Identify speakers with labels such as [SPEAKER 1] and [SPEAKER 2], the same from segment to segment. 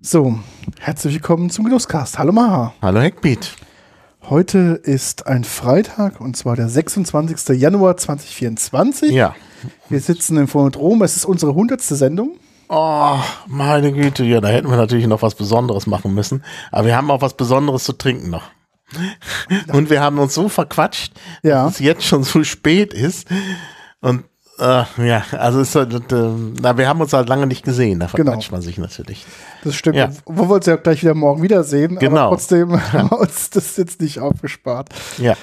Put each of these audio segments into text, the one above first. [SPEAKER 1] So, herzlich willkommen zum Genusscast. Hallo Maha.
[SPEAKER 2] Hallo Hackbeat.
[SPEAKER 1] Heute ist ein Freitag und zwar der 26. Januar 2024.
[SPEAKER 2] Ja.
[SPEAKER 1] Wir sitzen im Phonodrom. Es ist unsere 100. Sendung.
[SPEAKER 2] Oh, meine Güte, ja, da hätten wir natürlich noch was Besonderes machen müssen. Aber wir haben auch was Besonderes zu trinken noch. Und wir haben uns so verquatscht,
[SPEAKER 1] Ja.
[SPEAKER 2] dass es jetzt schon so spät ist. Und äh, ja, also es ist halt, äh, na, wir haben uns halt lange nicht gesehen, da
[SPEAKER 1] Genau.
[SPEAKER 2] verquatscht man sich natürlich.
[SPEAKER 1] Das stimmt.
[SPEAKER 2] Ja.
[SPEAKER 1] Wo wir uns ja gleich wieder morgen wiedersehen.
[SPEAKER 2] Genau.
[SPEAKER 1] Aber trotzdem haben wir uns das jetzt nicht aufgespart.
[SPEAKER 2] Ja.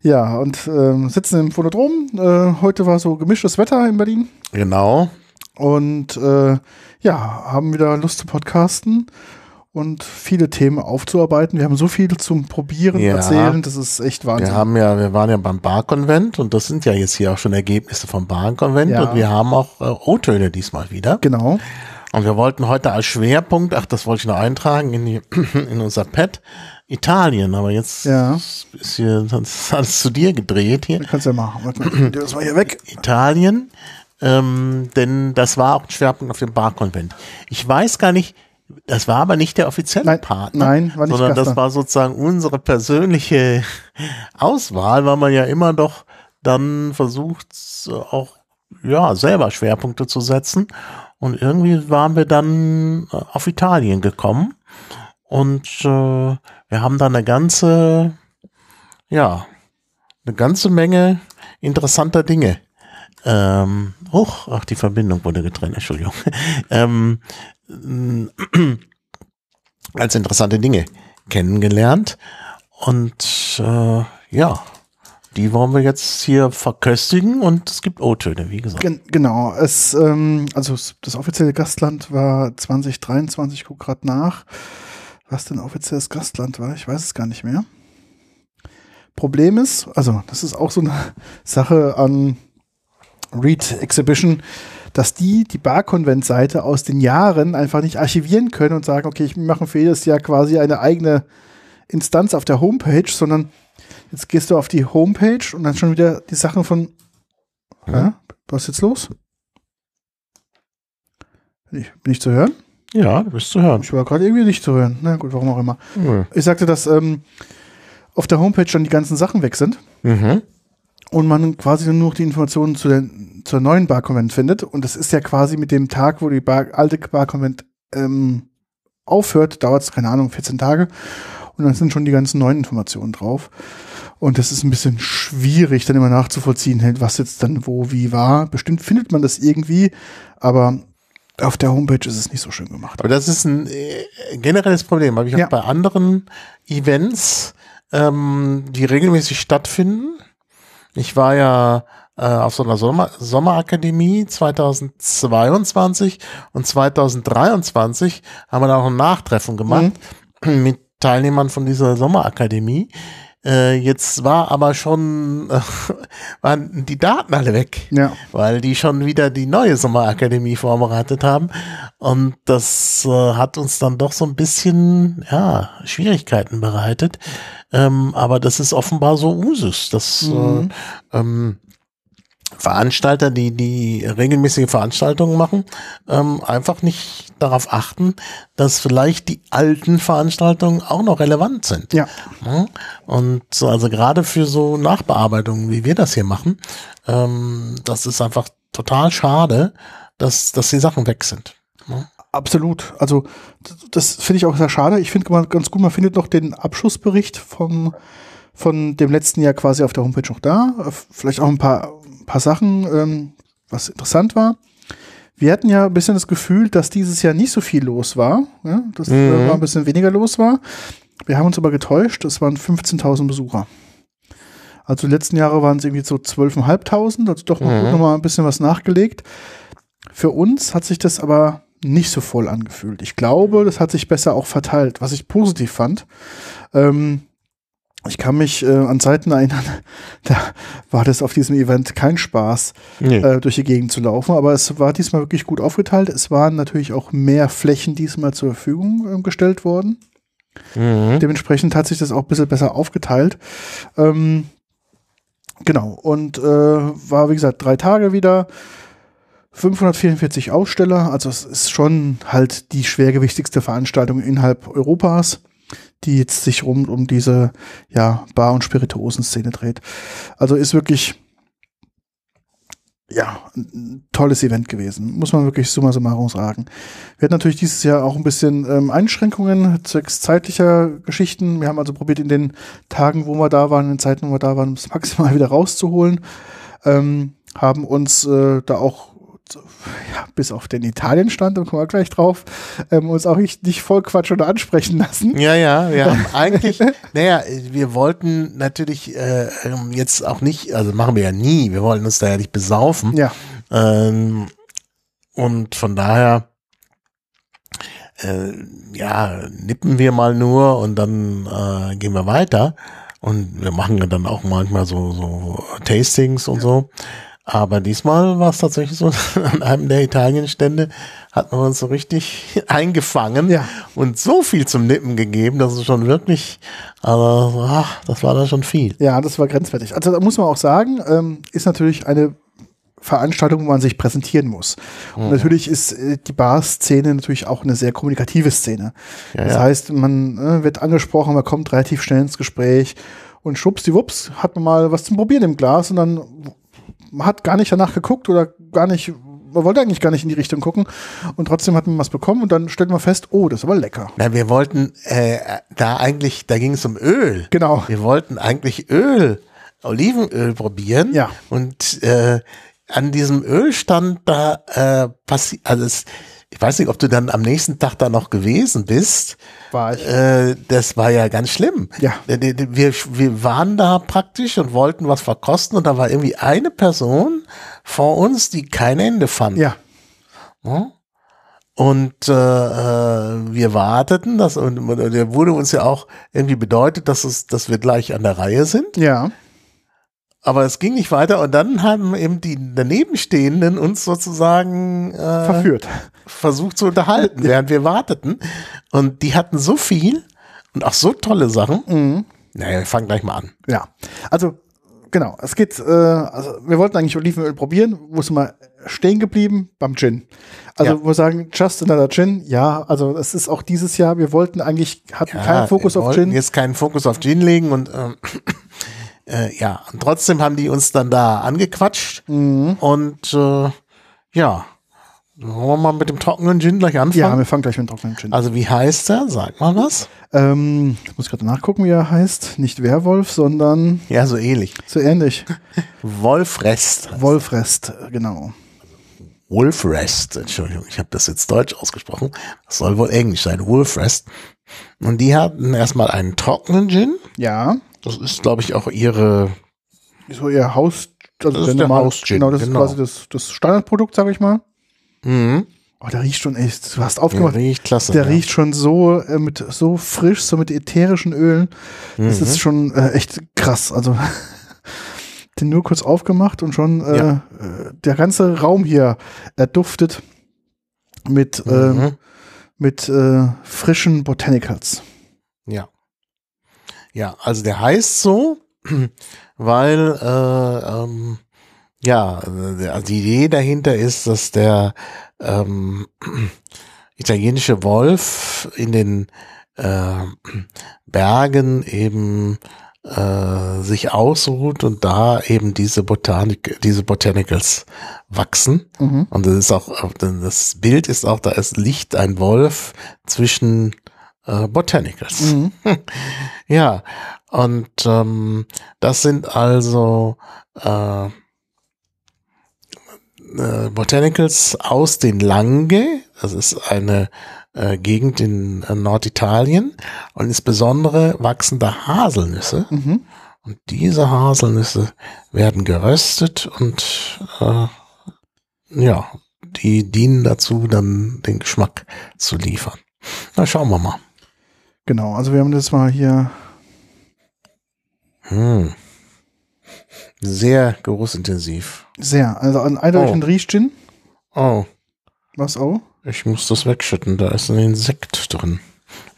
[SPEAKER 1] Ja, und ähm, sitzen im Phonodrom. Äh, heute war so gemischtes Wetter in Berlin.
[SPEAKER 2] Genau.
[SPEAKER 1] Und äh, ja, haben wieder Lust zu podcasten und viele Themen aufzuarbeiten. Wir haben so viel zum Probieren,
[SPEAKER 2] Ja.
[SPEAKER 1] Erzählen. Das ist echt Wahnsinn.
[SPEAKER 2] Wir haben ja, wir waren ja beim Barkonvent und das sind ja jetzt hier auch schon Ergebnisse vom Barkonvent
[SPEAKER 1] Ja.
[SPEAKER 2] und wir haben auch äh, O-Töne diesmal wieder.
[SPEAKER 1] Genau.
[SPEAKER 2] Und wir wollten heute als Schwerpunkt, ach, das wollte ich noch eintragen in, die, in unser Pad, Italien. Aber jetzt
[SPEAKER 1] Ja.
[SPEAKER 2] ist hier sonst alles zu dir gedreht hier.
[SPEAKER 1] Dann kannst du ja machen. Warte mal, Das war hier weg.
[SPEAKER 2] Italien, ähm, denn das war auch ein Schwerpunkt auf dem Barkonvent. Ich weiß gar nicht, das war aber nicht der offizielle
[SPEAKER 1] Nein,
[SPEAKER 2] Part.
[SPEAKER 1] nein, war nicht
[SPEAKER 2] Sondern
[SPEAKER 1] Gastland.
[SPEAKER 2] das war sozusagen unsere persönliche Auswahl, weil man ja immer doch dann versucht, auch ja, selber Schwerpunkte zu setzen. Und irgendwie waren wir dann äh, auf Italien gekommen. Und äh, wir haben da eine ganze, ja, eine ganze Menge interessanter Dinge. Ähm, hoch, ach, die Verbindung wurde getrennt, Entschuldigung. Ähm, äh, als interessante Dinge kennengelernt. Und äh, ja, die wollen wir jetzt hier verköstigen und es gibt O-Töne, wie gesagt.
[SPEAKER 1] Gen genau. Es, ähm, also es- das offizielle Gastland war 2023. Ich gucke gerade nach, was denn offizielles Gastland war. Ich weiß es gar nicht mehr. Problem ist, also das ist auch so eine Sache an Reed Exhibition, dass die die Barkonvent-Seite aus den Jahren einfach nicht archivieren können und sagen, okay, ich mache für jedes Jahr quasi eine eigene Instanz auf der Homepage, sondern jetzt gehst du auf die Homepage und dann schon wieder die Sachen von Hä? Was ist jetzt los? Bin ich, bin ich zu hören?
[SPEAKER 2] Ja, du bist zu hören.
[SPEAKER 1] Ich war gerade irgendwie nicht zu hören. Na gut, warum auch immer. Ich sagte, dass ähm, auf der Homepage dann die ganzen Sachen weg sind
[SPEAKER 2] Mhm.
[SPEAKER 1] und man quasi nur noch die Informationen zu der, zur neuen Barkonvent findet. Und das ist ja quasi mit dem Tag, wo die Bar, alte Barkonvent ähm, aufhört, dauert es, keine Ahnung, 14 Tage. Und dann sind schon die ganzen neuen Informationen drauf. Und das ist ein bisschen schwierig, dann immer nachzuvollziehen, hey, was jetzt dann wo, wie war. Bestimmt findet man das irgendwie, aber auf der Homepage ist es nicht so schön gemacht.
[SPEAKER 2] Aber das ist ein äh, generelles Problem. Habe ich
[SPEAKER 1] Ja.
[SPEAKER 2] auch bei anderen Events, ähm, die regelmäßig stattfinden. Ich war ja äh, auf so einer Sommer Sommerakademie 2022 und 2023 haben wir da auch ein Nachtreffen gemacht
[SPEAKER 1] Mhm.
[SPEAKER 2] mit Teilnehmern von dieser Sommerakademie. Äh, jetzt war aber schon, äh, waren die Daten alle weg
[SPEAKER 1] Ja.
[SPEAKER 2] weil die schon wieder die neue Sommerakademie vorbereitet haben. Und das äh, hat uns dann doch so ein bisschen ja, Schwierigkeiten bereitet. Ähm, aber das ist offenbar so Usus, dass äh, ähm, Veranstalter, die die regelmäßige Veranstaltungen machen, ähm, einfach nicht darauf achten, dass vielleicht die alten Veranstaltungen auch noch relevant sind.
[SPEAKER 1] Ja.
[SPEAKER 2] Ne? Und so, also gerade für so Nachbearbeitungen, wie wir das hier machen, ähm, das ist einfach total schade, dass, dass die Sachen weg sind. ne?
[SPEAKER 1] Absolut. Also d- das finde ich auch sehr schade. Ich finde mal ganz gut, man findet noch den Abschlussbericht vom, von dem letzten Jahr quasi auf der Homepage noch da. Äh, Vielleicht auch ein paar, ein paar Sachen, ähm, was interessant war. Wir hatten ja ein bisschen das Gefühl, dass dieses Jahr nicht so viel los war, ja? dass äh, war ein bisschen weniger los war. Wir haben uns aber getäuscht, es waren 15.000 Besucher. Also die letzten Jahre waren es irgendwie so 12.500, also doch noch,
[SPEAKER 2] Mhm.
[SPEAKER 1] gut, noch mal ein bisschen was nachgelegt. Für uns hat sich das aber nicht so voll angefühlt. Ich glaube, das hat sich besser auch verteilt, was ich positiv fand. Ähm, ich kann mich äh, an Zeiten erinnern, da war das auf diesem Event kein Spaß
[SPEAKER 2] Nee.
[SPEAKER 1] äh, durch die Gegend zu laufen. Aber es war diesmal wirklich gut aufgeteilt. Es waren natürlich auch mehr Flächen diesmal zur Verfügung ähm, gestellt worden.
[SPEAKER 2] Mhm.
[SPEAKER 1] Dementsprechend hat sich das auch ein bisschen besser aufgeteilt. Ähm, genau. Und äh, war, wie gesagt, drei Tage wieder. 544 Aussteller, also es ist schon halt die schwergewichtigste Veranstaltung innerhalb Europas, die jetzt sich rund um diese ja, Bar- und Spirituosenszene dreht. Also ist wirklich ja, ein tolles Event gewesen, muss man wirklich summa summarum sagen. Wir hatten natürlich dieses Jahr auch ein bisschen ähm, Einschränkungen zwecks zeitlicher Geschichten. Wir haben also probiert, in den Tagen, wo wir da waren, in den Zeiten, wo wir da waren, das maximal wieder rauszuholen. Ähm, haben uns äh, da auch so, ja, bis auf den Italienstand, da kommen wir gleich drauf, ähm, uns auch nicht, nicht voll quatschen oder ansprechen lassen.
[SPEAKER 2] Ja, ja, wir haben eigentlich, naja, wir wollten natürlich äh, ähm, jetzt auch nicht, also machen wir ja nie, wir wollten uns da ja nicht besaufen.
[SPEAKER 1] Ja,
[SPEAKER 2] Ähm, und von daher, äh, ja, nippen wir mal nur und dann äh, gehen wir weiter. Und wir machen ja dann auch manchmal so, so Tastings und so. Aber diesmal war es tatsächlich so, an einem der Italienstände hatten wir uns so richtig eingefangen
[SPEAKER 1] Ja.
[SPEAKER 2] und so viel zum Nippen gegeben, dass es schon wirklich, also, ach, das war dann schon viel.
[SPEAKER 1] Ja, das war grenzwertig. Also da muss man auch sagen, ähm, ist natürlich eine Veranstaltung, wo man sich präsentieren muss. Und
[SPEAKER 2] Mhm.
[SPEAKER 1] natürlich ist äh, die Bar-Szene natürlich auch eine sehr kommunikative Szene.
[SPEAKER 2] Ja,
[SPEAKER 1] das
[SPEAKER 2] ja.
[SPEAKER 1] heißt, man äh, wird angesprochen, man kommt relativ schnell ins Gespräch und schwuppsdiwupps hat man mal was zum Probieren im Glas und dann man hat gar nicht danach geguckt oder gar nicht, man wollte eigentlich gar nicht in die Richtung gucken und trotzdem hat man was bekommen und dann stellt man fest, oh, das ist aber lecker.
[SPEAKER 2] Na, wir wollten äh, da eigentlich, da ging es um Öl.
[SPEAKER 1] Genau.
[SPEAKER 2] Wir wollten eigentlich Öl, Olivenöl probieren.
[SPEAKER 1] Ja.
[SPEAKER 2] Und äh, an diesem Ölstand da äh, passiert, also es, ich weiß nicht, ob du dann am nächsten Tag da noch gewesen bist.
[SPEAKER 1] War ich.
[SPEAKER 2] Äh, das war ja ganz schlimm.
[SPEAKER 1] Ja.
[SPEAKER 2] Äh, die- die- Wir, wir waren da praktisch und wollten was verkosten und da war irgendwie eine Person vor uns, die kein Ende fand.
[SPEAKER 1] Ja,
[SPEAKER 2] Ne? Und äh, äh, wir warteten, dass, und, und der wurde uns ja auch irgendwie bedeutet, dass, es, dass wir gleich an der Reihe sind.
[SPEAKER 1] ja.
[SPEAKER 2] Aber es ging nicht weiter und dann haben eben die danebenstehenden uns sozusagen äh,
[SPEAKER 1] Verführt.
[SPEAKER 2] versucht zu unterhalten, während wir warteten. Und die hatten so viel und auch so tolle Sachen. Naja, wir fangen gleich mal an.
[SPEAKER 1] Ja, also genau, es geht, äh, also wir wollten eigentlich Olivenöl probieren, wo sind wir stehen geblieben? Beim Gin. Also
[SPEAKER 2] Ja.
[SPEAKER 1] wo wir sagen, just another Gin, ja, also es ist auch dieses Jahr, wir wollten eigentlich, hatten
[SPEAKER 2] Ja,
[SPEAKER 1] keinen Fokus
[SPEAKER 2] Ah, wir
[SPEAKER 1] auf
[SPEAKER 2] wollten
[SPEAKER 1] Gin.
[SPEAKER 2] Jetzt keinen Fokus auf Gin legen und ähm, äh, ja, und trotzdem haben die uns dann da angequatscht
[SPEAKER 1] Mhm.
[SPEAKER 2] und äh, ja, wollen wir mal mit dem trockenen Gin gleich
[SPEAKER 1] Ja,
[SPEAKER 2] anfangen?
[SPEAKER 1] wir fangen gleich mit dem trockenen Gin. an.
[SPEAKER 2] also wie heißt der? Sag mal was.
[SPEAKER 1] ähm, jetzt muss ich gerade nachgucken, wie er heißt. Nicht Werwolf, sondern
[SPEAKER 2] Ja, so ähnlich.
[SPEAKER 1] so ähnlich.
[SPEAKER 2] Wolfrest.
[SPEAKER 1] Wolfrest, genau.
[SPEAKER 2] Wolfrest, Entschuldigung, ich habe das jetzt deutsch ausgesprochen. Das soll wohl englisch sein, Wolfrest. Und die hatten erstmal einen trockenen Gin.
[SPEAKER 1] Ja,
[SPEAKER 2] Das ist, glaube ich, auch ihre
[SPEAKER 1] so ihr Haus, also
[SPEAKER 2] Das ist
[SPEAKER 1] der
[SPEAKER 2] der
[SPEAKER 1] normale-
[SPEAKER 2] Haus-Gin,
[SPEAKER 1] Genau, das
[SPEAKER 2] genau.
[SPEAKER 1] ist quasi das, das Standardprodukt, sag ich mal.
[SPEAKER 2] mhm.
[SPEAKER 1] Oh, der riecht schon echt, du hast aufgemacht.
[SPEAKER 2] riecht klasse.
[SPEAKER 1] Der
[SPEAKER 2] ja.
[SPEAKER 1] riecht schon so äh, mit so frisch, so mit ätherischen Ölen. Das
[SPEAKER 2] Mhm.
[SPEAKER 1] ist schon äh, echt krass. Also den nur kurz aufgemacht und schon äh,
[SPEAKER 2] Ja.
[SPEAKER 1] äh, der ganze Raum hier er duftet mit äh,
[SPEAKER 2] Mhm.
[SPEAKER 1] mit äh, frischen Botanicals.
[SPEAKER 2] Ja. Ja, also der heißt so, weil äh, ähm, ja, äh, der- also die Idee dahinter ist, dass der ähm, italienische Wolf in den äh, Bergen eben äh, sich ausruht und da eben diese Botanik, diese Botanicals wachsen.
[SPEAKER 1] Mhm.
[SPEAKER 2] Und das ist auch, äh, das Bild ist auch, da ist Licht ein Wolf zwischen äh, Botanicals.
[SPEAKER 1] Mhm.
[SPEAKER 2] Ja, und ähm, das sind also äh, äh, Botanicals aus den Lange. Das ist eine äh, Gegend in äh, Norditalien. Und insbesondere wachsen da Haselnüsse.
[SPEAKER 1] Mhm.
[SPEAKER 2] Und diese Haselnüsse werden geröstet und äh, ja, die dienen dazu, dann den Geschmack zu liefern. Na, schauen wir mal.
[SPEAKER 1] Genau, also wir haben das mal hier
[SPEAKER 2] Hm. Sehr geruchsintensiv.
[SPEAKER 1] sehr, also ein eindeutig
[SPEAKER 2] Oh.
[SPEAKER 1] ein Riechgin.
[SPEAKER 2] Oh,
[SPEAKER 1] Was auch?
[SPEAKER 2] ich muss das wegschütten. Da ist ein Insekt drin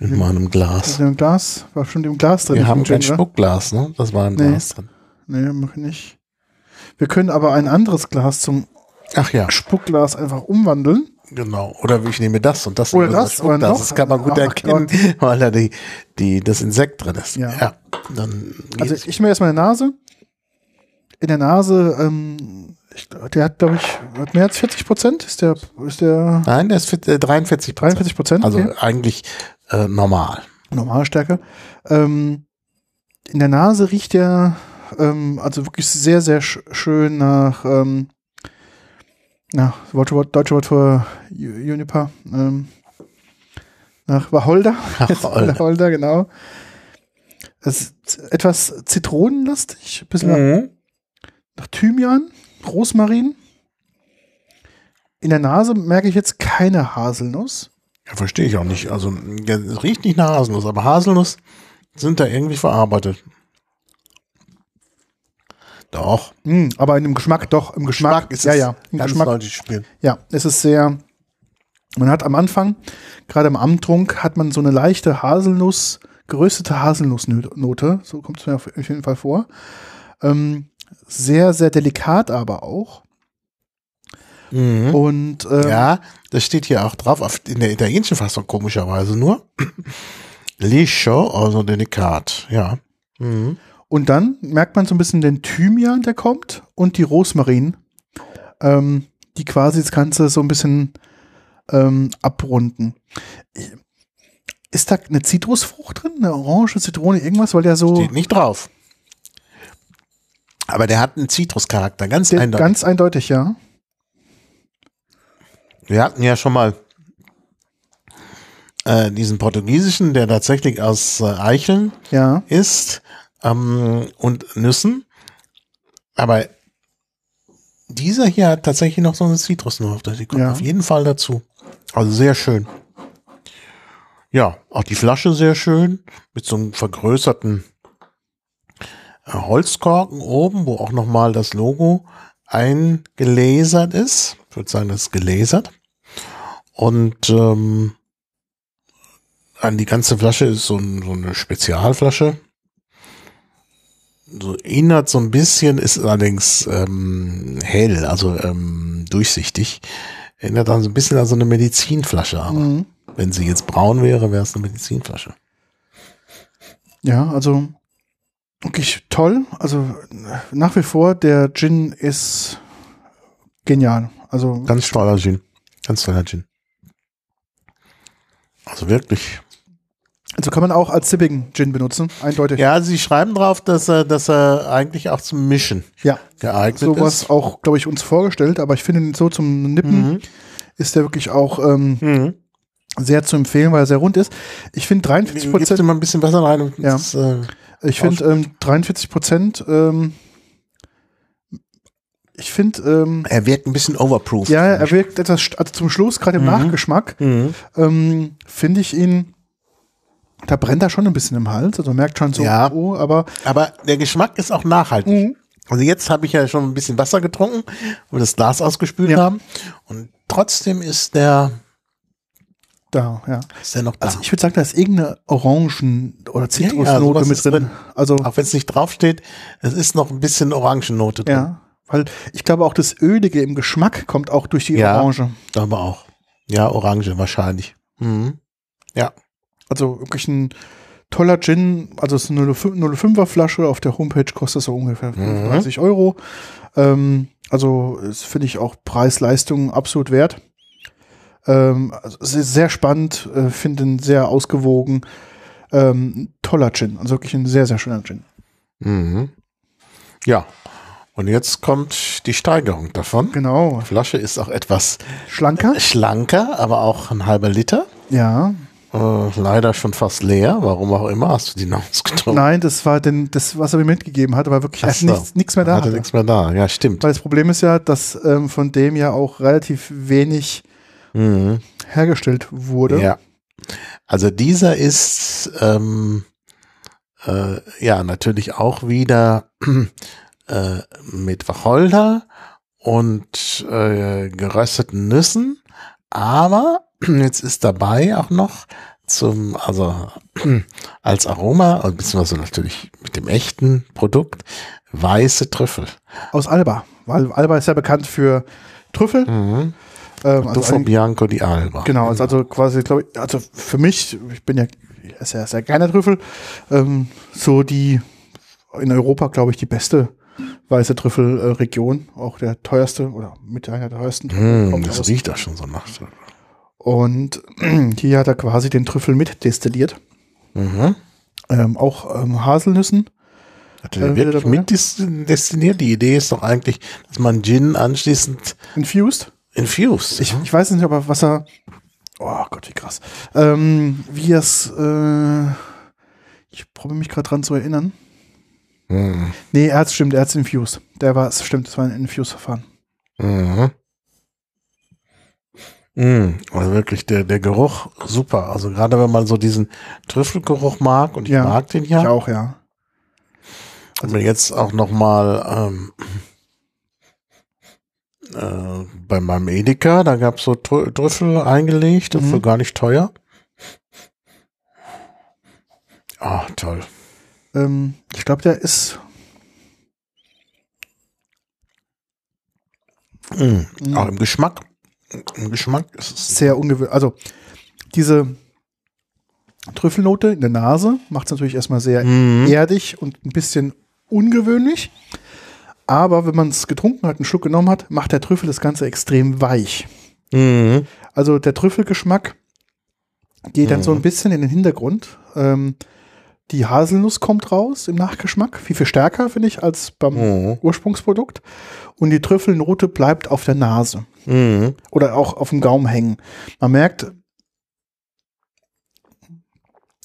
[SPEAKER 2] in meinem
[SPEAKER 1] Das
[SPEAKER 2] Glas.
[SPEAKER 1] im Glas, war bestimmt im Glas drin.
[SPEAKER 2] Wir
[SPEAKER 1] nicht
[SPEAKER 2] haben
[SPEAKER 1] im
[SPEAKER 2] kein
[SPEAKER 1] Gin, wa?
[SPEAKER 2] Spuckglas, ne? Das war im
[SPEAKER 1] Nee.
[SPEAKER 2] Glas drin.
[SPEAKER 1] Nee, mach ich nicht. Wir können aber ein anderes Glas zum
[SPEAKER 2] Ach ja,
[SPEAKER 1] Spuckglas einfach umwandeln.
[SPEAKER 2] genau. Oder ich nehme das und das
[SPEAKER 1] Oder
[SPEAKER 2] und
[SPEAKER 1] das oder noch-
[SPEAKER 2] Das kann man gut
[SPEAKER 1] Ach
[SPEAKER 2] erkennen, weil da die, die, das Insekt drin ist.
[SPEAKER 1] Ja.
[SPEAKER 2] Dann geht
[SPEAKER 1] Also
[SPEAKER 2] es.
[SPEAKER 1] ich mir jetzt meine Nase. In der Nase, ähm, ich, glaub, der hat, glaube ich, hat mehr als 40 Prozent. Ist der, ist der
[SPEAKER 2] Nein, der ist fit- äh, 43 Prozent.
[SPEAKER 1] 43 Prozent?
[SPEAKER 2] Also eigentlich äh, normal.
[SPEAKER 1] normale Stärke. Ähm, in der Nase riecht der, ähm, also wirklich sehr, sehr sch schön nach, ähm, na, das deutsche Wort, deutsche Wort für Ju- Juniper, ähm, nach Wacholder.
[SPEAKER 2] Wacholder.
[SPEAKER 1] Wacholder, genau. Es ist etwas zitronenlastig, ein bisschen
[SPEAKER 2] Mhm.
[SPEAKER 1] nach Thymian, Rosmarin. In der Nase merke ich jetzt keine Haselnuss.
[SPEAKER 2] Ja, verstehe ich auch nicht. Also ja, es riecht nicht nach Haselnuss, aber Haselnuss sind da irgendwie verarbeitet. Doch.
[SPEAKER 1] Hm, aber in dem Geschmack doch, im Geschmack. ja,
[SPEAKER 2] es
[SPEAKER 1] ja, im
[SPEAKER 2] ganz
[SPEAKER 1] Geschmack
[SPEAKER 2] deutlich spielen.
[SPEAKER 1] Ja, es ist sehr. Man hat am Anfang, gerade im Amtrunk, hat man so eine leichte Haselnuss, geröstete Haselnussnote. So kommt es mir auf jeden Fall vor. Ähm, sehr, sehr delikat aber auch.
[SPEAKER 2] Mhm.
[SPEAKER 1] Und ähm,
[SPEAKER 2] Ja, das steht hier auch drauf, auf, in der italienischen Fassung komischerweise nur. Liscio, also delikat, ja. Mhm.
[SPEAKER 1] Und dann merkt man so ein bisschen den Thymian, der kommt, und die Rosmarin, ähm, die quasi das Ganze so ein bisschen ähm, abrunden. Ist da eine Zitrusfrucht drin? Eine Orange, Zitrone, irgendwas? Weil der so
[SPEAKER 2] Steht nicht drauf. Aber der hat einen Zitruscharakter, ganz
[SPEAKER 1] der,
[SPEAKER 2] eindeutig.
[SPEAKER 1] ganz eindeutig, ja.
[SPEAKER 2] Wir hatten ja schon mal äh, diesen portugiesischen, der tatsächlich aus äh, Eicheln
[SPEAKER 1] Ja,
[SPEAKER 2] ist ähm, und Nüssen. Aber dieser hier hat tatsächlich noch so eine Zitrusnote. Die kommt
[SPEAKER 1] Ja.
[SPEAKER 2] auf jeden Fall dazu. Also sehr schön. Ja, auch die Flasche sehr schön. Mit so einem vergrößerten äh, Holzkorken oben, wo auch nochmal das Logo eingelasert ist. Ich würde sagen, das ist gelasert. Und ähm, an die ganze Flasche ist so, ein, so eine Spezialflasche. So erinnert so ein bisschen, ist allerdings ähm, hell, also ähm, durchsichtig. Erinnert dann so ein bisschen an so eine Medizinflasche. Aber
[SPEAKER 1] Mhm.
[SPEAKER 2] wenn sie jetzt braun wäre, wäre es eine Medizinflasche.
[SPEAKER 1] ja, also wirklich toll. Also nach wie vor, der Gin ist genial. Also
[SPEAKER 2] Ganz toller Gin. Ganz toller Gin. Also wirklich.
[SPEAKER 1] Also kann man auch als Sipping Gin benutzen, eindeutig.
[SPEAKER 2] Ja, sie schreiben drauf, dass er, dass er eigentlich auch zum Mischen
[SPEAKER 1] ja.
[SPEAKER 2] geeignet
[SPEAKER 1] Sowas
[SPEAKER 2] ist.
[SPEAKER 1] auch, glaube ich, uns vorgestellt, aber ich finde so zum Nippen
[SPEAKER 2] Mhm.
[SPEAKER 1] ist der wirklich auch ähm,
[SPEAKER 2] Mhm.
[SPEAKER 1] sehr zu empfehlen, weil er sehr rund ist. Ich finde
[SPEAKER 2] Gibst
[SPEAKER 1] 43
[SPEAKER 2] du
[SPEAKER 1] Prozent,
[SPEAKER 2] mal ein bisschen Wasser rein und
[SPEAKER 1] Ja.
[SPEAKER 2] das, äh,
[SPEAKER 1] ich finde ähm, 43 Prozent, ähm, ich finde, ähm,
[SPEAKER 2] Er wirkt ein bisschen overproof.
[SPEAKER 1] ja, er wirkt etwas, st- also zum Schluss, gerade im Nachgeschmack,
[SPEAKER 2] Mhm.
[SPEAKER 1] ähm, finde ich ihn, da brennt er schon ein bisschen im Hals, also man merkt schon so,
[SPEAKER 2] Ja.
[SPEAKER 1] oh, aber
[SPEAKER 2] Aber der Geschmack ist auch nachhaltig.
[SPEAKER 1] Mhm.
[SPEAKER 2] Also jetzt habe ich ja schon ein bisschen Wasser getrunken, wo wir das Glas ausgespült
[SPEAKER 1] Ja.
[SPEAKER 2] haben. Und trotzdem ist der,
[SPEAKER 1] da, ja.
[SPEAKER 2] ist der noch da.
[SPEAKER 1] Also ich würde sagen, da ist irgendeine Orangen- oder
[SPEAKER 2] Ja, ja,
[SPEAKER 1] Zitrusnote
[SPEAKER 2] sowas
[SPEAKER 1] mit
[SPEAKER 2] ist
[SPEAKER 1] drin.
[SPEAKER 2] drin.
[SPEAKER 1] Also
[SPEAKER 2] auch wenn es nicht draufsteht, es ist noch ein bisschen Orangennote drin.
[SPEAKER 1] ja, weil ich glaube auch das Ölige im Geschmack kommt auch durch die
[SPEAKER 2] Ja.
[SPEAKER 1] Orange.
[SPEAKER 2] Aber auch. Ja, Orange wahrscheinlich. Mhm. Ja.
[SPEAKER 1] Also wirklich ein toller Gin. Also es ist eine 05 05er Flasche. Auf der Homepage kostet so ungefähr
[SPEAKER 2] Mhm.
[SPEAKER 1] 35 Euro. Ähm, also das finde ich auch Preis-Leistung absolut wert. Ähm, also es ist sehr spannend, äh, finde ihn sehr ausgewogen. Ähm, toller Gin, also wirklich ein sehr, sehr schöner Gin.
[SPEAKER 2] Mhm. Ja. Und jetzt kommt die Steigerung davon.
[SPEAKER 1] Genau,
[SPEAKER 2] Die Flasche ist auch etwas
[SPEAKER 1] schlanker.
[SPEAKER 2] schlanker, aber auch ein halber Liter.
[SPEAKER 1] Ja,
[SPEAKER 2] äh, leider schon fast leer. Warum auch immer hast du die noch ausgetrunken?
[SPEAKER 1] Nein, das war denn das, was er mir mitgegeben hatte, war wirklich
[SPEAKER 2] Ach
[SPEAKER 1] also
[SPEAKER 2] so.
[SPEAKER 1] nichts, nichts mehr da.
[SPEAKER 2] Hatte
[SPEAKER 1] hatte.
[SPEAKER 2] nichts mehr da. Ja, stimmt.
[SPEAKER 1] Weil das Problem ist ja, dass ähm, von dem ja auch relativ wenig
[SPEAKER 2] Mhm.
[SPEAKER 1] hergestellt wurde.
[SPEAKER 2] Ja. Also dieser ist ähm, äh, ja natürlich auch wieder äh, mit Wacholder und äh, gerösteten Nüssen, aber jetzt ist dabei auch noch zum, also als Aroma, und beziehungsweise natürlich mit dem echten Produkt, weiße Trüffel.
[SPEAKER 1] Aus Alba. Weil Alba ist ja bekannt für Trüffel. Ähm,
[SPEAKER 2] Also
[SPEAKER 1] also
[SPEAKER 2] Bianco di Alba.
[SPEAKER 1] Genau, also, also quasi, glaube ich, also für mich, ich bin ja, ich esse ja sehr gerne Trüffel, ähm, so die in Europa, glaube ich, die beste weiße Trüffelregion, auch der teuerste oder mit einer der teuersten. Trüffel
[SPEAKER 2] Mm,
[SPEAKER 1] kommt
[SPEAKER 2] das
[SPEAKER 1] aus.
[SPEAKER 2] riecht auch schon so nach Trüffel.
[SPEAKER 1] Und hier hat er quasi den Trüffel mit destilliert,
[SPEAKER 2] Mhm.
[SPEAKER 1] ähm, auch ähm, Haselnüssen.
[SPEAKER 2] Hatte
[SPEAKER 1] Äh,
[SPEAKER 2] der
[SPEAKER 1] wieder
[SPEAKER 2] wirklich
[SPEAKER 1] dabei?
[SPEAKER 2] mit dis- destiniert? Die Idee ist doch eigentlich, dass man Gin anschließend
[SPEAKER 1] Infused.
[SPEAKER 2] infused.
[SPEAKER 1] Ich, ich weiß nicht, aber was er. Oh Gott, wie krass. Ähm, wie es. Äh, ich probiere mich gerade dran zu erinnern.
[SPEAKER 2] Mhm.
[SPEAKER 1] Nee, er hat stimmt, er hat infused. Der war, es stimmt, es war ein Infuse-Verfahren.
[SPEAKER 2] Mhm. Mhm. Also wirklich der, der Geruch, super. Also gerade wenn man so diesen Trüffelgeruch mag, und ich
[SPEAKER 1] Ja.
[SPEAKER 2] mag den
[SPEAKER 1] Ich
[SPEAKER 2] ja,
[SPEAKER 1] auch, ja.
[SPEAKER 2] aber jetzt auch nochmal ähm, äh, bei meinem Edeka, da gab es so Trü Trüffel eingelegt,
[SPEAKER 1] Mhm.
[SPEAKER 2] für gar nicht teuer. Ah, toll.
[SPEAKER 1] Ähm, ich glaube, der ist.
[SPEAKER 2] Mhm.
[SPEAKER 1] Mhm.
[SPEAKER 2] Auch im Geschmack. Im Geschmack ist es.
[SPEAKER 1] sehr ungewöhnlich. Also diese Trüffelnote in der Nase macht es natürlich erstmal sehr
[SPEAKER 2] Mhm.
[SPEAKER 1] erdig und ein bisschen ungewöhnlich. Aber wenn man es getrunken hat, einen Schluck genommen hat, macht der Trüffel das Ganze extrem weich.
[SPEAKER 2] Mhm.
[SPEAKER 1] Also der Trüffelgeschmack geht dann so ein bisschen in den Hintergrund. Ähm, die Haselnuss kommt raus im Nachgeschmack, viel, viel stärker, finde ich, als beim
[SPEAKER 2] Mhm.
[SPEAKER 1] Ursprungsprodukt. Und die Trüffelnote bleibt auf der Nase
[SPEAKER 2] Mhm.
[SPEAKER 1] oder auch auf dem Gaumen hängen. Man merkt,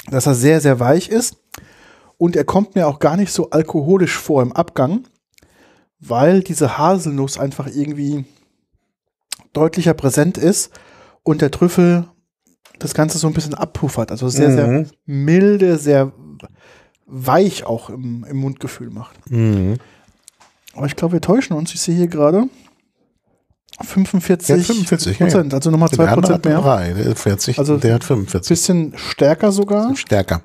[SPEAKER 1] dass er sehr, sehr weich ist und er kommt mir auch gar nicht so alkoholisch vor im Abgang, weil diese Haselnuss einfach irgendwie deutlicher präsent ist und der Trüffel das Ganze so ein bisschen abpuffert. Also sehr, sehr
[SPEAKER 2] Mhm.
[SPEAKER 1] milde, sehr weich auch im, im Mundgefühl macht.
[SPEAKER 2] Mhm.
[SPEAKER 1] Aber ich glaube, wir täuschen uns. Ich sehe hier gerade 45,
[SPEAKER 2] Ja, 45, ja, ja.
[SPEAKER 1] Prozent, also nochmal
[SPEAKER 2] Der andere
[SPEAKER 1] 2%
[SPEAKER 2] hat
[SPEAKER 1] mehr.
[SPEAKER 2] drei, der hat 40
[SPEAKER 1] Also-
[SPEAKER 2] und der hat 45.
[SPEAKER 1] Bisschen stärker sogar.
[SPEAKER 2] Stärker.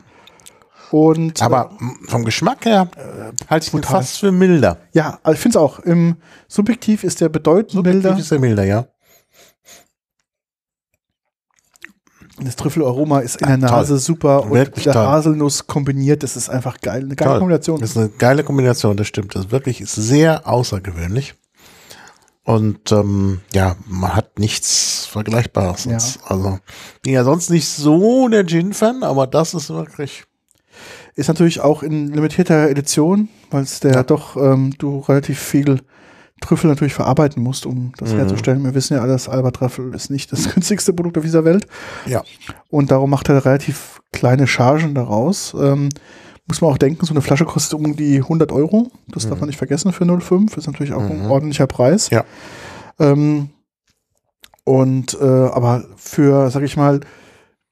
[SPEAKER 1] Und äh,
[SPEAKER 2] Aber m, vom Geschmack her äh, halte ich ihn
[SPEAKER 1] brutal.
[SPEAKER 2] fast für milder.
[SPEAKER 1] ja, also ich finde es auch. Im Subjektiv ist der bedeutend milder.
[SPEAKER 2] Definitiv ist er milder, ja.
[SPEAKER 1] Das Trüffelaroma ist in der
[SPEAKER 2] Ah, toll.
[SPEAKER 1] Nase super und mit
[SPEAKER 2] Wirklich
[SPEAKER 1] der
[SPEAKER 2] toll.
[SPEAKER 1] Haselnuss kombiniert, das ist einfach geil. Eine geile
[SPEAKER 2] Toll.
[SPEAKER 1] Kombination.
[SPEAKER 2] Das ist eine geile Kombination, das stimmt. Das ist wirklich ist sehr außergewöhnlich. Und ähm, ja, man hat nichts Vergleichbares.
[SPEAKER 1] Ja.
[SPEAKER 2] sonst. Also bin ja sonst nicht so der Gin-Fan, aber das ist wirklich.
[SPEAKER 1] Ist natürlich auch in limitierter Edition, weil es der doch ähm, du relativ viel Trüffel natürlich verarbeiten musst, um das
[SPEAKER 2] Mhm.
[SPEAKER 1] herzustellen. Wir wissen ja alle, dass Alba Trüffel ist nicht das günstigste Produkt auf dieser Welt.
[SPEAKER 2] Ja.
[SPEAKER 1] Und darum macht er relativ kleine Chargen daraus. Ähm, muss man auch denken, so eine Flasche kostet um die 100 Euro. Das darf man nicht vergessen für 0,5. Ist natürlich auch ein ordentlicher Preis.
[SPEAKER 2] Mhm. Ja.
[SPEAKER 1] Ähm, und äh, aber für, sag ich mal,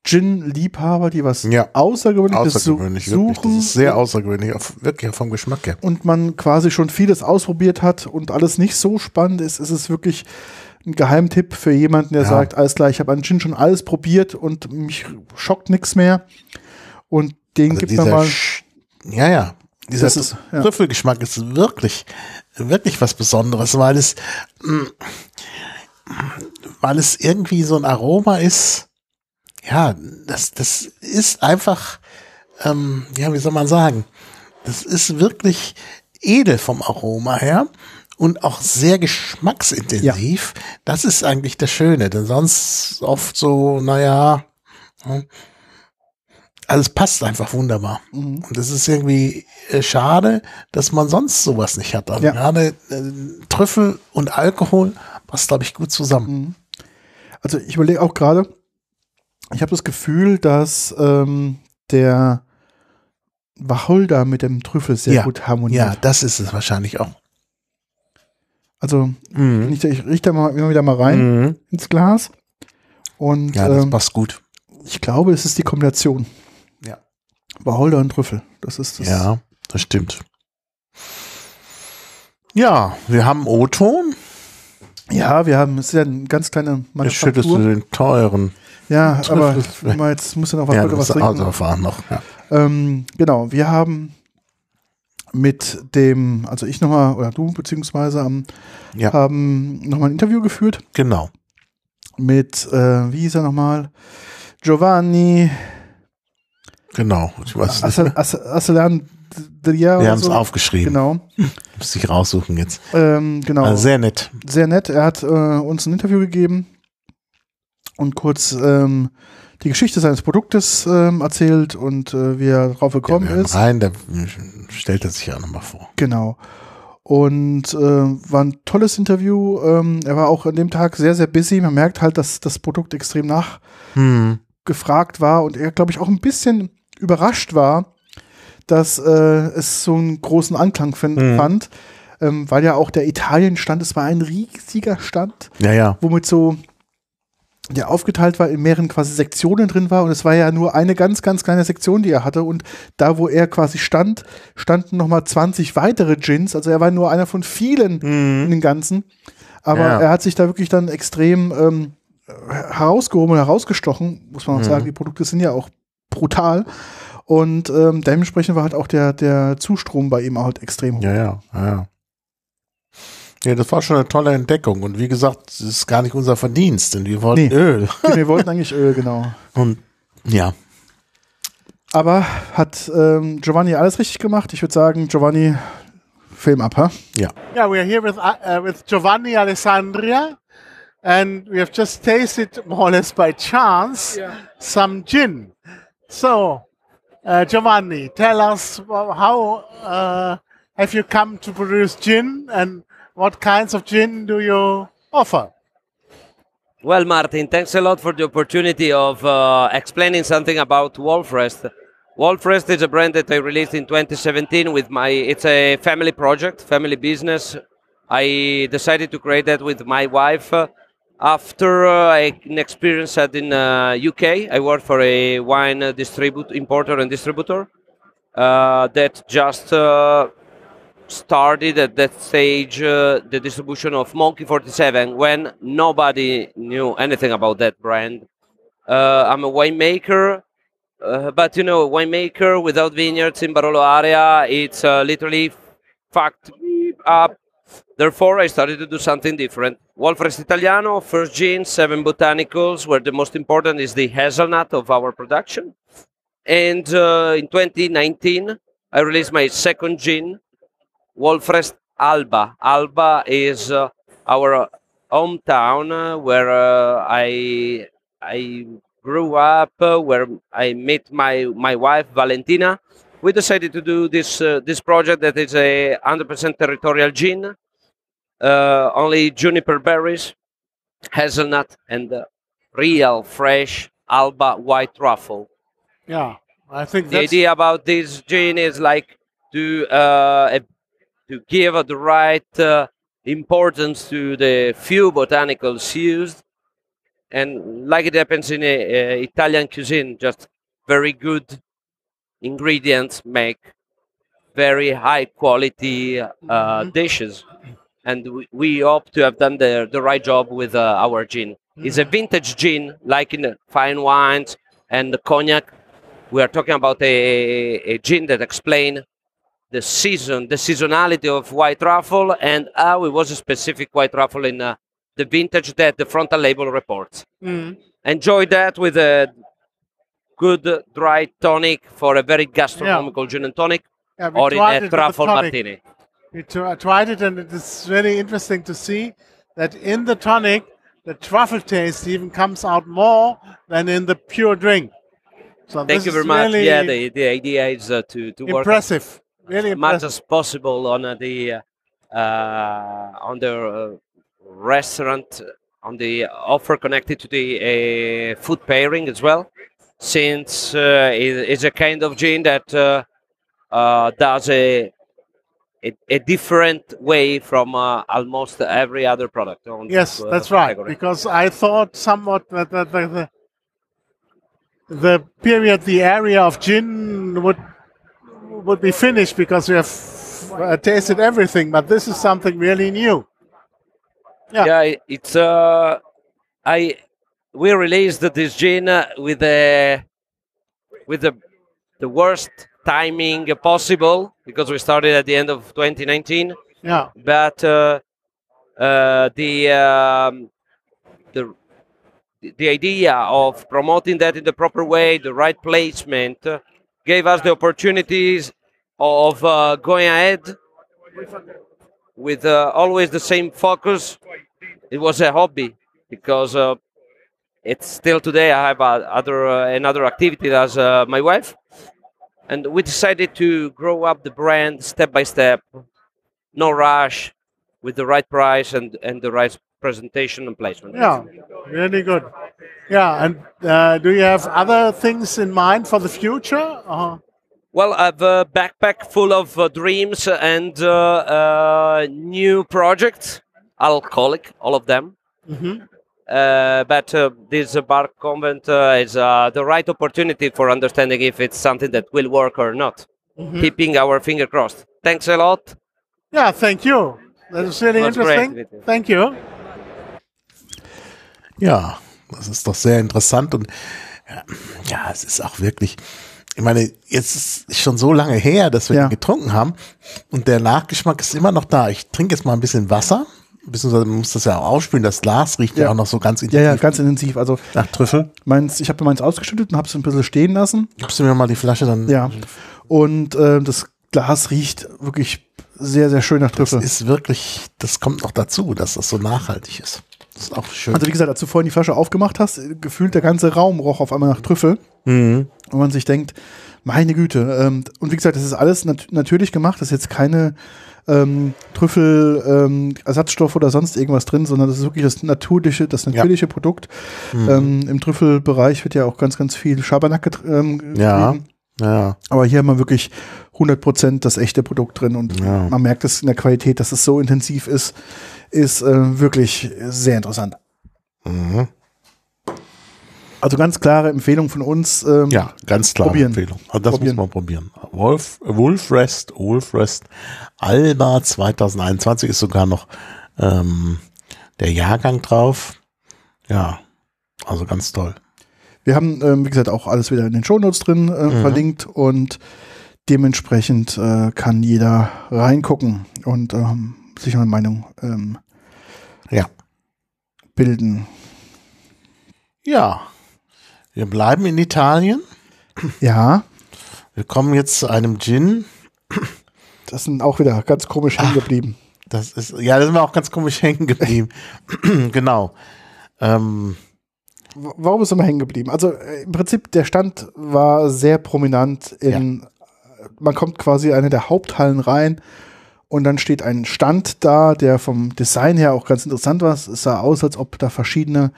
[SPEAKER 1] Gin-Liebhaber, die was
[SPEAKER 2] Ja.
[SPEAKER 1] Außergewöhnliches
[SPEAKER 2] Außergewöhnlich,
[SPEAKER 1] suchen
[SPEAKER 2] wirklich. Das ist sehr außergewöhnlich, auf, wirklich vom Geschmack her.
[SPEAKER 1] und man quasi schon vieles ausprobiert hat und alles nicht so spannend ist, ist es wirklich ein Geheimtipp für jemanden, der
[SPEAKER 2] Ja.
[SPEAKER 1] sagt, alles klar, ich habe an Gin schon alles probiert und mich schockt nichts mehr. Und den
[SPEAKER 2] Also
[SPEAKER 1] gibt
[SPEAKER 2] dieser
[SPEAKER 1] man mal.
[SPEAKER 2] Sch- ja, ja. Dieser
[SPEAKER 1] Das ist- ja.
[SPEAKER 2] Trüffelgeschmack ist wirklich, wirklich was Besonderes, weil es, mm, weil es irgendwie so ein Aroma ist. Ja, das, das ist einfach, ähm, ja, wie soll man sagen? Das ist wirklich edel vom Aroma her und auch sehr geschmacksintensiv. Das ist eigentlich das Schöne, denn sonst oft so, naja, also es passt einfach wunderbar.
[SPEAKER 1] Mhm,
[SPEAKER 2] Und es ist irgendwie äh, schade, dass man sonst sowas nicht hat. Also
[SPEAKER 1] Ja.
[SPEAKER 2] gerade äh, Trüffel und
[SPEAKER 1] mhm.
[SPEAKER 2] Alkohol passt, glaube ich, gut zusammen.
[SPEAKER 1] Also ich überlege auch gerade, ich habe das Gefühl, dass ähm, der Wacholder mit dem Trüffel sehr
[SPEAKER 3] Ja.
[SPEAKER 1] gut harmoniert.
[SPEAKER 3] Ja, das ist es wahrscheinlich auch.
[SPEAKER 1] Also
[SPEAKER 3] Mhm.
[SPEAKER 1] ich, ich riech da mal immer wieder mal rein
[SPEAKER 3] Mhm.
[SPEAKER 1] ins Glas. Und
[SPEAKER 3] Ja, das
[SPEAKER 1] ähm,
[SPEAKER 3] passt gut.
[SPEAKER 1] ich glaube, es ist die Kombination.
[SPEAKER 3] Ja.
[SPEAKER 1] Wacholder und Trüffel. Das ist das.
[SPEAKER 3] ja, das stimmt. Ja, wir haben O-Ton.
[SPEAKER 1] Ja, wir haben, es ist ja eine ganz kleine
[SPEAKER 3] Jetzt schüttest du
[SPEAKER 1] Manufaktur.
[SPEAKER 3] den teuren.
[SPEAKER 1] Ja, aber
[SPEAKER 3] Trüffel.
[SPEAKER 1] guck mal, jetzt muss ja noch was,
[SPEAKER 3] ja,
[SPEAKER 1] Leute, was
[SPEAKER 3] das also-
[SPEAKER 1] trinken.
[SPEAKER 3] Autofahren noch. Ja.
[SPEAKER 1] Ähm, genau, wir haben mit dem, also ich nochmal, oder du beziehungsweise, am,
[SPEAKER 3] Ja.
[SPEAKER 1] haben nochmal ein Interview geführt
[SPEAKER 3] Genau.
[SPEAKER 1] mit, äh, wie hieß er nochmal? Giovanni
[SPEAKER 3] Genau. Ich weiß es
[SPEAKER 1] Assel-
[SPEAKER 3] nicht.
[SPEAKER 1] Assel- Asselandria.
[SPEAKER 3] Wir
[SPEAKER 1] oder
[SPEAKER 3] haben es
[SPEAKER 1] so.
[SPEAKER 3] aufgeschrieben.
[SPEAKER 1] Genau,
[SPEAKER 3] Muss ich raussuchen jetzt.
[SPEAKER 1] ähm, genau.
[SPEAKER 3] Also sehr nett.
[SPEAKER 1] sehr nett. Er hat äh, uns ein Interview gegeben und kurz ähm, die Geschichte seines Produktes ähm, erzählt und äh, wie er drauf gekommen
[SPEAKER 3] ja, wir hören
[SPEAKER 1] ist.
[SPEAKER 3] rein, da stellt er sich ja nochmal vor.
[SPEAKER 1] Genau. Und äh, war ein tolles Interview. Ähm, er war auch an dem Tag sehr, sehr busy. Man merkt halt, dass das Produkt extrem
[SPEAKER 3] Hm.
[SPEAKER 1] nachgefragt war und er, glaube ich, auch ein bisschen überrascht war, dass äh, es so einen großen Anklang fin-
[SPEAKER 3] Mhm.
[SPEAKER 1] fand, ähm, weil ja auch der Italien-Stand, es war ein riesiger Stand.
[SPEAKER 3] Ja, ja.
[SPEAKER 1] womit so der aufgeteilt war, in mehreren quasi Sektionen drin war und es war ja nur eine ganz, ganz kleine Sektion, die er hatte und da, wo er quasi stand, standen nochmal 20 weitere Gins, also er war nur einer von vielen in
[SPEAKER 2] Mhm.
[SPEAKER 1] den Ganzen, aber
[SPEAKER 3] Ja.
[SPEAKER 1] er hat sich da wirklich dann extrem ähm, herausgehoben und herausgestochen, muss man auch
[SPEAKER 3] Mhm.
[SPEAKER 1] sagen, die Produkte sind ja auch brutal und ähm, dementsprechend war halt auch der, der Zustrom bei ihm halt extrem hoch.
[SPEAKER 3] Ja, ja, ja, ja. Ja, das war schon eine tolle Entdeckung. Und wie gesagt, es ist gar nicht unser Verdienst, denn wir wollten
[SPEAKER 1] Nee.
[SPEAKER 3] Öl.
[SPEAKER 1] Wir wollten eigentlich Öl, genau.
[SPEAKER 3] Und ja,
[SPEAKER 1] Aber hat ähm, Giovanni alles richtig gemacht? Ich würde sagen, Giovanni, Film ab, ha?
[SPEAKER 3] ja.
[SPEAKER 2] Yeah, we are here with uh, uh, with Giovanni Alessandria, and we have just tasted more or less by chance some gin. So, uh, Giovanni, tell us wh- how uh, have you come to produce gin, and what kinds of gin do you offer?
[SPEAKER 4] Well, Martin, thanks a lot for the opportunity of uh, explaining something about Wolfrest. Wolfrest is a brand that I released in 2017 with my. It's a family project, family business. I decided to create that with my wife uh, after uh, I- an experience had in uh, UK. I worked for a wine uh, distribut- importer and distributor uh, that just uh, started at that stage uh, the distribution of Monkey 47 when nobody knew anything about that brand. Uh, I'm a winemaker, uh, but you know, winemaker without vineyards in Barolo area, it's uh, literally fucked me up. Therefore, I started to do something different. Wolfrest Italiano, first gin, seven botanicals, where the most important is the hazelnut of our production. And uh, in 2019, I released my second gin, Wolfrest Alba. Alba is uh, our hometown uh, where uh, I I grew up, uh, where I met my my wife Valentina. We decided to do this uh, this project that is a 100% territorial gin, uh, only juniper berries, hazelnut, and uh, real fresh Alba white truffle
[SPEAKER 2] Yeah, I think
[SPEAKER 4] the
[SPEAKER 2] that's
[SPEAKER 4] idea about this gene is like to uh, eh, to give the right uh, importance to the few botanicals used, and like it happens in uh, uh, Italian cuisine, just very good ingredients make very high quality uh, dishes, and we, we hope to have done the the right job with uh, our gin. It's a vintage gin, like in the fine wines and the cognac we are talking about a, a gin that explain the season, the seasonality of white truffle and how it was a specific white truffle in uh, the vintage that the frontal label reports.
[SPEAKER 2] Mm.
[SPEAKER 4] Enjoy that with a good uh, dry tonic for a very gastronomical gin and tonic
[SPEAKER 2] yeah, we
[SPEAKER 4] or in
[SPEAKER 2] tried it
[SPEAKER 4] a
[SPEAKER 2] with the
[SPEAKER 4] truffle
[SPEAKER 2] tonic.
[SPEAKER 4] martini.
[SPEAKER 2] We t- I tried it, and it is really interesting to see that in the tonic, the truffle taste even comes out more than in the pure drink. So
[SPEAKER 4] Thank
[SPEAKER 2] this
[SPEAKER 4] you
[SPEAKER 2] is
[SPEAKER 4] very much.
[SPEAKER 2] really
[SPEAKER 4] yeah, the, the idea is uh, to, to work
[SPEAKER 2] impressive. Really
[SPEAKER 4] as much
[SPEAKER 2] impressive.
[SPEAKER 4] as possible on uh, the uh, on the uh, restaurant on the offer connected to the uh, food pairing as well, since uh, it is a kind of gin that uh, uh, does a, a a different way from uh, almost every other product. On
[SPEAKER 2] Yes,
[SPEAKER 4] this, uh,
[SPEAKER 2] that's right.
[SPEAKER 4] category.
[SPEAKER 2] Because I thought somewhat that, that, that the, the period, the area of gin would would be finished because we have uh, tasted everything. But this is something really new. Yeah.
[SPEAKER 4] yeah, it- it's uh i we released this gin uh, with the with the the worst timing possible because we started at the end of 2019
[SPEAKER 2] Yeah,
[SPEAKER 4] but uh, uh, the um, the the idea of promoting that in the proper way, the right placement, uh, gave us the opportunities of uh, going ahead with uh, always the same focus. It was a hobby because uh, it's still today. I have uh, other uh, another activity as uh, my wife, and we decided to grow up the brand step by step no rush with the right price and, and the right presentation and placement.
[SPEAKER 2] yeah, really good. Yeah, and uh, do you have other things in mind for the future? Uh,
[SPEAKER 4] Well, I have a backpack full of uh, dreams and uh, uh, new projects, alcoholic, all of them.
[SPEAKER 2] mhm.
[SPEAKER 4] Uh, but uh, this uh, bar convent uh, is uh, the right opportunity for understanding if it's something that will work or not. Keeping our finger crossed. Thanks a lot.
[SPEAKER 2] Yeah, thank you. That was really
[SPEAKER 4] Was great
[SPEAKER 2] interesting.
[SPEAKER 4] with you.
[SPEAKER 2] Thank you.
[SPEAKER 3] Ja, das ist doch sehr interessant und ja, ja, es ist auch wirklich. Ich meine, jetzt ist es schon so lange her, dass wir
[SPEAKER 1] Ja.
[SPEAKER 3] den getrunken haben und der Nachgeschmack ist immer noch da. Ich trinke jetzt mal ein bisschen Wasser, beziehungsweise man muss das ja auch aufspülen. Das Glas riecht ja,
[SPEAKER 1] Ja.
[SPEAKER 3] auch noch so ganz
[SPEAKER 1] Ja,
[SPEAKER 3] intensiv
[SPEAKER 1] ja, ganz intensiv. Also
[SPEAKER 3] nach Trüffel.
[SPEAKER 1] meins, ich habe meins ausgeschüttet und habe es ein bisschen stehen lassen.
[SPEAKER 3] Gibst du mir mal die Flasche, dann
[SPEAKER 1] Ja. Und äh, das Glas riecht wirklich sehr, sehr schön nach Trüffel.
[SPEAKER 3] ist wirklich, das kommt noch dazu, dass das so nachhaltig ist. Das ist auch schön.
[SPEAKER 1] Also wie gesagt, als du vorhin die Flasche aufgemacht hast, äh, gefühlt der ganze Raum roch auf einmal nach Trüffel.
[SPEAKER 3] mhm.
[SPEAKER 1] Und man sich denkt, meine Güte. Ähm, und wie gesagt, das ist alles nat natürlich gemacht. Das ist jetzt keine ähm, Trüffel, ähm, Ersatzstoff oder sonst irgendwas drin, sondern das ist wirklich das natürliche, das natürliche Produkt.
[SPEAKER 3] Mhm.
[SPEAKER 1] Ähm, Im Trüffelbereich wird ja auch ganz, ganz viel Schabernack get- ähm,
[SPEAKER 3] Ja,
[SPEAKER 1] getrieben.
[SPEAKER 3] ja.
[SPEAKER 1] Aber hier haben wir wirklich 100% das echte Produkt drin und
[SPEAKER 3] Ja.
[SPEAKER 1] man merkt es in der Qualität, dass es so intensiv ist, ist äh, wirklich sehr interessant.
[SPEAKER 3] Mhm.
[SPEAKER 1] Also ganz klare Empfehlung von uns. Ähm,
[SPEAKER 3] Ja, ganz klar.
[SPEAKER 1] Probieren.
[SPEAKER 3] Empfehlung. Also das
[SPEAKER 1] Probieren.
[SPEAKER 3] muss man probieren. Wolf, Wolf Rest, Wolf Rest. Alba 2021 ist sogar noch ähm, der Jahrgang drauf. Ja, also ganz toll.
[SPEAKER 1] Wir haben, ähm, wie gesagt, auch alles wieder in den Shownotes drin äh,
[SPEAKER 3] Mhm.
[SPEAKER 1] verlinkt und dementsprechend äh, kann jeder reingucken und ähm, sich eine Meinung ähm,
[SPEAKER 3] Ja.
[SPEAKER 1] bilden.
[SPEAKER 3] Ja. Wir bleiben in Italien.
[SPEAKER 1] Ja,
[SPEAKER 3] Wir kommen jetzt zu einem Gin.
[SPEAKER 1] das sind auch wieder ganz komisch hängen geblieben.
[SPEAKER 3] Das ist, ja, da sind wir auch ganz komisch hängen geblieben. genau. Ähm,
[SPEAKER 1] W- Warum ist er mal hängen geblieben? Also äh, im Prinzip, der Stand war sehr prominent in, äh, man kommt quasi in eine der Haupthallen rein und dann steht ein Stand da, der vom Design her auch ganz interessant war. Es sah aus, als ob da verschiedene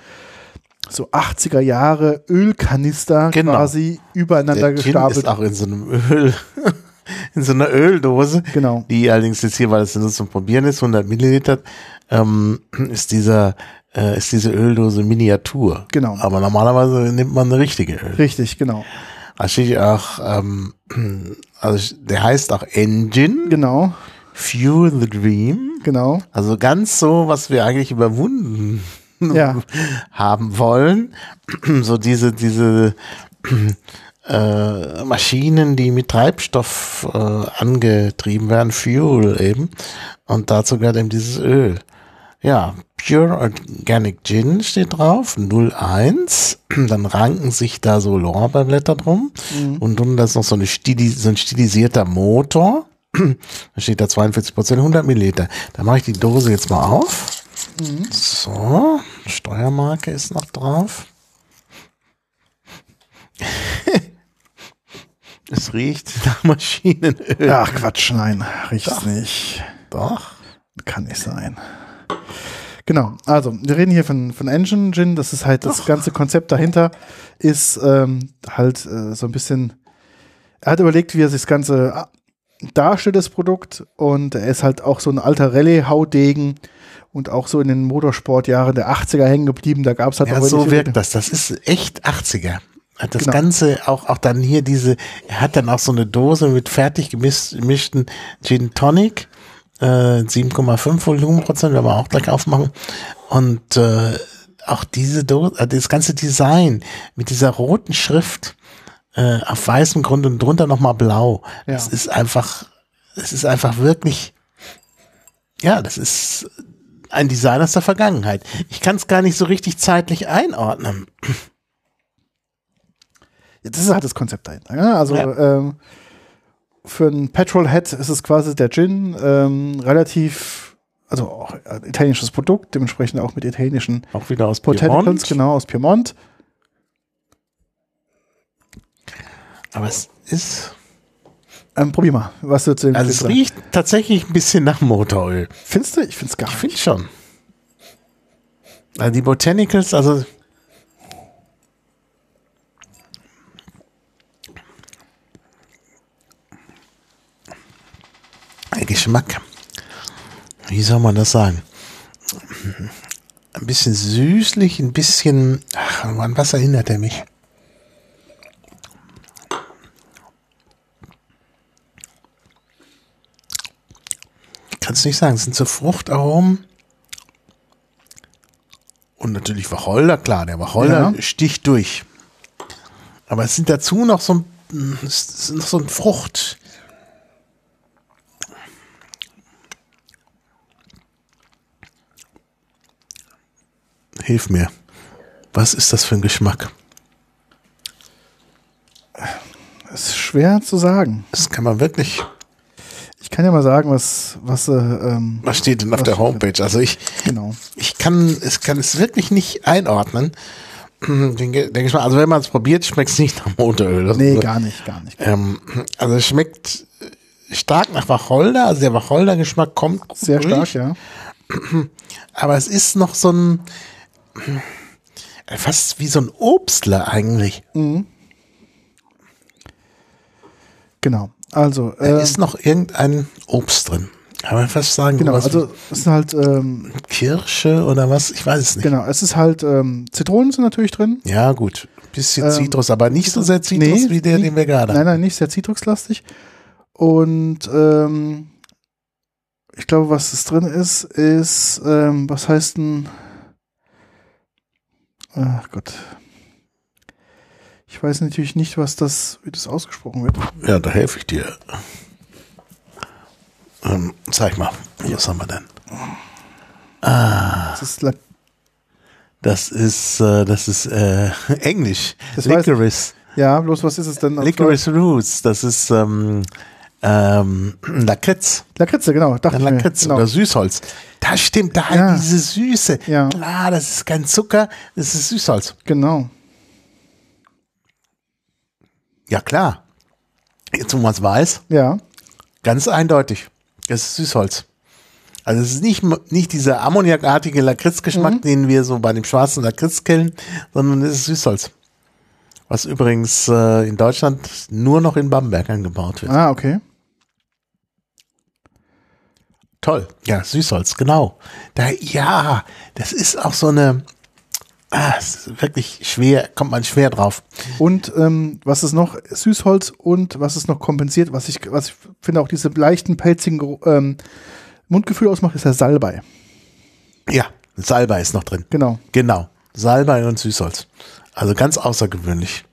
[SPEAKER 1] so 80er Jahre Ölkanister
[SPEAKER 3] Genau.
[SPEAKER 1] quasi übereinander
[SPEAKER 3] der Gin
[SPEAKER 1] gestapelt.
[SPEAKER 3] ist auch in so einem Öl, in so einer Öldose.
[SPEAKER 1] Genau.
[SPEAKER 3] Die allerdings jetzt hier, weil es nur zum Probieren ist, 100 Milliliter, ähm, ist dieser, äh, ist diese Öldose Miniatur.
[SPEAKER 1] Genau.
[SPEAKER 3] Aber normalerweise nimmt man eine richtige Öl.
[SPEAKER 1] Richtig, genau.
[SPEAKER 3] Da steht auch, ähm, also ich- der heißt auch Engine,
[SPEAKER 1] Genau,
[SPEAKER 3] Fuel the Dream.
[SPEAKER 1] genau.
[SPEAKER 3] Also ganz so, was wir eigentlich überwunden
[SPEAKER 1] Ja.
[SPEAKER 3] haben wollen. So diese, diese äh, Maschinen, die mit Treibstoff äh, angetrieben werden, Fuel eben. Und dazu gehört eben dieses Öl. Ja, Pure Organic Gin steht drauf, 01. Dann ranken sich da so Lorbeerblätter drum. Und unten da ist noch so, eine Stili so ein stilisierter Motor. Da steht da 42 Prozent, 100 Milliliter. Da mache ich die Dose jetzt mal auf. So, Steuermarke ist noch drauf. es riecht nach Maschinenöl.
[SPEAKER 1] Ach Quatsch, nein, riecht's nicht.
[SPEAKER 3] Doch.
[SPEAKER 1] Kann nicht sein. Genau, also wir reden hier von, von Engine Gin, das ist halt das ganze Konzept dahinter, ist ähm, halt äh, so ein bisschen, er hat überlegt, wie er sich das Ganze a- darstellt, das Produkt, und er ist halt auch so ein alter Rallye-Haudegen und auch so in den Motorsportjahren der 80er hängen geblieben, da gab es halt
[SPEAKER 3] Ja,
[SPEAKER 1] auch
[SPEAKER 3] so
[SPEAKER 1] wirklich-
[SPEAKER 3] wirkt das. Das ist echt 80er. Hat das
[SPEAKER 1] Genau.
[SPEAKER 3] Ganze auch, auch dann hier diese, er hat dann auch so eine Dose mit fertig gemis- gemischten Gin Tonic, äh, 7,5 Volumenprozent, werden wir auch gleich aufmachen. Und äh, auch diese Dose, äh, das ganze Design mit dieser roten Schrift äh, auf weißem Grund und drunter nochmal blau.
[SPEAKER 1] Ja.
[SPEAKER 3] Das ist einfach, es ist einfach wirklich, ja, das ist ein Design aus der Vergangenheit. Ich kann es gar nicht so richtig zeitlich einordnen.
[SPEAKER 1] Ja, Das ist halt das Konzept dahinter. Ja? Also ähm, für einen Petrolhead ist es quasi der Gin, ähm, relativ, also auch ein italienisches Produkt, dementsprechend auch mit italienischen
[SPEAKER 3] Auch wieder aus
[SPEAKER 1] Botanicals,
[SPEAKER 3] Piemont.
[SPEAKER 1] genau, aus Piemont.
[SPEAKER 3] Aber es ist,
[SPEAKER 1] Ähm, probier mal, was du zu dem
[SPEAKER 3] also
[SPEAKER 1] Gin
[SPEAKER 3] es
[SPEAKER 1] sagst.
[SPEAKER 3] riecht tatsächlich ein bisschen nach Motoröl.
[SPEAKER 1] Findest du? Ich find's gar
[SPEAKER 3] Ich
[SPEAKER 1] nicht.
[SPEAKER 3] finde schon. Also die Botanicals, also Der Geschmack. Wie soll man das sagen? Ein bisschen süßlich, ein bisschen. Ach, an was erinnert er mich? Kannst du nicht sagen, es sind so Fruchtaromen. Und natürlich Wacholder, klar, der Wacholder
[SPEAKER 1] Ja.
[SPEAKER 3] sticht durch. Aber es sind dazu noch so ein, es ist noch so ein Frucht. Hilf mir. Was ist das für ein Geschmack?
[SPEAKER 1] Es ist schwer zu sagen.
[SPEAKER 3] Das kann man wirklich.
[SPEAKER 1] Ich kann ja mal sagen, was, was äh, ähm,
[SPEAKER 3] Was steht denn auf
[SPEAKER 1] Was
[SPEAKER 3] der
[SPEAKER 1] steht
[SPEAKER 3] Homepage? Also ich,
[SPEAKER 1] genau.
[SPEAKER 3] ich kann, es kann es wirklich nicht einordnen. Den, Ge- der Geschmack, also wenn man es probiert, schmeckt es nicht nach Motoröl. Das-
[SPEAKER 1] Nee, gar nicht, gar nicht.
[SPEAKER 3] ähm, also es schmeckt stark nach Wacholder. Also der Wacholder-Geschmack kommt gut
[SPEAKER 1] Sehr
[SPEAKER 3] durch,
[SPEAKER 1] stark, ja.
[SPEAKER 3] Aber es ist noch so ein äh, fast wie so ein Obstler eigentlich.
[SPEAKER 1] Genau. Also,
[SPEAKER 3] Da
[SPEAKER 1] äh,
[SPEAKER 3] ist noch irgendein Obst drin. Kann man fast sagen,
[SPEAKER 1] genau,
[SPEAKER 3] sowas wie
[SPEAKER 1] also es sind halt, ähm,
[SPEAKER 3] Kirsche oder was? Ich weiß es nicht.
[SPEAKER 1] genau, es ist halt, ähm, Zitronen sind natürlich drin.
[SPEAKER 3] Ja, gut. Bisschen
[SPEAKER 1] Ähm,
[SPEAKER 3] Zitrus, aber nicht so sehr Zitrus wie der,
[SPEAKER 1] nicht-
[SPEAKER 3] den wir gerade
[SPEAKER 1] Nein,
[SPEAKER 3] haben.
[SPEAKER 1] nein, nicht sehr zitruslastig. Und ähm, ich glaube, was es drin ist, ist, ähm, was heißt denn? Ach Gott. Ich weiß natürlich nicht, was das, wie das ausgesprochen wird.
[SPEAKER 3] Ja, da helfe ich dir. Ähm, zeig mal, was haben wir denn?
[SPEAKER 1] Das ist La
[SPEAKER 3] Das ist, äh, das ist äh, Englisch.
[SPEAKER 1] Das weiß ich.
[SPEAKER 3] Licorice.
[SPEAKER 1] ja, bloß was ist es denn?
[SPEAKER 3] Licorice Roots. Das ist ähm, ähm, Lakritz.
[SPEAKER 1] Lakritze, genau. Dachte
[SPEAKER 3] Dann
[SPEAKER 1] ich mir.
[SPEAKER 3] Lakritz
[SPEAKER 1] genau.
[SPEAKER 3] oder Süßholz. Das stimmt, da
[SPEAKER 1] Ja.
[SPEAKER 3] hat diese Süße.
[SPEAKER 1] Ja.
[SPEAKER 3] Klar, das ist kein Zucker, das ist Süßholz.
[SPEAKER 1] genau.
[SPEAKER 3] Ja, klar. Jetzt, wo man es weiß,
[SPEAKER 1] Ja.
[SPEAKER 3] ganz eindeutig. Das ist Süßholz. Also es ist nicht, m- nicht dieser ammoniakartige Lakritzgeschmack, den wir so bei dem schwarzen Lakritz kennen, sondern es ist Süßholz. Was übrigens äh, in Deutschland nur noch in Bamberg angebaut wird.
[SPEAKER 1] Ah, okay.
[SPEAKER 3] Toll. Ja, Süßholz, genau. Da, ja, das ist auch so eine. Ah, es ist wirklich schwer, kommt man schwer drauf.
[SPEAKER 1] Und ähm, was ist noch Süßholz und was ist noch kompensiert, was ich, was ich finde auch diese leichten, pelzigen Geruch- ähm, Mundgefühl ausmacht, ist der Salbei.
[SPEAKER 3] Ja, Salbei ist noch drin.
[SPEAKER 1] Genau.
[SPEAKER 3] Genau. Salbei und Süßholz. Also ganz außergewöhnlich.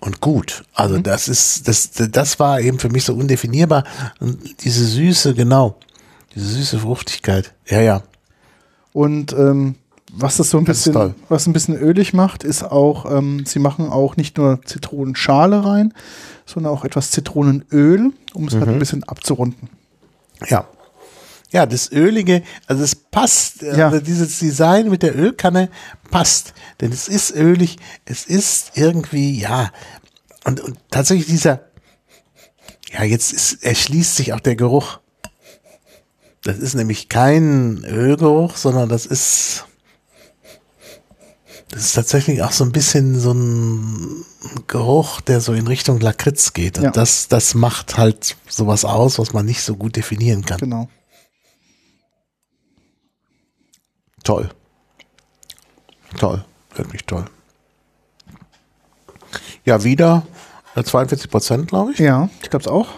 [SPEAKER 3] Und gut. Also das ist, das, das war eben für mich so undefinierbar. Und diese Süße, genau. Diese süße Fruchtigkeit. Ja, ja.
[SPEAKER 1] Und ähm, was das so ein
[SPEAKER 3] Das ist
[SPEAKER 1] bisschen,
[SPEAKER 3] toll.
[SPEAKER 1] was ein bisschen ölig macht, ist auch, ähm, sie machen auch nicht nur Zitronenschale rein, sondern auch etwas Zitronenöl, um es halt
[SPEAKER 3] Mhm.
[SPEAKER 1] ein bisschen abzurunden.
[SPEAKER 3] Ja. Ja, das Ölige, also es passt,
[SPEAKER 1] Ja.
[SPEAKER 3] also dieses Design mit der Ölkanne passt, denn es ist ölig, es ist irgendwie, ja, und, und tatsächlich dieser, ja, jetzt ist, erschließt sich auch der Geruch. Das ist nämlich kein Ölgeruch, sondern das ist. Das ist tatsächlich auch so ein bisschen so ein Geruch, der so in Richtung Lakritz geht. Und
[SPEAKER 1] Ja.
[SPEAKER 3] das, das macht halt sowas aus, was man nicht so gut definieren kann.
[SPEAKER 1] Genau.
[SPEAKER 3] Toll. Toll. Wirklich toll. Ja, wieder äh, 42 Prozent, glaube ich.
[SPEAKER 1] Ja, ich glaube es auch.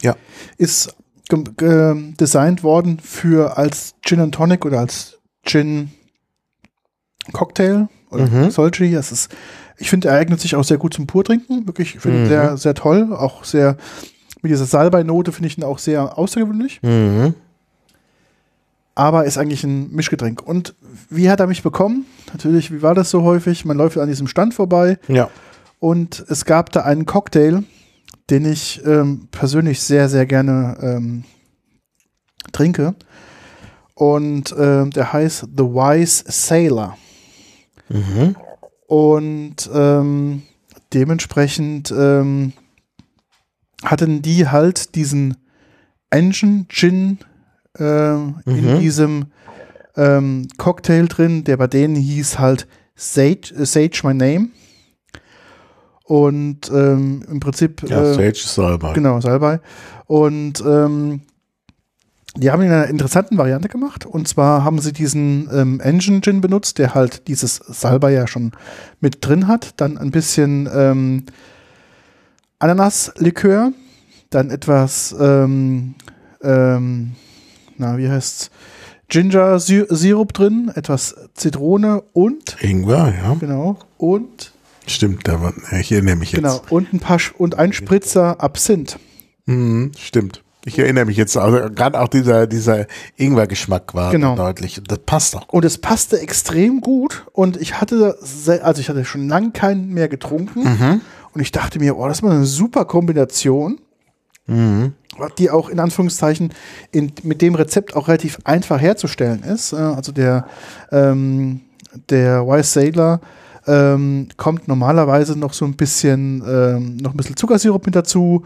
[SPEAKER 3] Ja.
[SPEAKER 1] Ist ge- ge- designt worden für als Gin and Tonic oder als Gin Cocktail oder
[SPEAKER 3] Mhm.
[SPEAKER 1] Solchi. Das ist, ich finde, er eignet sich auch sehr gut zum Purtrinken. Wirklich, ich finde ihn sehr, sehr toll. Auch sehr mit dieser Salbeinote finde ich ihn auch sehr außergewöhnlich.
[SPEAKER 3] Mhm.
[SPEAKER 1] aber ist eigentlich ein Mischgetränk. Und wie hat er mich bekommen? Natürlich, wie war das so häufig? Man läuft an diesem Stand vorbei
[SPEAKER 3] Ja.
[SPEAKER 1] und es gab da einen Cocktail, den ich ähm, persönlich sehr, sehr gerne ähm, trinke. Und ähm, der heißt The Wise Sailor.
[SPEAKER 3] Mhm.
[SPEAKER 1] Und ähm, dementsprechend ähm, hatten die halt diesen Engine Gin äh,
[SPEAKER 3] Mhm.
[SPEAKER 1] in diesem ähm, Cocktail drin, der bei denen hieß halt Sage, äh, Sage My Name. Und ähm, im Prinzip
[SPEAKER 3] Ja,
[SPEAKER 1] äh,
[SPEAKER 3] Sage ist Salbei.
[SPEAKER 1] Genau, Salbei. Und ähm, die haben ihn in einer interessanten Variante gemacht. Und zwar haben sie diesen ähm, Engine Gin benutzt, der halt dieses Salbei ja schon mit drin hat. Dann ein bisschen ähm, Ananaslikör, dann etwas, ähm, ähm, na, wie heißt's? Ginger Si- Sirup drin, etwas Zitrone und,
[SPEAKER 3] Ingwer, ja.
[SPEAKER 1] genau, und,
[SPEAKER 3] Stimmt, da war, ja, ich erinnere mich jetzt.
[SPEAKER 1] genau, und ein paar, Sch- und ein Spritzer Absinth.
[SPEAKER 3] Mhm, stimmt. Ich erinnere mich jetzt, also gerade auch dieser, dieser Ingwer-Geschmack war
[SPEAKER 1] Genau.
[SPEAKER 3] deutlich. Das passt auch.
[SPEAKER 1] Und es passte extrem gut. Und ich hatte, se- also ich hatte schon lange keinen mehr getrunken. Und ich dachte mir, oh, das ist mal eine super Kombination. Die auch in Anführungszeichen in, mit dem Rezept auch relativ einfach herzustellen ist. Äh, Also der, ähm, der Wise Sailor ähm, kommt normalerweise noch so ein bisschen, ähm, noch ein bisschen Zuckersirup mit dazu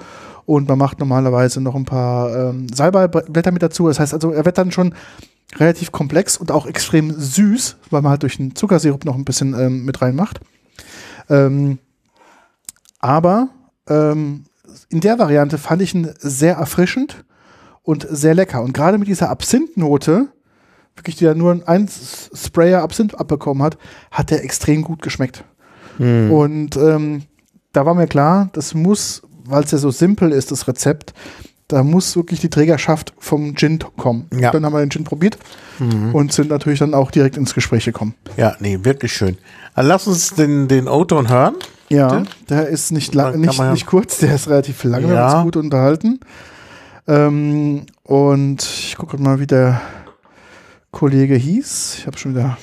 [SPEAKER 1] und man macht normalerweise noch ein paar ähm, Salbeiblätter mit dazu. Das heißt also, er wird dann schon relativ komplex und auch extrem süß, weil man halt durch den Zuckersirup noch ein bisschen ähm, mit reinmacht. Ähm, aber ähm, in der Variante fand ich ihn sehr erfrischend und sehr lecker. Und gerade mit dieser Absinthnote, wirklich die ja nur ein S- Sprayer Absinth abbekommen hat, hat der extrem gut geschmeckt. Und ähm, da war mir klar, das muss, weil es ja so simpel ist, das Rezept, da muss wirklich die Trägerschaft vom Gin kommen.
[SPEAKER 3] Ja.
[SPEAKER 1] Dann haben wir den Gin probiert und sind natürlich dann auch direkt ins Gespräch gekommen.
[SPEAKER 3] Ja, nee, wirklich schön. Dann lass uns den, den O-Ton hören.
[SPEAKER 1] Ja, der ist nicht,
[SPEAKER 3] Dann
[SPEAKER 1] lang,
[SPEAKER 3] kann
[SPEAKER 1] nicht,
[SPEAKER 3] man ja-
[SPEAKER 1] nicht kurz, der ist relativ lang, wir
[SPEAKER 3] Ja.
[SPEAKER 1] haben uns gut unterhalten. Ähm, und ich gucke mal, wie der Kollege hieß. Ich habe schon wieder.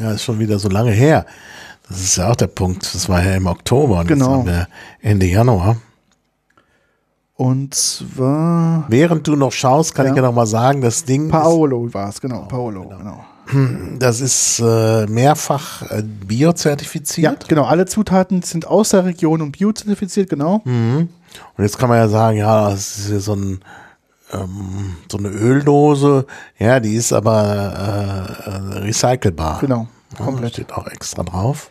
[SPEAKER 3] Ja, ist schon wieder so lange her. Das ist ja auch der Punkt. Das war ja im Oktober und jetzt
[SPEAKER 1] Genau.
[SPEAKER 3] haben wir Ende Januar.
[SPEAKER 1] Und zwar.
[SPEAKER 3] Während du noch schaust, kann
[SPEAKER 1] Ja.
[SPEAKER 3] ich ja noch mal sagen, das Ding
[SPEAKER 1] Paolo war es, genau. Paolo, genau.
[SPEAKER 3] ist, das ist äh, mehrfach äh,
[SPEAKER 1] Ja,
[SPEAKER 3] biozertifiziert.
[SPEAKER 1] genau. Alle Zutaten sind aus der Region und biozertifiziert, genau.
[SPEAKER 3] Hm. Und jetzt kann man ja sagen, ja, das ist hier so, ein, ähm, so eine Öldose. Ja, die ist aber äh, äh, recycelbar.
[SPEAKER 1] Genau.
[SPEAKER 3] Ja,
[SPEAKER 1] Komplett.
[SPEAKER 3] Steht auch extra drauf.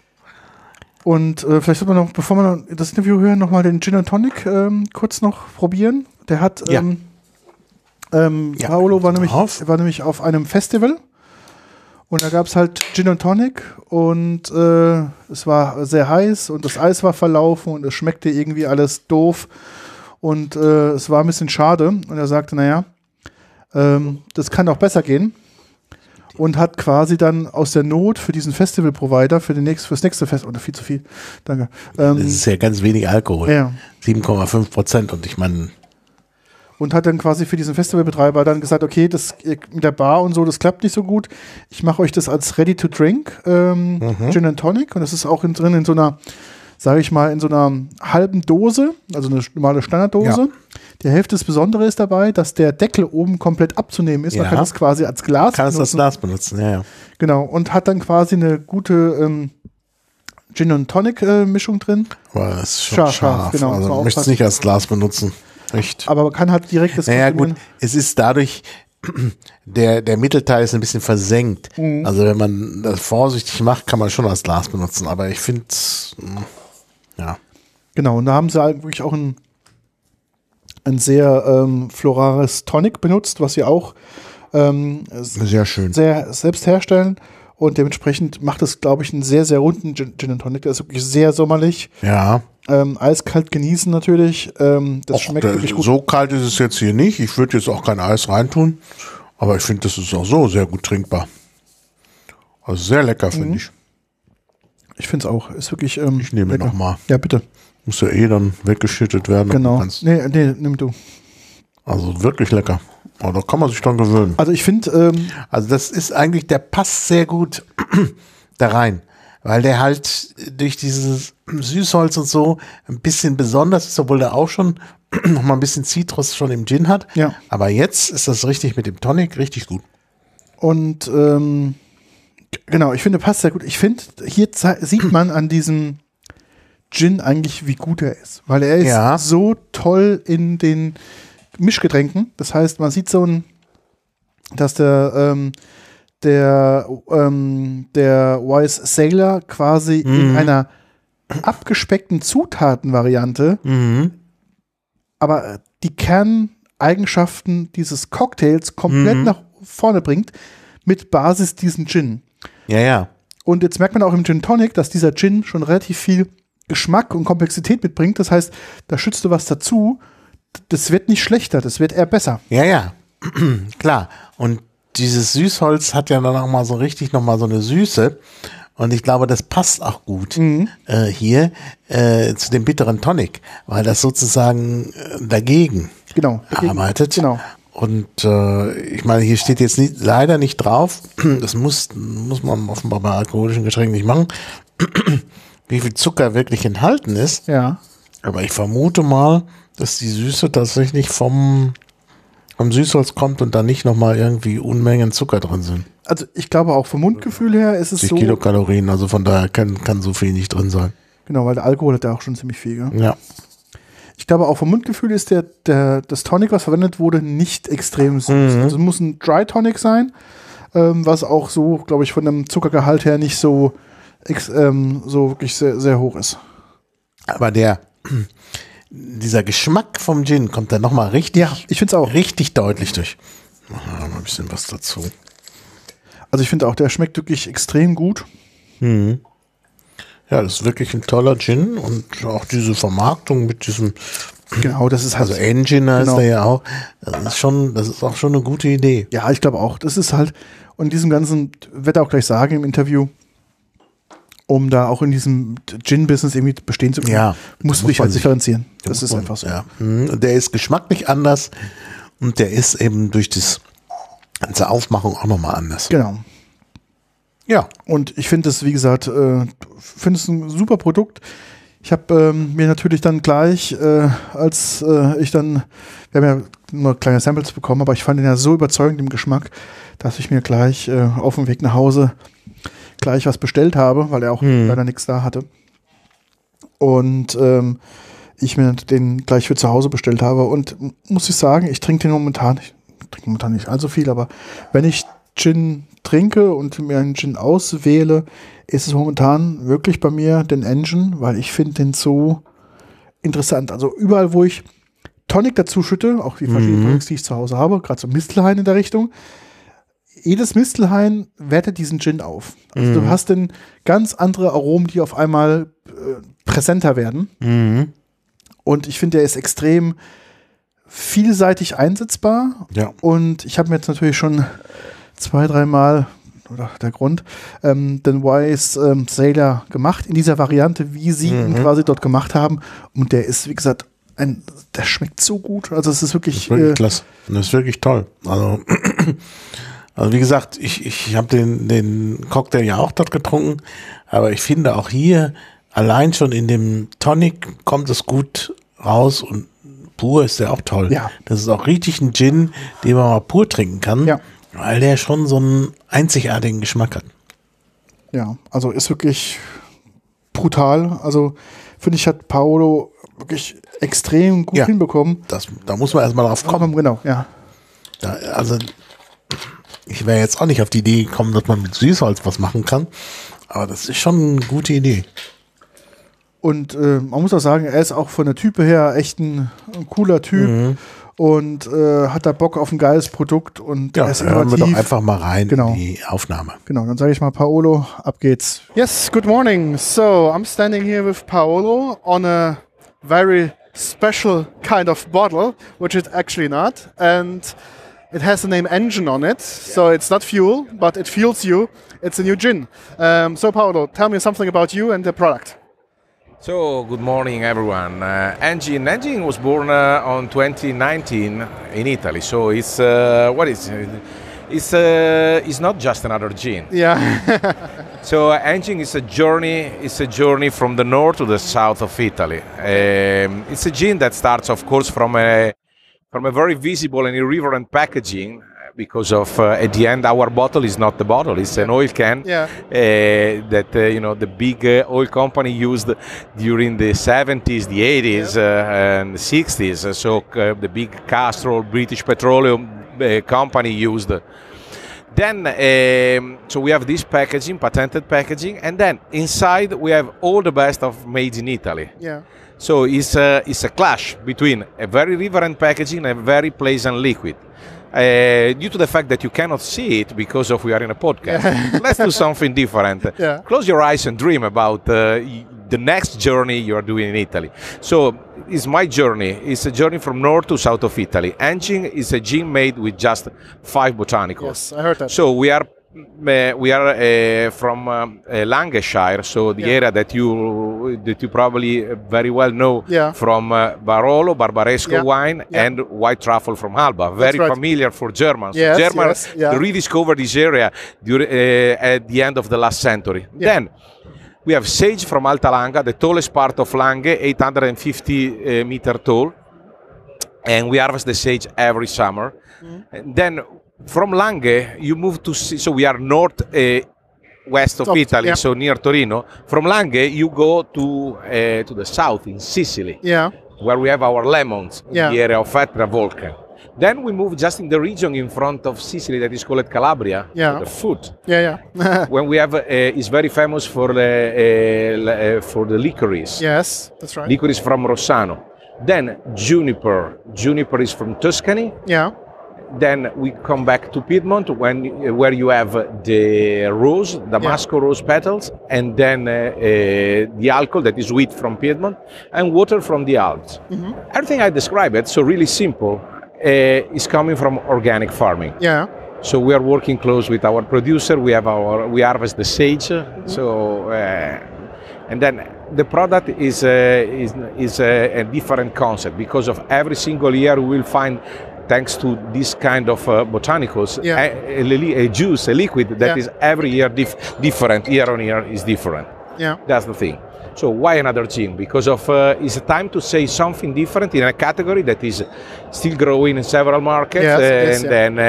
[SPEAKER 1] Und äh, vielleicht sollte man noch, bevor wir noch das Interview hören, nochmal den Gin and Tonic ähm, kurz noch probieren. Der hat,
[SPEAKER 3] Ja.
[SPEAKER 1] ähm, ähm,
[SPEAKER 3] Ja,
[SPEAKER 1] Paolo war nämlich,
[SPEAKER 3] drauf.
[SPEAKER 1] war nämlich auf einem Festival und da gab es halt Gin and Tonic und äh, es war sehr heiß und das Eis war verlaufen und es schmeckte irgendwie alles doof und äh, es war ein bisschen schade und er sagte, naja, ähm, das kann auch besser gehen und hat quasi dann aus der Not für diesen Festival-Provider für den nächst, fürs nächste Fest oder viel zu viel, danke.
[SPEAKER 3] Das
[SPEAKER 1] Ähm,
[SPEAKER 3] ist ja ganz wenig Alkohol.
[SPEAKER 1] Ja.
[SPEAKER 3] 7,5 Prozent. Und ich meine,
[SPEAKER 1] und hat dann quasi für diesen Festivalbetreiber dann gesagt, okay, das äh, mit der Bar und so, das klappt nicht so gut. Ich mache euch das als Ready to Drink ähm,
[SPEAKER 3] Mhm.
[SPEAKER 1] Gin and Tonic und das ist auch in, drin in so einer, sage ich mal, in so einer halben Dose, also eine normale Standarddose.
[SPEAKER 3] Ja.
[SPEAKER 1] Die Hälfte des Besondere ist dabei, dass der Deckel oben komplett abzunehmen ist. Man
[SPEAKER 3] Ja.
[SPEAKER 1] kann das quasi als Glas
[SPEAKER 3] kann es als Glas benutzen. Ja, ja.
[SPEAKER 1] Genau, und hat dann quasi eine gute ähm, Gin und Tonic äh, Mischung drin,
[SPEAKER 3] Aber es ist schon
[SPEAKER 1] Scharf,
[SPEAKER 3] scharf.
[SPEAKER 1] scharf, genau, muss
[SPEAKER 3] also
[SPEAKER 1] man
[SPEAKER 3] ich möchte es
[SPEAKER 1] aufpassen.
[SPEAKER 3] nicht als Glas benutzen. Echt.
[SPEAKER 1] aber man kann halt direkt das
[SPEAKER 3] naja,
[SPEAKER 1] Konsumieren-
[SPEAKER 3] gut, es ist dadurch der, der Mittelteil ist ein bisschen versenkt.
[SPEAKER 1] Mhm.
[SPEAKER 3] Also wenn man das vorsichtig macht, kann man schon das Glas benutzen. Aber ich finde ja.
[SPEAKER 1] Genau, und da haben sie halt wirklich auch ein, ein sehr ähm, florales Tonic benutzt, was sie auch ähm,
[SPEAKER 3] Sehr schön.
[SPEAKER 1] sehr selbst herstellen. Und dementsprechend macht es, glaube ich, einen sehr, sehr runden Gin, Gin and Tonic. Der ist wirklich sehr sommerlich.
[SPEAKER 3] ja.
[SPEAKER 1] Ähm, eiskalt genießen natürlich. Ähm, das
[SPEAKER 3] Och,
[SPEAKER 1] schmeckt
[SPEAKER 3] da-
[SPEAKER 1] wirklich gut.
[SPEAKER 3] äh, So kalt ist es jetzt hier nicht. Ich würde jetzt auch kein Eis reintun. Aber ich finde, das ist auch so sehr gut trinkbar. Also sehr lecker,
[SPEAKER 1] Mhm.
[SPEAKER 3] finde ich.
[SPEAKER 1] Ich finde es auch. Ist wirklich. Ähm, ich
[SPEAKER 3] nehme noch mal.
[SPEAKER 1] Ja, bitte.
[SPEAKER 3] Muss ja eh dann weggeschüttet werden.
[SPEAKER 1] Genau.
[SPEAKER 3] Ganz-
[SPEAKER 1] Nee, nee, nimm du.
[SPEAKER 3] Also wirklich lecker. Aber da kann man sich dran gewöhnen.
[SPEAKER 1] Also ich finde, ähm,
[SPEAKER 3] Also das ist eigentlich, der passt sehr gut da rein. Weil der halt durch dieses Süßholz und so ein bisschen besonders ist, obwohl der auch schon noch mal ein bisschen Zitrus schon im Gin hat.
[SPEAKER 1] Ja.
[SPEAKER 3] Aber jetzt ist das richtig mit dem Tonic richtig gut.
[SPEAKER 1] Und ähm, g- genau, ich finde, passt sehr gut. Ich finde, hier zei- sieht man an diesem Gin eigentlich, wie gut er ist. Weil er ist
[SPEAKER 3] Ja.
[SPEAKER 1] so toll in den Mischgetränken. Das heißt, man sieht so ein, dass der, ähm, der, ähm, der Wise Sailor quasi in einer abgespeckten Zutatenvariante, aber äh, die Kerneigenschaften dieses Cocktails komplett nach vorne bringt, mit Basis diesen Gin.
[SPEAKER 3] Ja, ja.
[SPEAKER 1] Und jetzt merkt man auch im Gin Tonic, dass dieser Gin schon relativ viel Geschmack und Komplexität mitbringt. Das heißt, da schützt du was dazu. Das wird nicht schlechter, das wird eher besser.
[SPEAKER 3] Ja, ja, klar. Und dieses Süßholz hat ja dann auch mal so richtig noch mal so eine Süße. Und ich glaube, das passt auch gut äh, hier äh, zu dem bitteren Tonic, weil das sozusagen äh, dagegen
[SPEAKER 1] Genau.
[SPEAKER 3] arbeitet.
[SPEAKER 1] Genau.
[SPEAKER 3] Und äh, ich meine, hier steht jetzt nicht, leider nicht drauf, das muss, muss man offenbar bei alkoholischen Getränken nicht machen, wie viel Zucker wirklich enthalten ist.
[SPEAKER 1] Ja.
[SPEAKER 3] Aber ich vermute mal, dass die Süße tatsächlich vom, vom Süßholz kommt und da nicht nochmal irgendwie Unmengen Zucker drin sind.
[SPEAKER 1] Also ich glaube auch vom Mundgefühl her ist es
[SPEAKER 3] 10
[SPEAKER 1] so.
[SPEAKER 3] Kilokalorien, also von daher kann, kann so viel nicht drin sein.
[SPEAKER 1] Genau, weil der Alkohol hat ja auch schon ziemlich viel. Gell?
[SPEAKER 3] Ja.
[SPEAKER 1] Ich glaube, auch vom Mundgefühl ist der, der, das Tonic, was verwendet wurde, nicht extrem süß.
[SPEAKER 3] Mhm.
[SPEAKER 1] Also es muss ein Dry Tonic sein, ähm, was auch so, glaube ich, von dem Zuckergehalt her nicht so, ex, ähm, so wirklich sehr, sehr hoch ist.
[SPEAKER 3] Aber der, dieser Geschmack vom Gin kommt dann nochmal richtig,
[SPEAKER 1] Ja, ich finde es auch.
[SPEAKER 3] richtig deutlich durch. Machen wir mal ein bisschen was dazu.
[SPEAKER 1] Also ich finde auch, der schmeckt wirklich extrem gut.
[SPEAKER 3] Ja, das ist wirklich ein toller Gin und auch diese Vermarktung mit diesem,
[SPEAKER 1] Genau, das ist halt.
[SPEAKER 3] also Engine
[SPEAKER 1] Genau.
[SPEAKER 3] ist da ja auch, das ist schon, das ist auch schon eine gute Idee.
[SPEAKER 1] ja, ich glaube auch. Das ist halt, und in diesem ganzen, wird er auch gleich sagen im Interview, um da auch in diesem Gin-Business irgendwie bestehen zu können,
[SPEAKER 3] Ja,
[SPEAKER 1] musst du
[SPEAKER 3] muss
[SPEAKER 1] dich halt
[SPEAKER 3] man-
[SPEAKER 1] differenzieren. Das ist einfach so.
[SPEAKER 3] Ja. Mhm. Der ist geschmacklich anders und der ist eben durch das ganze Aufmachung auch nochmal anders.
[SPEAKER 1] Genau.
[SPEAKER 3] Ja.
[SPEAKER 1] Und ich finde es, wie gesagt, äh, finde es ein super Produkt. Ich habe ähm, mir natürlich dann gleich, äh, als äh, ich dann, wir haben ja nur kleine Samples bekommen, aber ich fand ihn ja so überzeugend im Geschmack, dass ich mir gleich äh, auf dem Weg nach Hause gleich was bestellt habe, weil er auch leider nichts da hatte. Und ähm, ich mir den gleich für zu Hause bestellt habe. Und m- muss ich sagen, ich trinke den momentan, ich trinke momentan nicht allzu viel, aber wenn ich Gin trinke und mir einen Gin auswähle, ist es momentan wirklich bei mir den Engine, weil ich finde den so interessant. Also überall, wo ich Tonic dazu schütte, auch die verschiedenen Tonics, die ich zu Hause habe, gerade so Mistelhain in der Richtung, jedes Mistelhain wertet diesen Gin auf. Also du hast dann ganz andere Aromen, die auf einmal äh, präsenter werden. Und ich finde, der ist extrem vielseitig einsetzbar.
[SPEAKER 3] Ja.
[SPEAKER 1] Und ich habe mir jetzt natürlich schon zwei, dreimal, oder der Grund, ähm, den Wise ähm, Sailor gemacht, in dieser Variante, wie sie
[SPEAKER 3] Mhm.
[SPEAKER 1] ihn quasi dort gemacht haben. Und der ist, wie gesagt, ein, der schmeckt so gut. Also es ist wirklich,
[SPEAKER 3] Das ist wirklich
[SPEAKER 1] äh,
[SPEAKER 3] klasse. Das ist wirklich toll. Also, also wie gesagt, ich, ich habe den, den Cocktail ja auch dort getrunken, aber ich finde auch hier, allein schon in dem Tonic kommt es gut raus und pur ist der auch toll.
[SPEAKER 1] Ja.
[SPEAKER 3] Das ist auch richtig ein Gin, den man mal pur trinken kann,
[SPEAKER 1] Ja.
[SPEAKER 3] weil der schon so einen einzigartigen Geschmack hat.
[SPEAKER 1] ja, also ist wirklich brutal. Also finde ich, hat Paolo wirklich extrem gut
[SPEAKER 3] Ja.
[SPEAKER 1] hinbekommen.
[SPEAKER 3] Das, da muss man erstmal drauf kommen.
[SPEAKER 1] Komm, genau, ja.
[SPEAKER 3] Ja, also, ich wäre jetzt auch nicht auf die Idee gekommen, dass man mit Süßholz was machen kann. Aber das ist schon eine gute Idee.
[SPEAKER 1] Und äh, man muss auch sagen, er ist auch von der Type her echt ein, ein cooler Typ
[SPEAKER 3] Mhm.
[SPEAKER 1] und äh, hat da Bock auf ein geiles Produkt und
[SPEAKER 3] Ja,
[SPEAKER 1] er ist
[SPEAKER 3] hören wir
[SPEAKER 1] innovativ.
[SPEAKER 3] doch einfach mal rein
[SPEAKER 1] Genau.
[SPEAKER 3] in die Aufnahme.
[SPEAKER 1] Genau, dann sage ich mal Paolo, ab geht's.
[SPEAKER 5] Yes, good morning. So I'm standing here with Paolo on a very special kind of bottle, which it's actually not. And it has the name engine on it. So it's not fuel, but it fuels you. It's a new gin. Um, so, Paolo, tell me something about you and the product.
[SPEAKER 6] So, good morning, everyone. Uh, Engine Engine was born uh, on 2019 in Italy. So it's uh, what is it? It's uh, it's not just another gin.
[SPEAKER 5] Yeah.
[SPEAKER 6] So uh, Engine is a journey. It's a journey from the north to the south of Italy. Um, it's a gin that starts, of course, from a from a very visible and irreverent packaging. uh, Because of uh, at the end, our bottle is not the bottle; it's an oil can
[SPEAKER 5] yeah.
[SPEAKER 6] uh, that uh, you know the big uh, oil company used during the 70s, the 80s, uh, and 60s. Uh, So uh, the big Castrol British Petroleum uh, company used. Then, um, so we have this packaging, patented packaging, and then inside we have all the best of made in Italy.
[SPEAKER 5] Yeah.
[SPEAKER 6] So it's a, it's a clash between a very reverent packaging and a very pleasant liquid. Uh, due to the fact that you cannot see it because of we are in a podcast, let's do something different.
[SPEAKER 5] Yeah.
[SPEAKER 6] Close your eyes and dream about uh, y- the next journey you are doing in Italy. So it's my journey. It's a journey from north to south of Italy. Engine is a gin made with just five botanicals.
[SPEAKER 5] Yes, I heard that.
[SPEAKER 6] So we are mm, uh, we are uh, from um, uh, Lancashire, so the
[SPEAKER 5] Yeah.
[SPEAKER 6] area that you that you probably eh, very well know
[SPEAKER 5] Yeah.
[SPEAKER 6] from uh, Barolo, Barbaresco
[SPEAKER 5] Yeah.
[SPEAKER 6] wine,
[SPEAKER 5] Yeah.
[SPEAKER 6] and white truffle from Alba. Very
[SPEAKER 5] right.
[SPEAKER 6] familiar for Germans.
[SPEAKER 5] Yes,
[SPEAKER 6] Germans
[SPEAKER 5] yes, yeah.
[SPEAKER 6] rediscovered this area dur- uh, at the end of the last century.
[SPEAKER 5] Yeah.
[SPEAKER 6] Then. We have sage from Alta Langa, the tallest part of Lange, 850 uh, meter tall and we harvest the sage every summer.
[SPEAKER 5] Mm-hmm.
[SPEAKER 6] And then from Lange, you move to Si- so we are north uh, west of
[SPEAKER 5] Top,
[SPEAKER 6] Italy,
[SPEAKER 5] yeah.
[SPEAKER 6] so near Torino. From Lange, you go to uh, to the south in Sicily,
[SPEAKER 5] Yeah.
[SPEAKER 6] where we have our lemons in
[SPEAKER 5] Yeah.
[SPEAKER 6] the area of Etna volcan. Then we move just in the region in front of Sicily that is called Calabria, to
[SPEAKER 5] Yeah.
[SPEAKER 6] the foot.
[SPEAKER 5] Yeah. Yeah.
[SPEAKER 6] when we have uh, is very famous for the uh, l- uh, for the licorice
[SPEAKER 5] yes. That's right.
[SPEAKER 6] licorice from Rossano. Then juniper. Juniper is from Tuscany.
[SPEAKER 5] Yeah.
[SPEAKER 6] Then we come back to Piedmont, when where you have the rose, Damasco rose petals, and then uh, uh, the alcohol that is wheat from Piedmont, and water from the Alps. Everything I describe it, so really simple, uh, is coming from organic farming.
[SPEAKER 5] Yeah.
[SPEAKER 6] So we are working close with our producer. We have our we harvest the sage.
[SPEAKER 5] Mm-hmm.
[SPEAKER 6] So uh, and then the product is uh, is is uh, a, a different concept because of every single year we will find. Thanks to this kind of uh, botanicals,
[SPEAKER 5] Yeah.
[SPEAKER 6] a, a li- a juice, a liquid that
[SPEAKER 5] Yeah.
[SPEAKER 6] is every year dif- different, year on year is different.
[SPEAKER 5] Yeah.
[SPEAKER 6] That's the thing. So why another gin? Because of uh, it's a time to say something different in a category that is still growing in several markets,
[SPEAKER 5] Yes, yes,
[SPEAKER 6] and
[SPEAKER 5] yeah.
[SPEAKER 6] then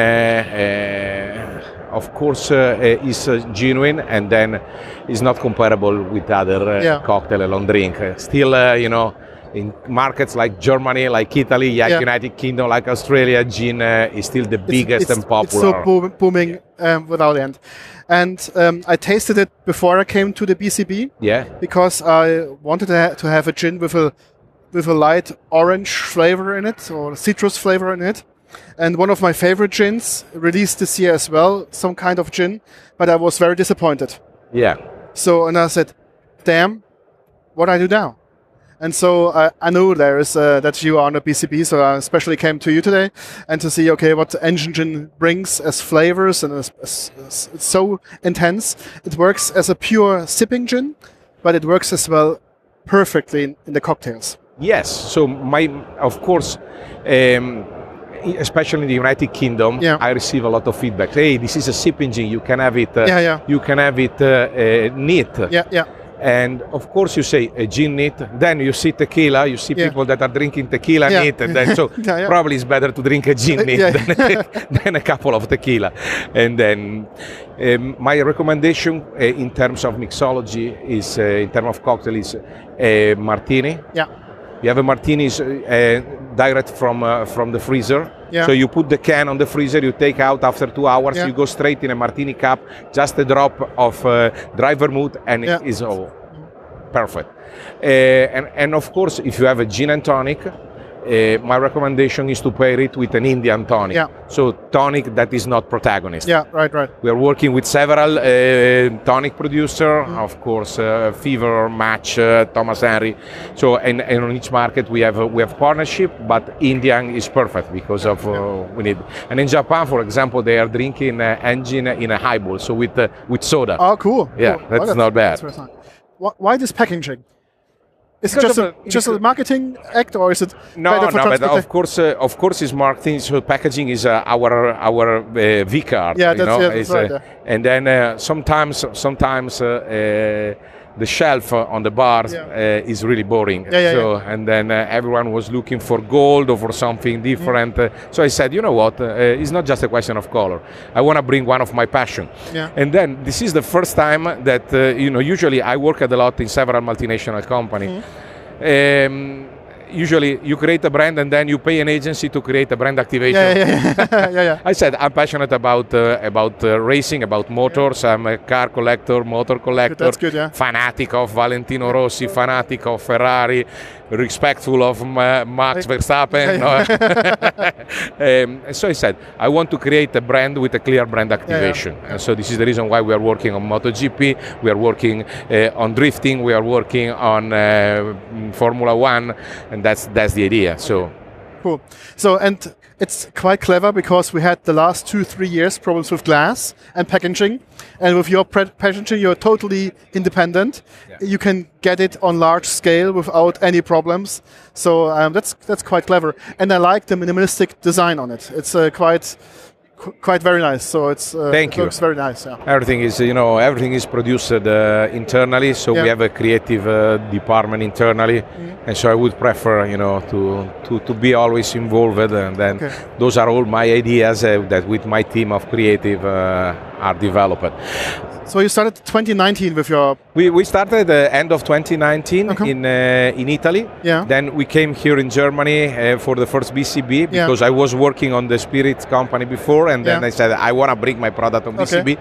[SPEAKER 6] uh, uh, of course uh, uh, is uh, genuine, and then is not comparable with other uh,
[SPEAKER 5] Yeah.
[SPEAKER 6] cocktail and long drink. Uh, Still, uh, you know. In markets like Germany, like Italy, like
[SPEAKER 5] Yeah.
[SPEAKER 6] United Kingdom, like Australia, gin uh, is still the
[SPEAKER 5] It's-
[SPEAKER 6] biggest
[SPEAKER 5] it's,
[SPEAKER 6] and popular.
[SPEAKER 5] It's so boom, booming um, without end. And um, I tasted it before I came to the BCB
[SPEAKER 6] yeah,
[SPEAKER 5] because I wanted to, ha- to have a gin with a with a light orange flavor in it or citrus flavor in it. And one of my favorite gins released this year as well, some kind of gin, but I was very disappointed.
[SPEAKER 6] yeah,
[SPEAKER 5] So and I said, "Damn, what I do now?" And so I, I know there is uh, that you are on a PCB, so I especially came to you today and to see okay what engine gin brings as flavors and as, as, as- it's so intense. It works as a pure sipping gin, but it works as well perfectly in, in the cocktails.
[SPEAKER 6] Yes. So my, of course, um, especially in the United Kingdom,
[SPEAKER 5] Yeah.
[SPEAKER 6] I receive a lot of feedback. Hey, this is a sip engine. You can have it. Uh,
[SPEAKER 5] yeah, yeah,
[SPEAKER 6] You can have it uh, uh, neat.
[SPEAKER 5] yeah, yeah,
[SPEAKER 6] And of course, you say a gin neat. Then you see tequila. You see
[SPEAKER 5] Yeah.
[SPEAKER 6] people that are drinking tequila
[SPEAKER 5] Yeah.
[SPEAKER 6] neat. And then so
[SPEAKER 5] Yeah, yeah.
[SPEAKER 6] probably it's better to drink a gin neat
[SPEAKER 5] Yeah.
[SPEAKER 6] than, than a couple of tequila. And then um, my recommendation uh, in terms of mixology is uh, in terms of cocktail is uh, martini.
[SPEAKER 5] yeah,
[SPEAKER 6] You have a martini is, uh, uh, direct from uh, from the freezer.
[SPEAKER 5] Yeah.
[SPEAKER 6] So you put the can on the freezer, you take out after two hours,
[SPEAKER 5] Yeah.
[SPEAKER 6] you go straight in a martini cup, just a drop of uh, dry vermouth, and
[SPEAKER 5] Yeah.
[SPEAKER 6] it is all perfect. Uh, and, and of course, if you have a gin and tonic, uh, my recommendation is to pair it with an Indian tonic.
[SPEAKER 5] Yeah.
[SPEAKER 6] So tonic that is not protagonist.
[SPEAKER 5] Yeah, right, right.
[SPEAKER 6] We are working with several uh, tonic producer, of course, uh, Fever, Match, uh, Thomas Henry. So, and, and on each market we have uh, we have partnership, but Indian is perfect because of uh, we need. And in Japan, for example, they are drinking uh, engine in a highball, so with uh, with soda.
[SPEAKER 5] Oh, cool.
[SPEAKER 6] Yeah,
[SPEAKER 5] cool.
[SPEAKER 6] that's not bad.
[SPEAKER 5] That's very nice. Why, why this packaging? Is it
[SPEAKER 6] Because
[SPEAKER 5] just a,
[SPEAKER 6] of the-
[SPEAKER 5] just a marketing act, or is it
[SPEAKER 6] No,
[SPEAKER 5] better
[SPEAKER 6] no,
[SPEAKER 5] for
[SPEAKER 6] but
[SPEAKER 5] transportation?
[SPEAKER 6] of course, uh, of course, is marketing. So packaging is uh, our our uh, V card.
[SPEAKER 5] Yeah,
[SPEAKER 6] you
[SPEAKER 5] that's-
[SPEAKER 6] know,
[SPEAKER 5] yeah, that's
[SPEAKER 6] is, uh,
[SPEAKER 5] right, yeah.
[SPEAKER 6] And then uh, sometimes, sometimes uh, uh, the shelf uh, on the bar
[SPEAKER 5] Yeah.
[SPEAKER 6] uh, is really boring.
[SPEAKER 5] Yeah, yeah,
[SPEAKER 6] so and then uh, everyone was looking for gold or for something different.
[SPEAKER 5] Mm.
[SPEAKER 6] Uh, so I said, you know what? Uh, it's not just a question of color. I want to bring one of my passion.
[SPEAKER 5] Yeah.
[SPEAKER 6] And then this is the first time that uh, you know. Usually, I work at a lot in several multinational company.
[SPEAKER 5] Mm-hmm.
[SPEAKER 6] Um, usually, you create a brand and then you pay an agency to create a brand activation.
[SPEAKER 5] yeah, yeah, yeah, yeah, yeah.
[SPEAKER 6] I said I'm passionate about uh, about uh, racing, about motors. I'm a car collector, motor collector.
[SPEAKER 5] That's good, yeah.
[SPEAKER 6] Fanatic of Valentino Rossi, fanatic of Ferrari, respectful of Ma- Max Verstappen. um, and so I said I want to create a brand with a clear brand activation. And so this is the reason why we are working on MotoGP, we are working uh, on drifting, we are working on uh, Formula One, and that's that's the idea. So.
[SPEAKER 5] Cool. So, and it's quite clever because we had the last two, three years problems with glass and packaging. And with your pre- packaging, you're totally independent. You can get it on large scale without any problems. So um, that's that's quite clever. And I like the minimalistic design on it. It's uh, quite qu- quite very nice. So it's uh,
[SPEAKER 6] Thank
[SPEAKER 5] it
[SPEAKER 6] you.
[SPEAKER 5] Looks very nice. Yeah.
[SPEAKER 6] Everything is, you know, everything is produced uh, internally. So
[SPEAKER 5] Yeah. Mm-hmm.
[SPEAKER 6] we have a creative uh, department internally, and so I would prefer, you know, to to, to be always involved. And then
[SPEAKER 5] Okay.
[SPEAKER 6] those are all my ideas uh, that with my team of creative uh, are developed.
[SPEAKER 5] So you started 2019 with your
[SPEAKER 6] We, we started the end of 2019
[SPEAKER 5] Okay.
[SPEAKER 6] in uh, in Italy.
[SPEAKER 5] Yeah.
[SPEAKER 6] Then we came here in Germany uh, for the first BCB
[SPEAKER 5] Yeah.
[SPEAKER 6] because I was working on the spirit company before, and then
[SPEAKER 5] Yeah.
[SPEAKER 6] I said I want to bring my product on
[SPEAKER 5] Okay.
[SPEAKER 6] BCB.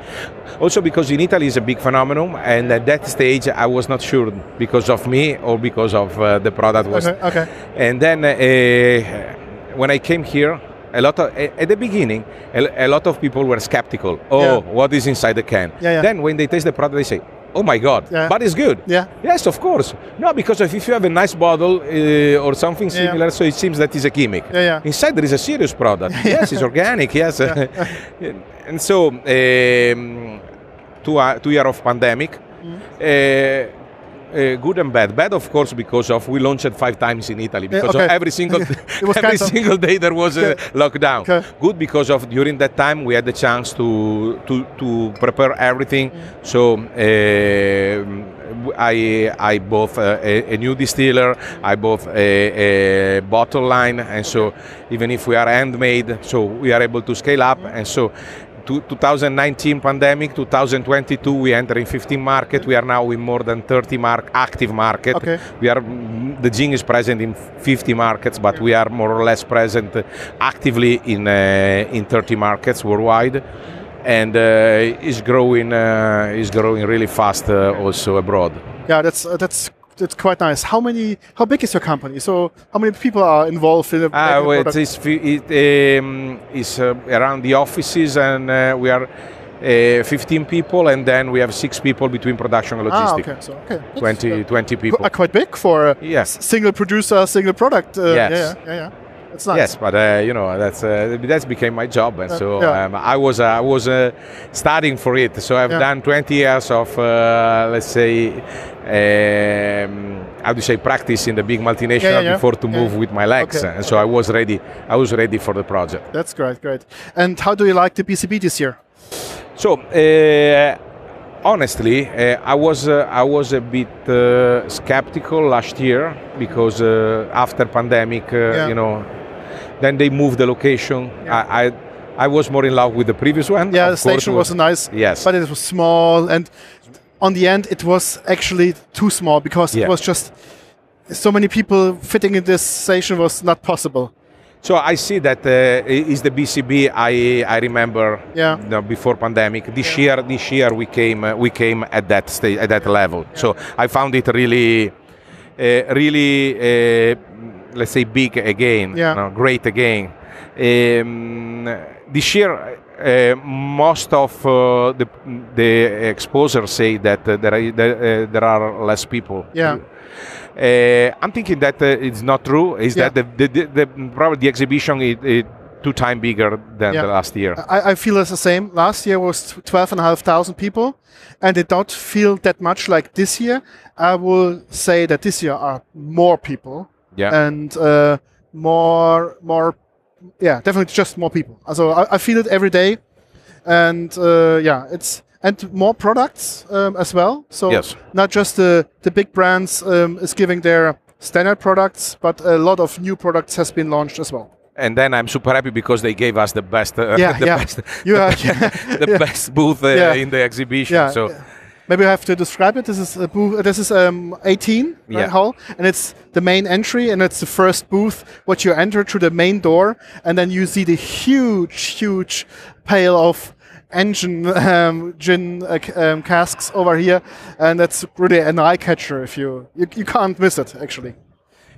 [SPEAKER 6] Also because in Italy is a big phenomenon, and at that stage I was not sure because of me or because of uh, the product was.
[SPEAKER 5] okay, okay.
[SPEAKER 6] And then uh, when I came here, a lot of a- at the beginning, a, a lot of people were skeptical. Oh,
[SPEAKER 5] Yeah.
[SPEAKER 6] what is inside the can?
[SPEAKER 5] Yeah, yeah.
[SPEAKER 6] Then when they taste the product, they say, "Oh my God,
[SPEAKER 5] Yeah.
[SPEAKER 6] but it's good."
[SPEAKER 5] Yeah.
[SPEAKER 6] Yes, of course. No, because if if you have a nice bottle uh, or something
[SPEAKER 5] Yeah.
[SPEAKER 6] similar, so it seems that is a gimmick.
[SPEAKER 5] Yeah, yeah.
[SPEAKER 6] Inside there is a serious product. yes, it's organic. Yes, and so um, two uh, two year of pandemic.
[SPEAKER 5] Mm.
[SPEAKER 6] Uh, uh, good and bad. Bad, of course, because of we launched five times in Italy because
[SPEAKER 5] okay.
[SPEAKER 6] of every single
[SPEAKER 5] was
[SPEAKER 6] every
[SPEAKER 5] cancelled.
[SPEAKER 6] single day there was a
[SPEAKER 5] Okay.
[SPEAKER 6] lockdown.
[SPEAKER 5] Okay.
[SPEAKER 6] Good because of during that time we had the chance to to, to prepare everything.
[SPEAKER 5] Mm.
[SPEAKER 6] So uh, I I bought uh, a, a new distiller, I bought a, a bottle line, and so even if we are handmade, so we are able to scale up, and so. two- 2019 pandemic, 2022 we enter in 15 market. We are now in more than 30 mark active market.
[SPEAKER 5] Okay.
[SPEAKER 6] We are mm, the gin is present in 50 markets, but we are more or less present uh, actively in uh, in 30 markets worldwide, and uh, is growing uh, is growing really fast uh, also abroad.
[SPEAKER 5] Yeah, that's uh, that's that's quite nice. How many? How big is your company? So how many people are involved in the? making
[SPEAKER 6] Ah,
[SPEAKER 5] the
[SPEAKER 6] well,
[SPEAKER 5] product?
[SPEAKER 6] it is fi- it, um, is uh, around the offices, and uh, we are. Uh, 15 people and then we have six people between production and
[SPEAKER 5] Ah,
[SPEAKER 6] logistics
[SPEAKER 5] okay. So okay. That's, uh,
[SPEAKER 6] 20 20 people
[SPEAKER 5] are quite big for a
[SPEAKER 6] Yes.
[SPEAKER 5] s- single producer, single product. Uh,
[SPEAKER 6] Yes.
[SPEAKER 5] Yeah, yeah, yeah. yeah. It's nice.
[SPEAKER 6] Yes, but uh, you know that's uh, that's became my job, and
[SPEAKER 5] Uh,
[SPEAKER 6] so
[SPEAKER 5] yeah.
[SPEAKER 6] um, I was I was uh, starting for it. So I've
[SPEAKER 5] Yeah.
[SPEAKER 6] done 20 years of uh, let's say um, how do you say practice in the big multinational
[SPEAKER 5] Yeah, yeah, yeah.
[SPEAKER 6] before to
[SPEAKER 5] Yeah,
[SPEAKER 6] move
[SPEAKER 5] yeah.
[SPEAKER 6] with my legs,
[SPEAKER 5] Okay.
[SPEAKER 6] and so I was ready. I was ready for the project.
[SPEAKER 5] That's great, great. And how do you like the PCB this year?
[SPEAKER 6] So, uh, honestly, uh, I was uh, I was a bit uh, skeptical last year because uh, after pandemic, uh,
[SPEAKER 5] Yeah.
[SPEAKER 6] you know, then they moved the location. I, I I was more in love with the previous
[SPEAKER 5] Yeah,
[SPEAKER 6] one. of
[SPEAKER 5] the
[SPEAKER 6] course,
[SPEAKER 5] station was nice,
[SPEAKER 6] yes.
[SPEAKER 5] but it was small, and on the end, it was actually too small because
[SPEAKER 6] Yeah.
[SPEAKER 5] it was just so many people fitting in this station was not possible.
[SPEAKER 6] So I see that uh, is the BCB I I remember
[SPEAKER 5] Yeah.
[SPEAKER 6] you know, before pandemic. This year this year we came uh, we came at that stage at that level. So I found it really uh, really uh, let's say big again.
[SPEAKER 5] Yeah.
[SPEAKER 6] you know, great again. Um, this year. Uh, most of uh, the, the exposers say that uh, there, are, there, uh, there are less people.
[SPEAKER 5] Yeah.
[SPEAKER 6] Uh, I'm thinking that uh, it's not true. Is
[SPEAKER 5] Yeah.
[SPEAKER 6] that the, the, the, the probably the exhibition is is two time bigger than
[SPEAKER 5] Yeah. Uh,
[SPEAKER 6] the last year?
[SPEAKER 5] I, I feel it's the same. Last year was twelve and a half thousand people, and it don't feel that much like this year. I will say that this year are more people
[SPEAKER 6] yeah.
[SPEAKER 5] and uh, more, more, yeah, definitely just more people. So I, I feel it every day, and uh, yeah, it's and more products um, as well. So
[SPEAKER 6] Yes.
[SPEAKER 5] not just the the big brands um, is giving their standard products, but a lot of new products has been launched as well.
[SPEAKER 6] and then I'm super happy because they gave us the best, uh,
[SPEAKER 5] Yeah,
[SPEAKER 6] the
[SPEAKER 5] yeah.
[SPEAKER 6] best,
[SPEAKER 5] You
[SPEAKER 6] the,
[SPEAKER 5] are-
[SPEAKER 6] best the
[SPEAKER 5] yeah.
[SPEAKER 6] best booth uh,
[SPEAKER 5] Yeah.
[SPEAKER 6] in the exhibition.
[SPEAKER 5] Yeah.
[SPEAKER 6] so
[SPEAKER 5] yeah. Maybe I have to describe it. This is a booth. This is um, 18
[SPEAKER 6] Yeah.
[SPEAKER 5] right, hall, and it's the main entry, and it's the first booth. What you enter through the main door, and then you see the huge, huge pail of engine um, gin uh, c- um, casks over here, and that's really an eye catcher. If you you, you can't miss it, actually.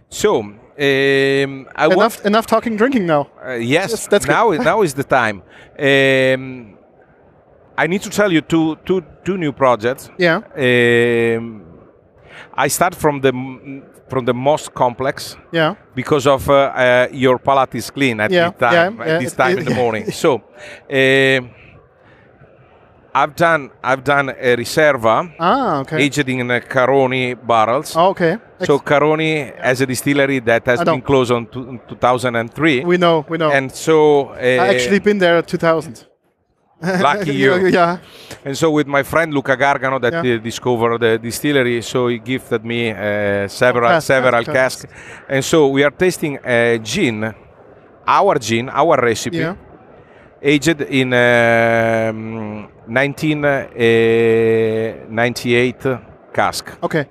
[SPEAKER 6] so um, I want
[SPEAKER 5] Enough enough talking, drinking now.
[SPEAKER 6] Uh, yes,
[SPEAKER 5] Yes, that's good.
[SPEAKER 6] now is- now is the time. Um, I need to tell you two two two new projects.
[SPEAKER 5] Yeah.
[SPEAKER 6] Um, I start from the m- from the most complex
[SPEAKER 5] Yeah.
[SPEAKER 6] because of uh, uh, your palate is clean at
[SPEAKER 5] Yeah,
[SPEAKER 6] this time,
[SPEAKER 5] yeah,
[SPEAKER 6] at
[SPEAKER 5] yeah,
[SPEAKER 6] this
[SPEAKER 5] it-
[SPEAKER 6] time
[SPEAKER 5] it-
[SPEAKER 6] in the morning. So, um I've done I've done a reserva
[SPEAKER 5] Ah. Okay.
[SPEAKER 6] aged in uh, Caroni barrels.
[SPEAKER 5] Oh, okay.
[SPEAKER 6] So Caroni as a distillery that has
[SPEAKER 5] I
[SPEAKER 6] been
[SPEAKER 5] know.
[SPEAKER 6] closed on two, 2003,
[SPEAKER 5] we know. We know.
[SPEAKER 6] and so uh,
[SPEAKER 5] I actually been there at 2000.
[SPEAKER 6] lucky you.
[SPEAKER 5] yeah.
[SPEAKER 6] And so with my friend Luca Gargano that
[SPEAKER 5] Yeah.
[SPEAKER 6] uh, discovered the distillery, so he gifted me uh, several
[SPEAKER 5] cask,
[SPEAKER 6] several
[SPEAKER 5] cask,
[SPEAKER 6] casks. And so we are tasting uh, gin, our gin, our recipe,
[SPEAKER 5] Yeah.
[SPEAKER 6] aged in um, 1998 cask,
[SPEAKER 5] Okay.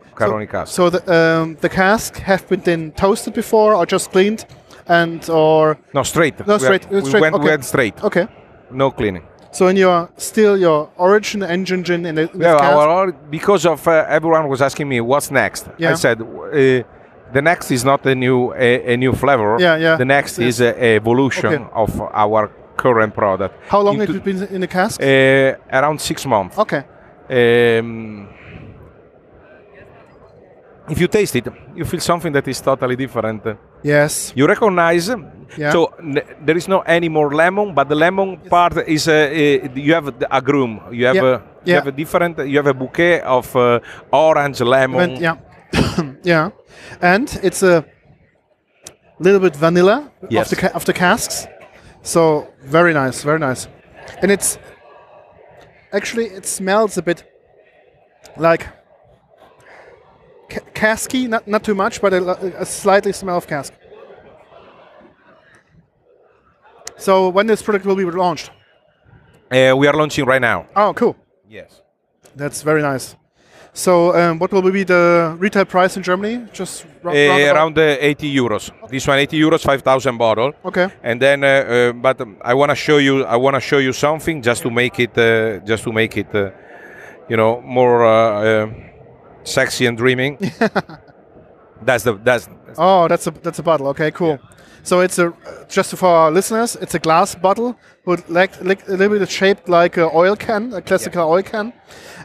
[SPEAKER 5] Oh,
[SPEAKER 6] Caroni
[SPEAKER 5] so,
[SPEAKER 6] cask.
[SPEAKER 5] So the um, the cask have been then toasted before or just cleaned, and or
[SPEAKER 6] no straight.
[SPEAKER 5] no
[SPEAKER 6] We are-
[SPEAKER 5] straight, uh,
[SPEAKER 6] We,
[SPEAKER 5] straight,
[SPEAKER 6] Went,
[SPEAKER 5] okay. Oh.
[SPEAKER 6] we went straight.
[SPEAKER 5] okay.
[SPEAKER 6] No cleaning.
[SPEAKER 5] So in your still your origin engine gin in the in
[SPEAKER 6] Yeah,
[SPEAKER 5] this cask.
[SPEAKER 6] our, our- because of uh, everyone was asking me what's next. I
[SPEAKER 5] Yeah.
[SPEAKER 6] said w- uh, the next is not a new a, a new flavor.
[SPEAKER 5] Yeah, yeah.
[SPEAKER 6] The next
[SPEAKER 5] Yeah.
[SPEAKER 6] is a, a evolution
[SPEAKER 5] Okay.
[SPEAKER 6] of our current product.
[SPEAKER 5] How long
[SPEAKER 6] Into-
[SPEAKER 5] it been in the cask?
[SPEAKER 6] Uh, around six months.
[SPEAKER 5] okay.
[SPEAKER 6] Um, if you taste it, you feel something that is totally different.
[SPEAKER 5] Yes.
[SPEAKER 6] You recognize.
[SPEAKER 5] Yeah.
[SPEAKER 6] So n- there is no any more lemon, but the lemon part is uh, uh, you have the agrume. You have
[SPEAKER 5] Yeah.
[SPEAKER 6] a you
[SPEAKER 5] Yeah.
[SPEAKER 6] have a different. You have a bouquet of uh, orange lemon.
[SPEAKER 5] Went- yeah. yeah. And it's a little bit vanilla
[SPEAKER 6] Yes.
[SPEAKER 5] of the ca- of the casks. So very nice, very nice. And it's actually it smells a bit like ca- casky, not not too much, but a, li- a slightly smell of cask. So when this product will be launched?
[SPEAKER 6] Uh, we are launching right now.
[SPEAKER 5] Oh, cool.
[SPEAKER 6] Yes.
[SPEAKER 5] That's very nice. So um, what will be the retail price in Germany? Just rou- roundabout?
[SPEAKER 6] around uh, 80 euros. This one 80 euros, 5,000 bottle.
[SPEAKER 5] Okay.
[SPEAKER 6] And then, uh, uh, but um, I want to show you. I want to show you something just to make it, uh, just to make it, uh, you know, more uh, uh, sexy and dreaming. that's the that's
[SPEAKER 5] Oh, that's a that's a bottle. Okay, cool. So it's a just for our listeners, it's a glass bottle with like, like a little bit shaped like an oil can, a classical oil can,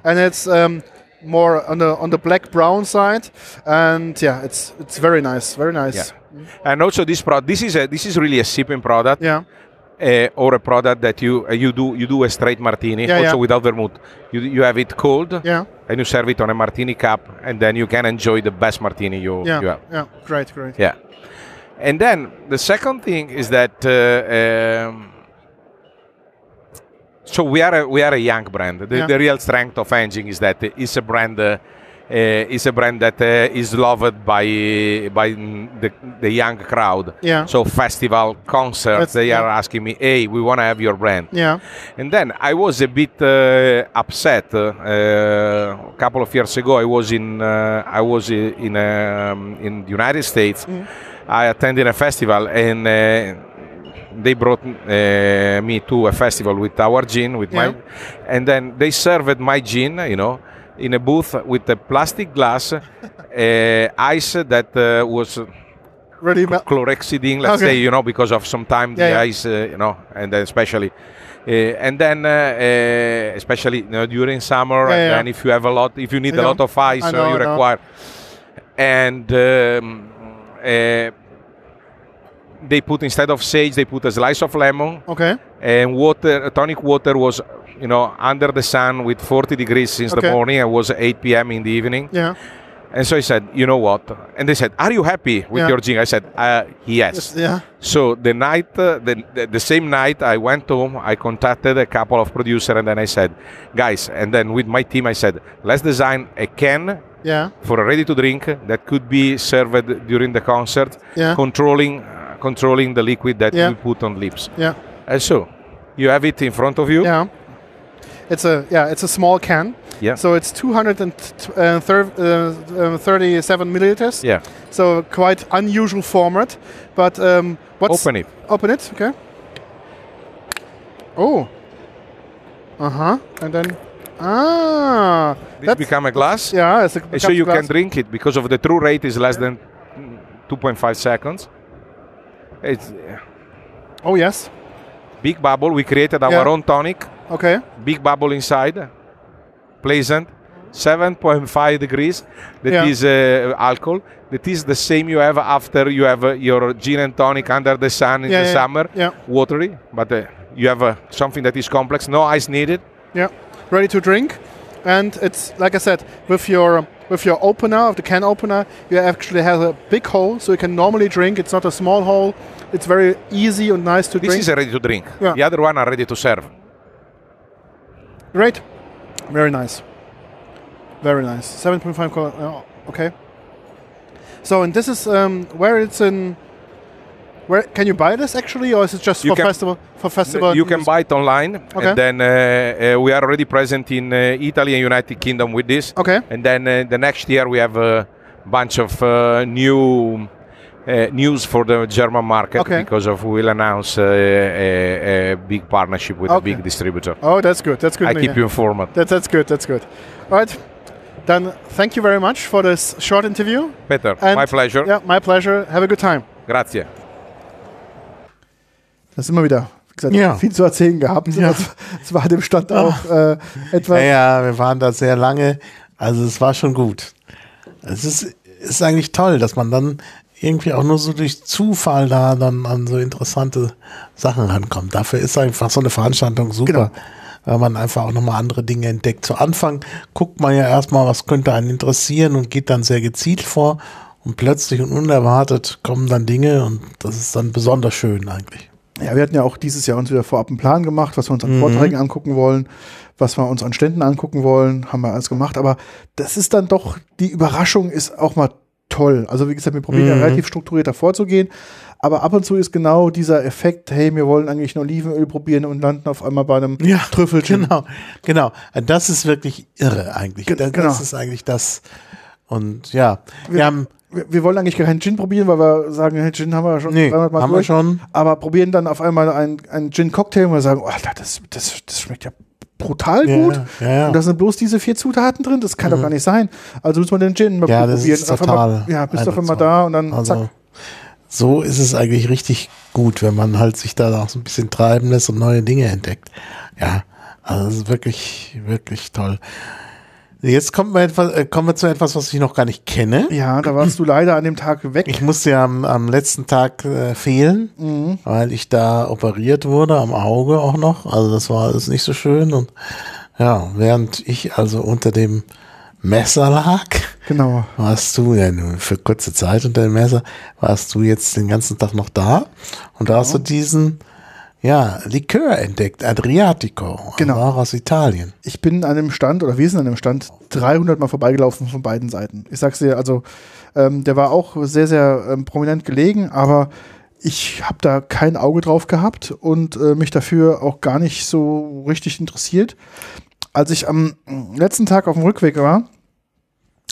[SPEAKER 5] and it's um, more on the on the black brown side, and yeah, it's it's very nice, very nice.
[SPEAKER 6] yeah. Mm-hmm. And also this product. This is a this is really a sipping product.
[SPEAKER 5] Yeah,
[SPEAKER 6] uh, or a product that you uh, you do you do a straight martini
[SPEAKER 5] Yeah,
[SPEAKER 6] also
[SPEAKER 5] yeah.
[SPEAKER 6] without vermouth. You you have it cold
[SPEAKER 5] Yeah.
[SPEAKER 6] and you serve it on a martini cup and then you can enjoy the best martini you,
[SPEAKER 5] yeah,
[SPEAKER 6] you have.
[SPEAKER 5] yeah. Great, great.
[SPEAKER 6] Yeah. And then the second thing is that uh, um, so we are a, we are a young brand. The,
[SPEAKER 5] Yeah.
[SPEAKER 6] the real strength of Engine is that it's a brand uh, uh, it's a brand that uh, is loved by by mm, the, the young crowd.
[SPEAKER 5] Yeah.
[SPEAKER 6] So festival
[SPEAKER 5] That's-
[SPEAKER 6] concerts, they are
[SPEAKER 5] yeah.
[SPEAKER 6] asking me, "Hey, we want to have your brand."
[SPEAKER 5] Yeah,
[SPEAKER 6] And then I was a bit uh, upset uh, a couple of years ago. I was in uh, I was i- in um, in the United States, I attended a festival and uh, they brought uh, me to a festival with our gin, with
[SPEAKER 5] Yeah.
[SPEAKER 6] my, and then they served my gin, you know, in a booth with a plastic glass, uh, ice that uh, was
[SPEAKER 5] Really mel-
[SPEAKER 6] chlorhexidine, let's
[SPEAKER 5] Okay.
[SPEAKER 6] say, you know, because of sometimes
[SPEAKER 5] Yeah,
[SPEAKER 6] the
[SPEAKER 5] yeah.
[SPEAKER 6] ice, uh, you know, and then especially, uh, and then uh, uh, especially you know, during summer,
[SPEAKER 5] Yeah,
[SPEAKER 6] and
[SPEAKER 5] yeah.
[SPEAKER 6] then if you have a lot, if you need
[SPEAKER 5] I
[SPEAKER 6] a lot
[SPEAKER 5] know.
[SPEAKER 6] of ice,
[SPEAKER 5] I
[SPEAKER 6] uh,
[SPEAKER 5] know,
[SPEAKER 6] you
[SPEAKER 5] I know.
[SPEAKER 6] require, and um, uh, they put instead of sage, they put a slice of lemon
[SPEAKER 5] Okay.
[SPEAKER 6] and water, tonic water was, you know, under the sun with 40 degrees since
[SPEAKER 5] Okay.
[SPEAKER 6] the morning and was 8 p.m. in the evening.
[SPEAKER 5] Yeah.
[SPEAKER 6] And so I said, you know what? And they said, are you happy with
[SPEAKER 5] Yeah.
[SPEAKER 6] your gin? I said, uh, yes.
[SPEAKER 5] Yeah.
[SPEAKER 6] So the night, uh, the, the, the same night, I went home. I contacted a couple of producers, and then I said, "Guys," and then with my team, I said, "Let's design a can
[SPEAKER 5] Yeah.
[SPEAKER 6] for a ready-to-drink that could be served during the concert,
[SPEAKER 5] Yeah.
[SPEAKER 6] controlling uh, controlling the liquid that
[SPEAKER 5] Yeah.
[SPEAKER 6] we put on lips."
[SPEAKER 5] Yeah.
[SPEAKER 6] And so you have it in front of you.
[SPEAKER 5] Yeah. It's a yeah. It's a small can.
[SPEAKER 6] Yeah.
[SPEAKER 5] So it's 237 uh, milliliters.
[SPEAKER 6] Yeah.
[SPEAKER 5] So quite unusual format. But um, what's
[SPEAKER 6] Open it.
[SPEAKER 5] Open it. Okay. Oh. Uh huh. And then ah.
[SPEAKER 6] This become a glass,
[SPEAKER 5] yeah. It's a
[SPEAKER 6] and so you
[SPEAKER 5] glass.
[SPEAKER 6] can drink it because of the true rate is less than mm, 2.5 seconds. It's uh,
[SPEAKER 5] Oh yes.
[SPEAKER 6] big bubble. We created our
[SPEAKER 5] Yeah.
[SPEAKER 6] own tonic.
[SPEAKER 5] Okay.
[SPEAKER 6] big bubble inside, pleasant, 7.5 degrees. That
[SPEAKER 5] Yeah.
[SPEAKER 6] is uh, alcohol. That is the same you have after you have uh, your gin and tonic under the sun in
[SPEAKER 5] Yeah,
[SPEAKER 6] the
[SPEAKER 5] yeah,
[SPEAKER 6] summer,
[SPEAKER 5] yeah.
[SPEAKER 6] watery, but uh, you have uh, something that is complex, no ice needed.
[SPEAKER 5] Yeah, ready to drink, and it's like I said with your with your opener of the can opener, you actually have a big hole, so you can normally drink. It's not a small hole. It's very easy and nice to
[SPEAKER 6] This
[SPEAKER 5] drink.
[SPEAKER 6] is a ready to drink.
[SPEAKER 5] Yeah.
[SPEAKER 6] The other one are ready to serve.
[SPEAKER 5] Great, very nice, very nice. Seven point five. Uh, okay. So and this is um, where it's in. Where can you buy this actually, or is it just
[SPEAKER 6] You
[SPEAKER 5] for
[SPEAKER 6] can-
[SPEAKER 5] festival? For festival,
[SPEAKER 6] you can buy it online,
[SPEAKER 5] Okay.
[SPEAKER 6] and then uh, uh, we are already present in uh, Italy and United Kingdom with this.
[SPEAKER 5] Okay.
[SPEAKER 6] and then uh, the next year we have a bunch of uh, new uh, news for the German market
[SPEAKER 5] Okay.
[SPEAKER 6] because of we'll announce uh, a, a big partnership with a
[SPEAKER 5] Okay.
[SPEAKER 6] big distributor.
[SPEAKER 5] Oh, that's good. That's good.
[SPEAKER 6] I
[SPEAKER 5] to
[SPEAKER 6] keep
[SPEAKER 5] hear.
[SPEAKER 6] you informed.
[SPEAKER 5] That, that's good. That's good. All right. Then thank you very much for this short interview.
[SPEAKER 6] Peter,
[SPEAKER 5] And
[SPEAKER 6] my pleasure.
[SPEAKER 5] Yeah, my pleasure. Have a good time.
[SPEAKER 6] Grazie.
[SPEAKER 1] Da sind wir wieder. Wie gesagt,
[SPEAKER 3] Ja.
[SPEAKER 1] viel zu erzählen gehabt.
[SPEAKER 3] Ja. Ah.
[SPEAKER 1] Also, Es war dem Stand auch äh, etwas.
[SPEAKER 3] Ja, ja, wir waren da sehr lange. Also es war schon gut. Es ist, ist eigentlich toll, dass man dann irgendwie auch nur so durch Zufall da dann an so interessante Sachen rankommt. Dafür ist einfach so eine Veranstaltung super.
[SPEAKER 1] Genau.
[SPEAKER 3] Weil man einfach auch nochmal andere Dinge entdeckt. Zu Anfang guckt man ja erstmal, was könnte einen interessieren und geht dann sehr gezielt vor. Und plötzlich und unerwartet kommen dann Dinge und das ist dann besonders schön eigentlich.
[SPEAKER 1] Ja, wir hatten ja auch dieses Jahr uns wieder vorab einen Plan gemacht, was wir uns
[SPEAKER 3] Mhm.
[SPEAKER 1] an Vorträgen angucken wollen, was wir uns an Ständen angucken wollen, haben wir alles gemacht. Aber das ist dann doch, die Überraschung ist auch mal toll. Also wie gesagt, wir probieren
[SPEAKER 3] Mhm.
[SPEAKER 1] ja relativ strukturiert davor zu gehen. Aber ab und zu ist genau dieser Effekt, hey, wir wollen eigentlich ein Olivenöl probieren und landen auf einmal bei einem
[SPEAKER 3] Ja,
[SPEAKER 1] Trüffelchen.
[SPEAKER 3] Genau, genau. Das ist wirklich irre eigentlich.
[SPEAKER 1] Ge-
[SPEAKER 3] Das,
[SPEAKER 1] genau.
[SPEAKER 3] das ist eigentlich das. Und ja, wir,
[SPEAKER 1] Wir-
[SPEAKER 3] haben,
[SPEAKER 1] Wir, wir wollen eigentlich keinen Gin probieren, weil wir sagen, hey, Gin haben wir schon
[SPEAKER 3] nee,
[SPEAKER 1] 300 Mal
[SPEAKER 3] haben wir
[SPEAKER 1] durch.
[SPEAKER 3] schon.
[SPEAKER 1] aber probieren dann auf einmal einen, einen Gin-Cocktail und wir sagen, oh, Alter, das, das, das schmeckt ja brutal
[SPEAKER 3] Ja,
[SPEAKER 1] gut.
[SPEAKER 3] ja, ja. Mhm.
[SPEAKER 1] Und da sind bloß diese vier Zutaten drin, das kann doch gar nicht sein. Also müssen wir den Gin mal
[SPEAKER 3] Ja,
[SPEAKER 1] gut
[SPEAKER 3] das
[SPEAKER 1] probieren.
[SPEAKER 3] ist
[SPEAKER 1] Auf einmal-
[SPEAKER 3] total
[SPEAKER 1] ja, bist auf einmal
[SPEAKER 3] eindrucksvoll.
[SPEAKER 1] da und dann zack.
[SPEAKER 3] Also, so ist es eigentlich richtig gut, wenn man halt sich da auch so ein bisschen treiben lässt und neue Dinge entdeckt. Ja, also es ist wirklich, wirklich toll. Jetzt kommen wir, etwas, äh, kommen wir zu etwas, was ich noch gar nicht kenne.
[SPEAKER 1] Ja, da warst du leider an dem Tag weg.
[SPEAKER 3] Ich musste ja am, am letzten Tag äh, fehlen, weil ich da operiert wurde, am Auge auch noch. Also das war alles nicht so schön. Und ja, während ich also unter dem Messer lag,
[SPEAKER 1] Genau.
[SPEAKER 3] warst du ja nur für kurze Zeit unter dem Messer, warst du jetzt den ganzen Tag noch da. Und da hast du diesen, ja, Likör entdeckt, Adriatico.
[SPEAKER 1] Genau.
[SPEAKER 3] War aus Italien.
[SPEAKER 1] Ich bin an dem Stand, oder wir sind an dem Stand, 300 Mal vorbeigelaufen von beiden Seiten. Ich sag's dir, also ähm, der war auch sehr, sehr ähm, prominent gelegen, aber ich habe da kein Auge drauf gehabt und äh, mich dafür auch gar nicht so richtig interessiert. Als ich äh, am letzten Tag auf dem Rückweg war,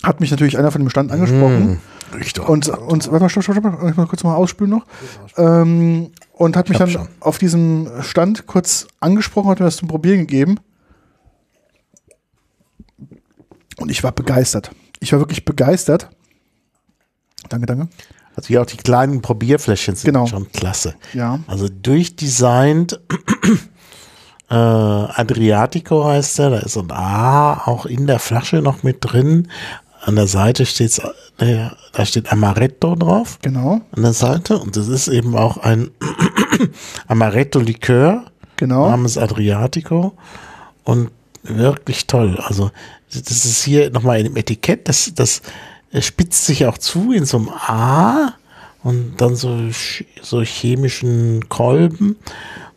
[SPEAKER 1] hat mich natürlich einer von dem Stand angesprochen
[SPEAKER 3] Richter.
[SPEAKER 1] Und, und warte mal, stopp, stopp, stopp, ich mal kurz mal ausspülen noch. Ähm, und hat mich
[SPEAKER 3] hab
[SPEAKER 1] dann
[SPEAKER 3] schon.
[SPEAKER 1] auf diesem Stand kurz angesprochen, hat mir das zum Probieren gegeben. Und ich war begeistert. Ich war wirklich begeistert. Danke, danke.
[SPEAKER 3] Also hier auch die kleinen Probierfläschchen sind
[SPEAKER 1] Genau.
[SPEAKER 3] schon klasse.
[SPEAKER 1] Ja.
[SPEAKER 3] Also durchdesignt. Äh, Adriatico heißt der, da ist so ein A auch in der Flasche noch mit drin. An der Seite steht's, äh, da steht Amaretto drauf.
[SPEAKER 1] Genau,
[SPEAKER 3] An der Seite. Und das ist eben auch ein Amaretto-Likör
[SPEAKER 1] genau.
[SPEAKER 3] namens Adriatico und wirklich toll. Also das ist hier nochmal im Etikett, das, das äh, spitzt sich auch zu in so einem A und dann so, sch- so chemischen Kolben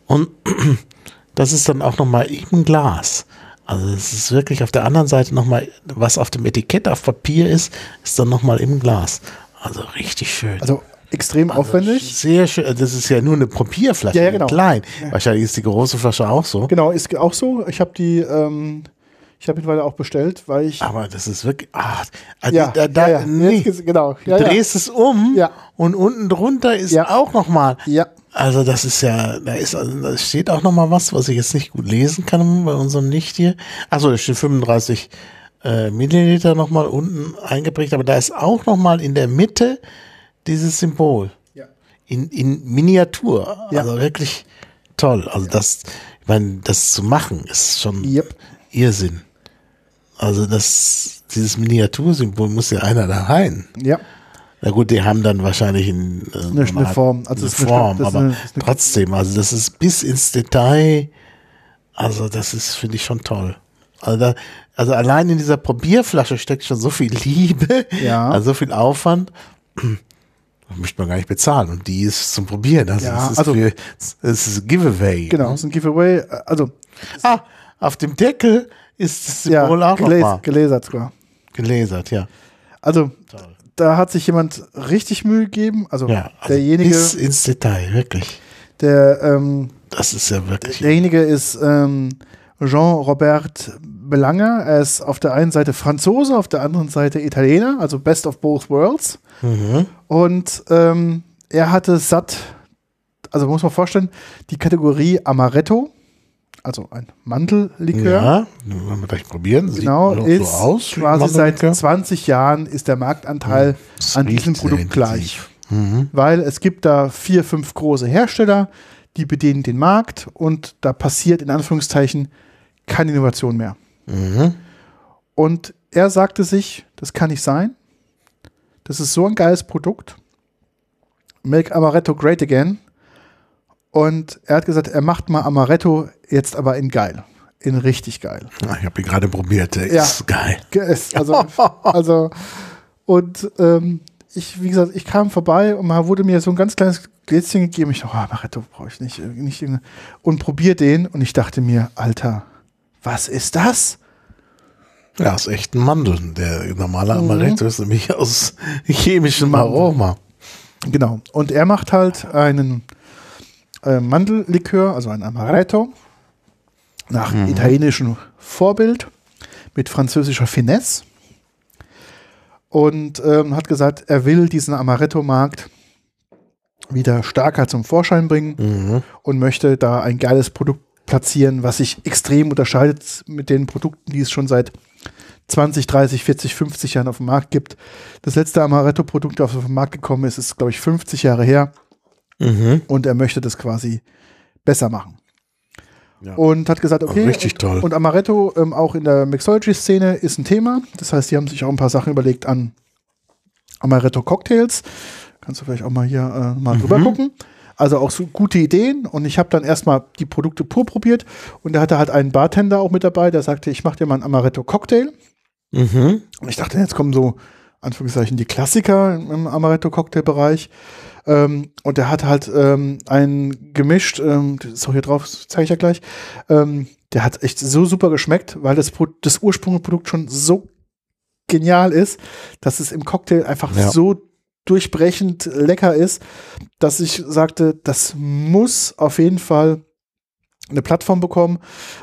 [SPEAKER 3] und das ist dann auch nochmal im Glas. Also es ist wirklich auf der anderen Seite nochmal, was auf dem Etikett auf Papier ist, ist dann nochmal im Glas. Also richtig schön.
[SPEAKER 1] Also extrem aufwendig.
[SPEAKER 3] Sehr schön. äh, Das ist ja nur eine Probierflasche.
[SPEAKER 1] Ja, ja,
[SPEAKER 3] die
[SPEAKER 1] genau.
[SPEAKER 3] Klein. Wahrscheinlich ist die große Flasche auch so.
[SPEAKER 1] Genau, ist auch so. Ich habe die, ähm, ich habe ihn weiter auch bestellt, weil ich.
[SPEAKER 3] Aber das ist wirklich. Ach, also
[SPEAKER 1] ja,
[SPEAKER 3] da, da,
[SPEAKER 1] ja, ja.
[SPEAKER 3] Nee.
[SPEAKER 1] Jetzt, genau.
[SPEAKER 3] Du
[SPEAKER 1] Ja, ja.
[SPEAKER 3] drehst es um
[SPEAKER 1] Ja.
[SPEAKER 3] und unten drunter ist
[SPEAKER 1] Ja.
[SPEAKER 3] auch nochmal.
[SPEAKER 1] Ja.
[SPEAKER 3] Also das ist ja, da ist, also da steht auch nochmal was, was ich jetzt nicht gut lesen kann bei unserem Nicht hier. Achso, da steht 35 äh, Milliliter nochmal unten eingeprägt, aber da ist auch nochmal in der Mitte dieses Symbol.
[SPEAKER 1] Ja.
[SPEAKER 3] in, in Miniatur.
[SPEAKER 1] Ja.
[SPEAKER 3] Also wirklich toll. Also das, ich meine, das zu machen ist schon
[SPEAKER 1] Yep.
[SPEAKER 3] Irrsinn. Also das, dieses Miniatursymbol muss ja einer da rein.
[SPEAKER 1] ja.
[SPEAKER 3] Na gut, die haben dann wahrscheinlich ein, äh,
[SPEAKER 1] Eine- eine Form. Also
[SPEAKER 3] eine
[SPEAKER 1] das ist eine-
[SPEAKER 3] Form,
[SPEAKER 1] das ist
[SPEAKER 3] aber
[SPEAKER 1] eine- das ist eine-
[SPEAKER 3] trotzdem, also das ist bis ins Detail, also das ist, finde ich schon toll. Also, da, also allein in dieser Probierflasche steckt schon so viel Liebe,
[SPEAKER 1] Ja.
[SPEAKER 3] also so viel Aufwand. Das möchte man gar nicht bezahlen. Und die ist zum Probieren. Also
[SPEAKER 1] Ja,
[SPEAKER 3] das ist
[SPEAKER 1] also-
[SPEAKER 3] für, es ist Giveaway.
[SPEAKER 1] Genau, ist ein Giveaway. Äh, Also,
[SPEAKER 3] Ah, auf dem Deckel ist das
[SPEAKER 1] ja,
[SPEAKER 3] Symbol auch noch mal
[SPEAKER 1] gelas gelasert sogar.
[SPEAKER 3] gelasert, ja.
[SPEAKER 1] Also, da hat sich jemand richtig Mühe gegeben. Also,
[SPEAKER 3] ja also bis
[SPEAKER 1] derjenige,
[SPEAKER 3] ins Detail, wirklich.
[SPEAKER 1] der, ähm,
[SPEAKER 3] Das ist ja wirklich
[SPEAKER 1] derjenige ist ähm, Jean-Robert Belanger. Er ist auf der einen Seite Franzose, auf der anderen Seite Italiener, also Best of Both Worlds. Und ähm, er hatte satt, also muss man vorstellen, die Kategorie Amaretto, also ein Mantellikör.
[SPEAKER 3] Ja, wollen wir gleich probieren. Sieht
[SPEAKER 1] Genau,
[SPEAKER 3] so
[SPEAKER 1] ist
[SPEAKER 3] aus, wie
[SPEAKER 1] quasi seit
[SPEAKER 3] Mandelmilch.
[SPEAKER 1] 20 Jahren ist der Marktanteil
[SPEAKER 3] Das
[SPEAKER 1] an
[SPEAKER 3] riecht Mhm.
[SPEAKER 1] diesem
[SPEAKER 3] sehr
[SPEAKER 1] Produkt
[SPEAKER 3] intensiv.
[SPEAKER 1] gleich. Weil es gibt da vier, fünf große Hersteller, die bedienen den Markt und da passiert in Anführungszeichen keine Innovation mehr.
[SPEAKER 3] Mhm.
[SPEAKER 1] Und er sagte sich, das kann nicht sein. Das ist so ein geiles Produkt. Make Amaretto great again. Und er hat gesagt, er macht mal Amaretto jetzt aber in geil. In richtig geil.
[SPEAKER 3] Ah, Ich habe ihn gerade probiert. Der
[SPEAKER 1] Ja.
[SPEAKER 3] ist geil.
[SPEAKER 1] Ge- es- Also, also und ähm, ich, wie gesagt, ich kam vorbei und man wurde mir so ein ganz kleines Gläschen gegeben. Ich dachte, oh, Amaretto brauche ich nicht. äh, nicht irgendeine- und probier den und ich dachte mir, Alter, was ist das?
[SPEAKER 3] Ja, ist echt ein Mandeln. Der normale
[SPEAKER 1] Mhm.
[SPEAKER 3] Amaretto ist nämlich aus chemischem Aroma.
[SPEAKER 1] Genau. Und er macht halt einen äh, Mandellikör, also ein Amaretto, nach italienischem Vorbild mit französischer Finesse. Und ähm, hat gesagt, er will diesen Amaretto-Markt wieder stärker zum Vorschein bringen und möchte da ein geiles Produkt platzieren, was sich extrem unterscheidet mit den Produkten, die es schon seit 20, 30, 40, 50 Jahren auf dem Markt gibt. Das letzte Amaretto-Produkt, das auf den Markt gekommen ist, ist, glaube ich, 50 Jahre her.
[SPEAKER 3] Mhm.
[SPEAKER 1] Und er möchte das quasi besser machen. Und hat gesagt, okay.
[SPEAKER 3] Richtig
[SPEAKER 1] und,
[SPEAKER 3] toll.
[SPEAKER 1] Und Amaretto ähm, auch in der Mixology-Szene ist ein Thema. Das heißt, die haben sich auch ein paar Sachen überlegt an Amaretto-Cocktails. Kannst du vielleicht auch mal hier äh, mal
[SPEAKER 3] Mhm.
[SPEAKER 1] drüber gucken. Also auch so gute Ideen. Und ich habe dann erstmal die Produkte pur probiert. Und da hatte halt einen Bartender auch mit dabei, der sagte, ich mache dir mal einen Amaretto-Cocktail.
[SPEAKER 3] Mhm.
[SPEAKER 1] Und ich dachte, jetzt kommen so, Anführungszeichen, die Klassiker im, im Amaretto-Cocktail-Bereich. Ähm, und der hat halt ähm, einen gemischt, ähm, das ist auch hier drauf, das zeige ich ja gleich. Ähm, der hat echt so super geschmeckt, weil das, Pro das Ursprungsprodukt schon so genial ist, dass es im Cocktail einfach
[SPEAKER 3] Ja.
[SPEAKER 1] so durchbrechend lecker ist, dass ich sagte, das muss auf jeden Fall eine Plattform bekommen.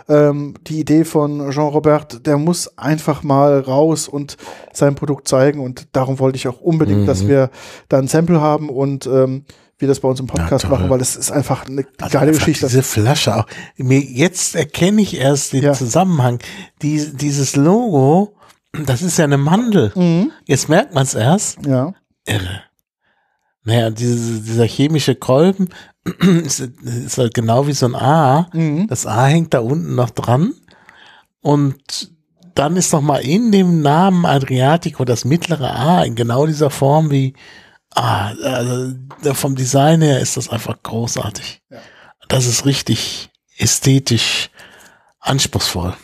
[SPEAKER 1] Ähm, die Idee von Jean-Robert, der muss einfach mal raus und sein Produkt zeigen. Und darum wollte ich auch unbedingt,
[SPEAKER 3] Mhm.
[SPEAKER 1] dass wir da ein Sample haben und ähm, wir das bei uns im Podcast
[SPEAKER 3] toll.
[SPEAKER 1] machen, weil das ist einfach eine
[SPEAKER 3] Also
[SPEAKER 1] geile
[SPEAKER 3] einfach
[SPEAKER 1] Geschichte.
[SPEAKER 3] Diese Flasche auch. Mir, jetzt erkenne ich erst den
[SPEAKER 1] Ja.
[SPEAKER 3] Zusammenhang. Die, dieses Logo, das ist ja eine Mandel.
[SPEAKER 1] Mhm.
[SPEAKER 3] Jetzt merkt man es erst.
[SPEAKER 1] Ja.
[SPEAKER 3] Irre. Naja, diese, dieser chemische Kolben ist, ist halt genau wie so ein A.
[SPEAKER 1] Mhm.
[SPEAKER 3] Das A hängt da unten noch dran. Und dann ist noch mal in dem Namen Adriatico das mittlere A in genau dieser Form wie A. Also vom Design her ist das einfach großartig. Das ist richtig ästhetisch anspruchsvoll.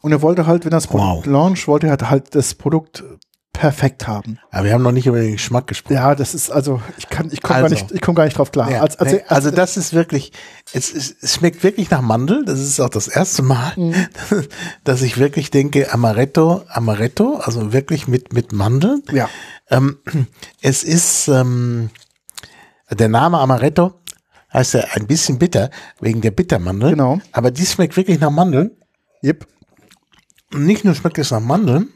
[SPEAKER 1] Und er wollte halt, wenn das
[SPEAKER 3] Wow.
[SPEAKER 1] Produkt launch, wollte er halt das Produkt perfekt haben.
[SPEAKER 3] Aber wir haben noch nicht über den Geschmack gesprochen.
[SPEAKER 1] Ja, das ist also, ich kann, ich komme
[SPEAKER 3] Also.
[SPEAKER 1] gar nicht, ich komme gar nicht drauf klar.
[SPEAKER 3] Ja,
[SPEAKER 1] Als- als-
[SPEAKER 3] nee, also das ist wirklich, es, es, es schmeckt wirklich nach Mandel. Das ist auch das erste Mal,
[SPEAKER 1] Mhm.
[SPEAKER 3] dass ich wirklich denke, Amaretto, Amaretto, also wirklich mit, mit Mandeln.
[SPEAKER 1] ja,
[SPEAKER 3] Ähm, es ist, ähm, der Name Amaretto heißt ja ein bisschen bitter, wegen der Bittermandel.
[SPEAKER 1] Genau.
[SPEAKER 3] Aber die schmeckt wirklich nach Mandeln.
[SPEAKER 1] yep.
[SPEAKER 3] Und nicht nur schmeckt es nach Mandeln,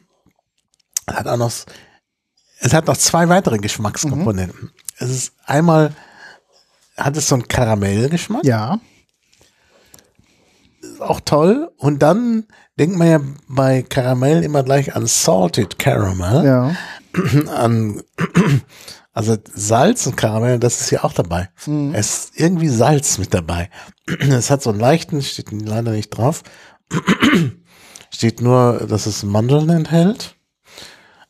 [SPEAKER 3] es hat auch noch, es hat noch zwei weitere Geschmackskomponenten.
[SPEAKER 1] Mhm.
[SPEAKER 3] Es ist einmal, hat es so einen Karamellgeschmack,
[SPEAKER 1] ja,
[SPEAKER 3] ist auch toll. Und dann denkt man ja bei Karamell immer gleich an Salted Caramel.
[SPEAKER 1] ja,
[SPEAKER 3] an, also Salz und Karamell, das ist hier auch dabei.
[SPEAKER 1] Mhm.
[SPEAKER 3] Es ist irgendwie Salz mit dabei. Es hat so einen leichten, steht leider nicht drauf, steht nur, dass es Mandeln enthält.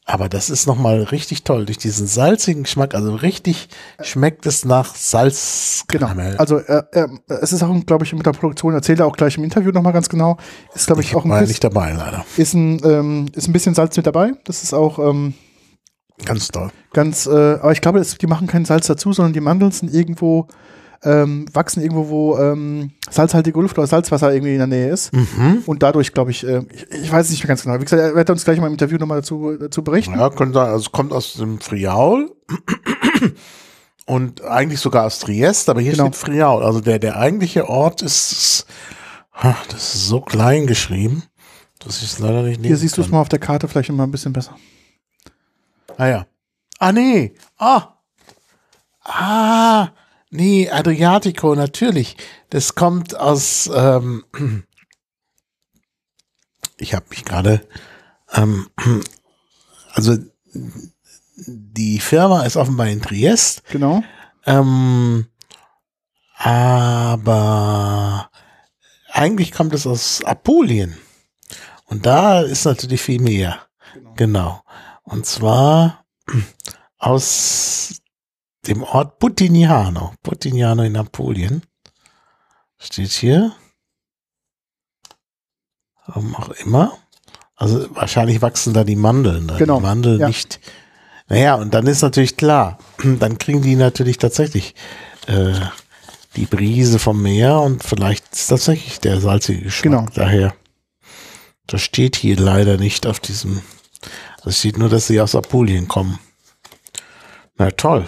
[SPEAKER 3] Aber das ist nochmal richtig toll. Durch diesen salzigen Geschmack, also richtig schmeckt es nach
[SPEAKER 1] genau.
[SPEAKER 3] Salzkaramell.
[SPEAKER 1] Also äh, äh, es ist auch, glaube ich, mit der Produktion erzählt er auch gleich im Interview nochmal ganz genau. Ist, glaube ich, auch ein
[SPEAKER 3] war ja
[SPEAKER 1] bisschen,
[SPEAKER 3] nicht dabei, leider.
[SPEAKER 1] ist ein, ähm, ist ein bisschen Salz mit dabei. Das ist auch ähm,
[SPEAKER 3] Ganz toll.
[SPEAKER 1] ganz, äh, aber ich glaube, es- die machen kein Salz dazu, sondern die Mandeln sind irgendwo, ähm, wachsen irgendwo, wo ähm, salzhaltige Luft oder Salzwasser irgendwie in der Nähe ist.
[SPEAKER 3] Mhm.
[SPEAKER 1] Und dadurch, glaube ich, äh, ich, ich weiß es nicht mehr ganz genau. Wie gesagt, er wird uns gleich mal im Interview nochmal dazu, dazu berichten.
[SPEAKER 3] Ja, könnte sein. Also es kommt aus dem Friaul und eigentlich sogar aus Triest, aber hier
[SPEAKER 1] Genau.
[SPEAKER 3] steht Friaul. Also der, der eigentliche Ort ist, ist- ha, das ist so klein geschrieben, dass ich es leider nicht lesen
[SPEAKER 1] Hier siehst du es
[SPEAKER 3] kann.
[SPEAKER 1] mal auf der Karte vielleicht noch mal ein bisschen besser.
[SPEAKER 3] Ah ja. Ah nee. Ah. Ah. Nee, Adriatico, natürlich. Das kommt aus. Ähm, ich habe mich gerade. Ähm, also die Firma ist offenbar in Triest,
[SPEAKER 1] Genau.
[SPEAKER 3] ähm, aber eigentlich kommt es aus Apulien. Und da ist natürlich viel mehr. Genau. Und zwar aus dem Ort Butignano. Butignano in Apulien. Steht hier. Warum auch immer. Also wahrscheinlich wachsen da die Mandeln. Da
[SPEAKER 1] Genau,
[SPEAKER 3] Die Mandeln
[SPEAKER 1] ja.
[SPEAKER 3] nicht. Naja, und dann ist natürlich klar, dann kriegen die natürlich tatsächlich äh, die Brise vom Meer und vielleicht ist tatsächlich der salzige Geschmack
[SPEAKER 1] Genau.
[SPEAKER 3] daher. Das steht hier leider nicht auf diesem. Also es steht nur, dass sie aus Apulien kommen. Na toll.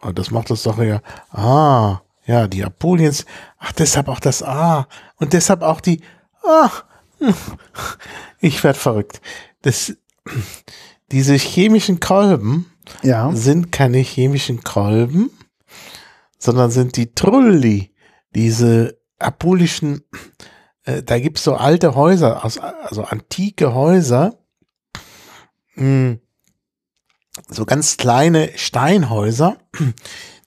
[SPEAKER 3] Aber das macht das doch ja. Ah, ja, die Apuliens. Ach, deshalb auch das A. Und deshalb auch die. Ach, ich werd verrückt. Das, diese chemischen Kolben
[SPEAKER 1] Ja.
[SPEAKER 3] sind keine chemischen Kolben, sondern sind die Trulli, diese apulischen, äh, da gibt's so alte Häuser, aus, also antike Häuser, mh, so ganz kleine Steinhäuser,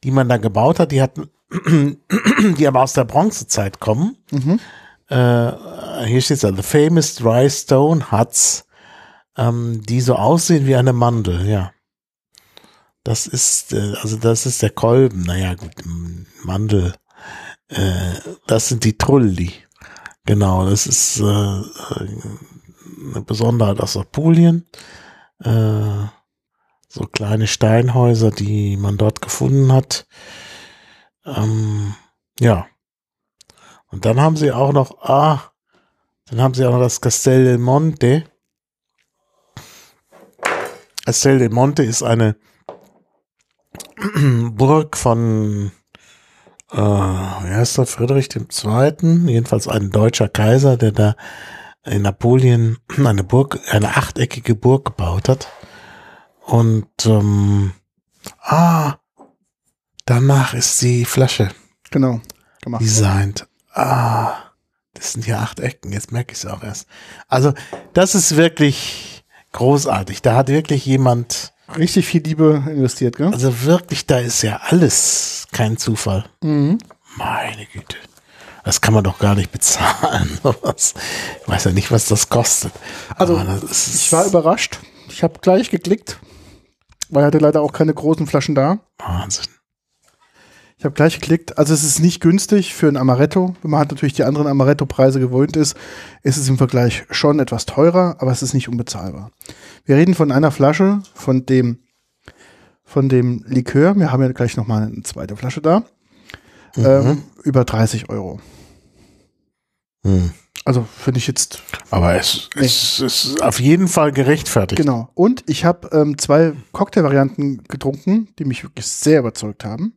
[SPEAKER 3] die man da gebaut hat, die hatten, die aber aus der Bronzezeit kommen.
[SPEAKER 1] Mhm.
[SPEAKER 3] Äh, hier steht's da, The Famous Dry Stone Huts, ähm, die so aussehen wie eine Mandel, ja. Das ist, äh, also das ist der Kolben, naja gut, m, Mandel. Äh, das sind die Trulli. Genau, das ist äh, äh, eine Besonderheit aus Apulien. Äh, so kleine Steinhäuser, die man dort gefunden hat. Ähm, ja. Und dann haben sie auch noch, ah, dann haben sie auch noch das Castel del Monte. Castel del Monte ist eine Burg von äh, wer ist da? Friedrich II., jedenfalls ein deutscher Kaiser, der da in Napoleon eine Burg, eine achteckige Burg gebaut hat. Und ähm, ah, danach ist die Flasche
[SPEAKER 1] Genau. Gemacht.
[SPEAKER 3] designt. Ah, das sind ja acht Ecken, jetzt merke ich es auch erst. Also, das ist wirklich großartig. Da hat wirklich jemand,
[SPEAKER 1] Richtig viel Liebe investiert, gell?
[SPEAKER 3] also wirklich, da ist ja alles kein Zufall.
[SPEAKER 1] Mhm.
[SPEAKER 3] Meine Güte. Das kann man doch gar nicht bezahlen. sowas. Ich weiß ja nicht, was das kostet.
[SPEAKER 1] Also,
[SPEAKER 3] Aber das ist,
[SPEAKER 1] Ich war überrascht. Ich habe gleich geklickt, weil er hatte leider auch keine großen Flaschen da.
[SPEAKER 3] Wahnsinn.
[SPEAKER 1] Ich habe gleich geklickt. Also es ist nicht günstig für ein Amaretto. Wenn man halt natürlich die anderen Amaretto-Preise gewohnt ist, ist es im Vergleich schon etwas teurer, aber es ist nicht unbezahlbar. Wir reden von einer Flasche von dem, von dem Likör. Wir haben ja gleich nochmal eine zweite Flasche da. Ähm, über 30 Euro.
[SPEAKER 3] Hm.
[SPEAKER 1] Also finde ich jetzt
[SPEAKER 3] Aber es, es, es ist auf jeden Fall gerechtfertigt.
[SPEAKER 1] Genau. Und ich habe ähm, zwei Cocktailvarianten getrunken, die mich wirklich sehr überzeugt haben.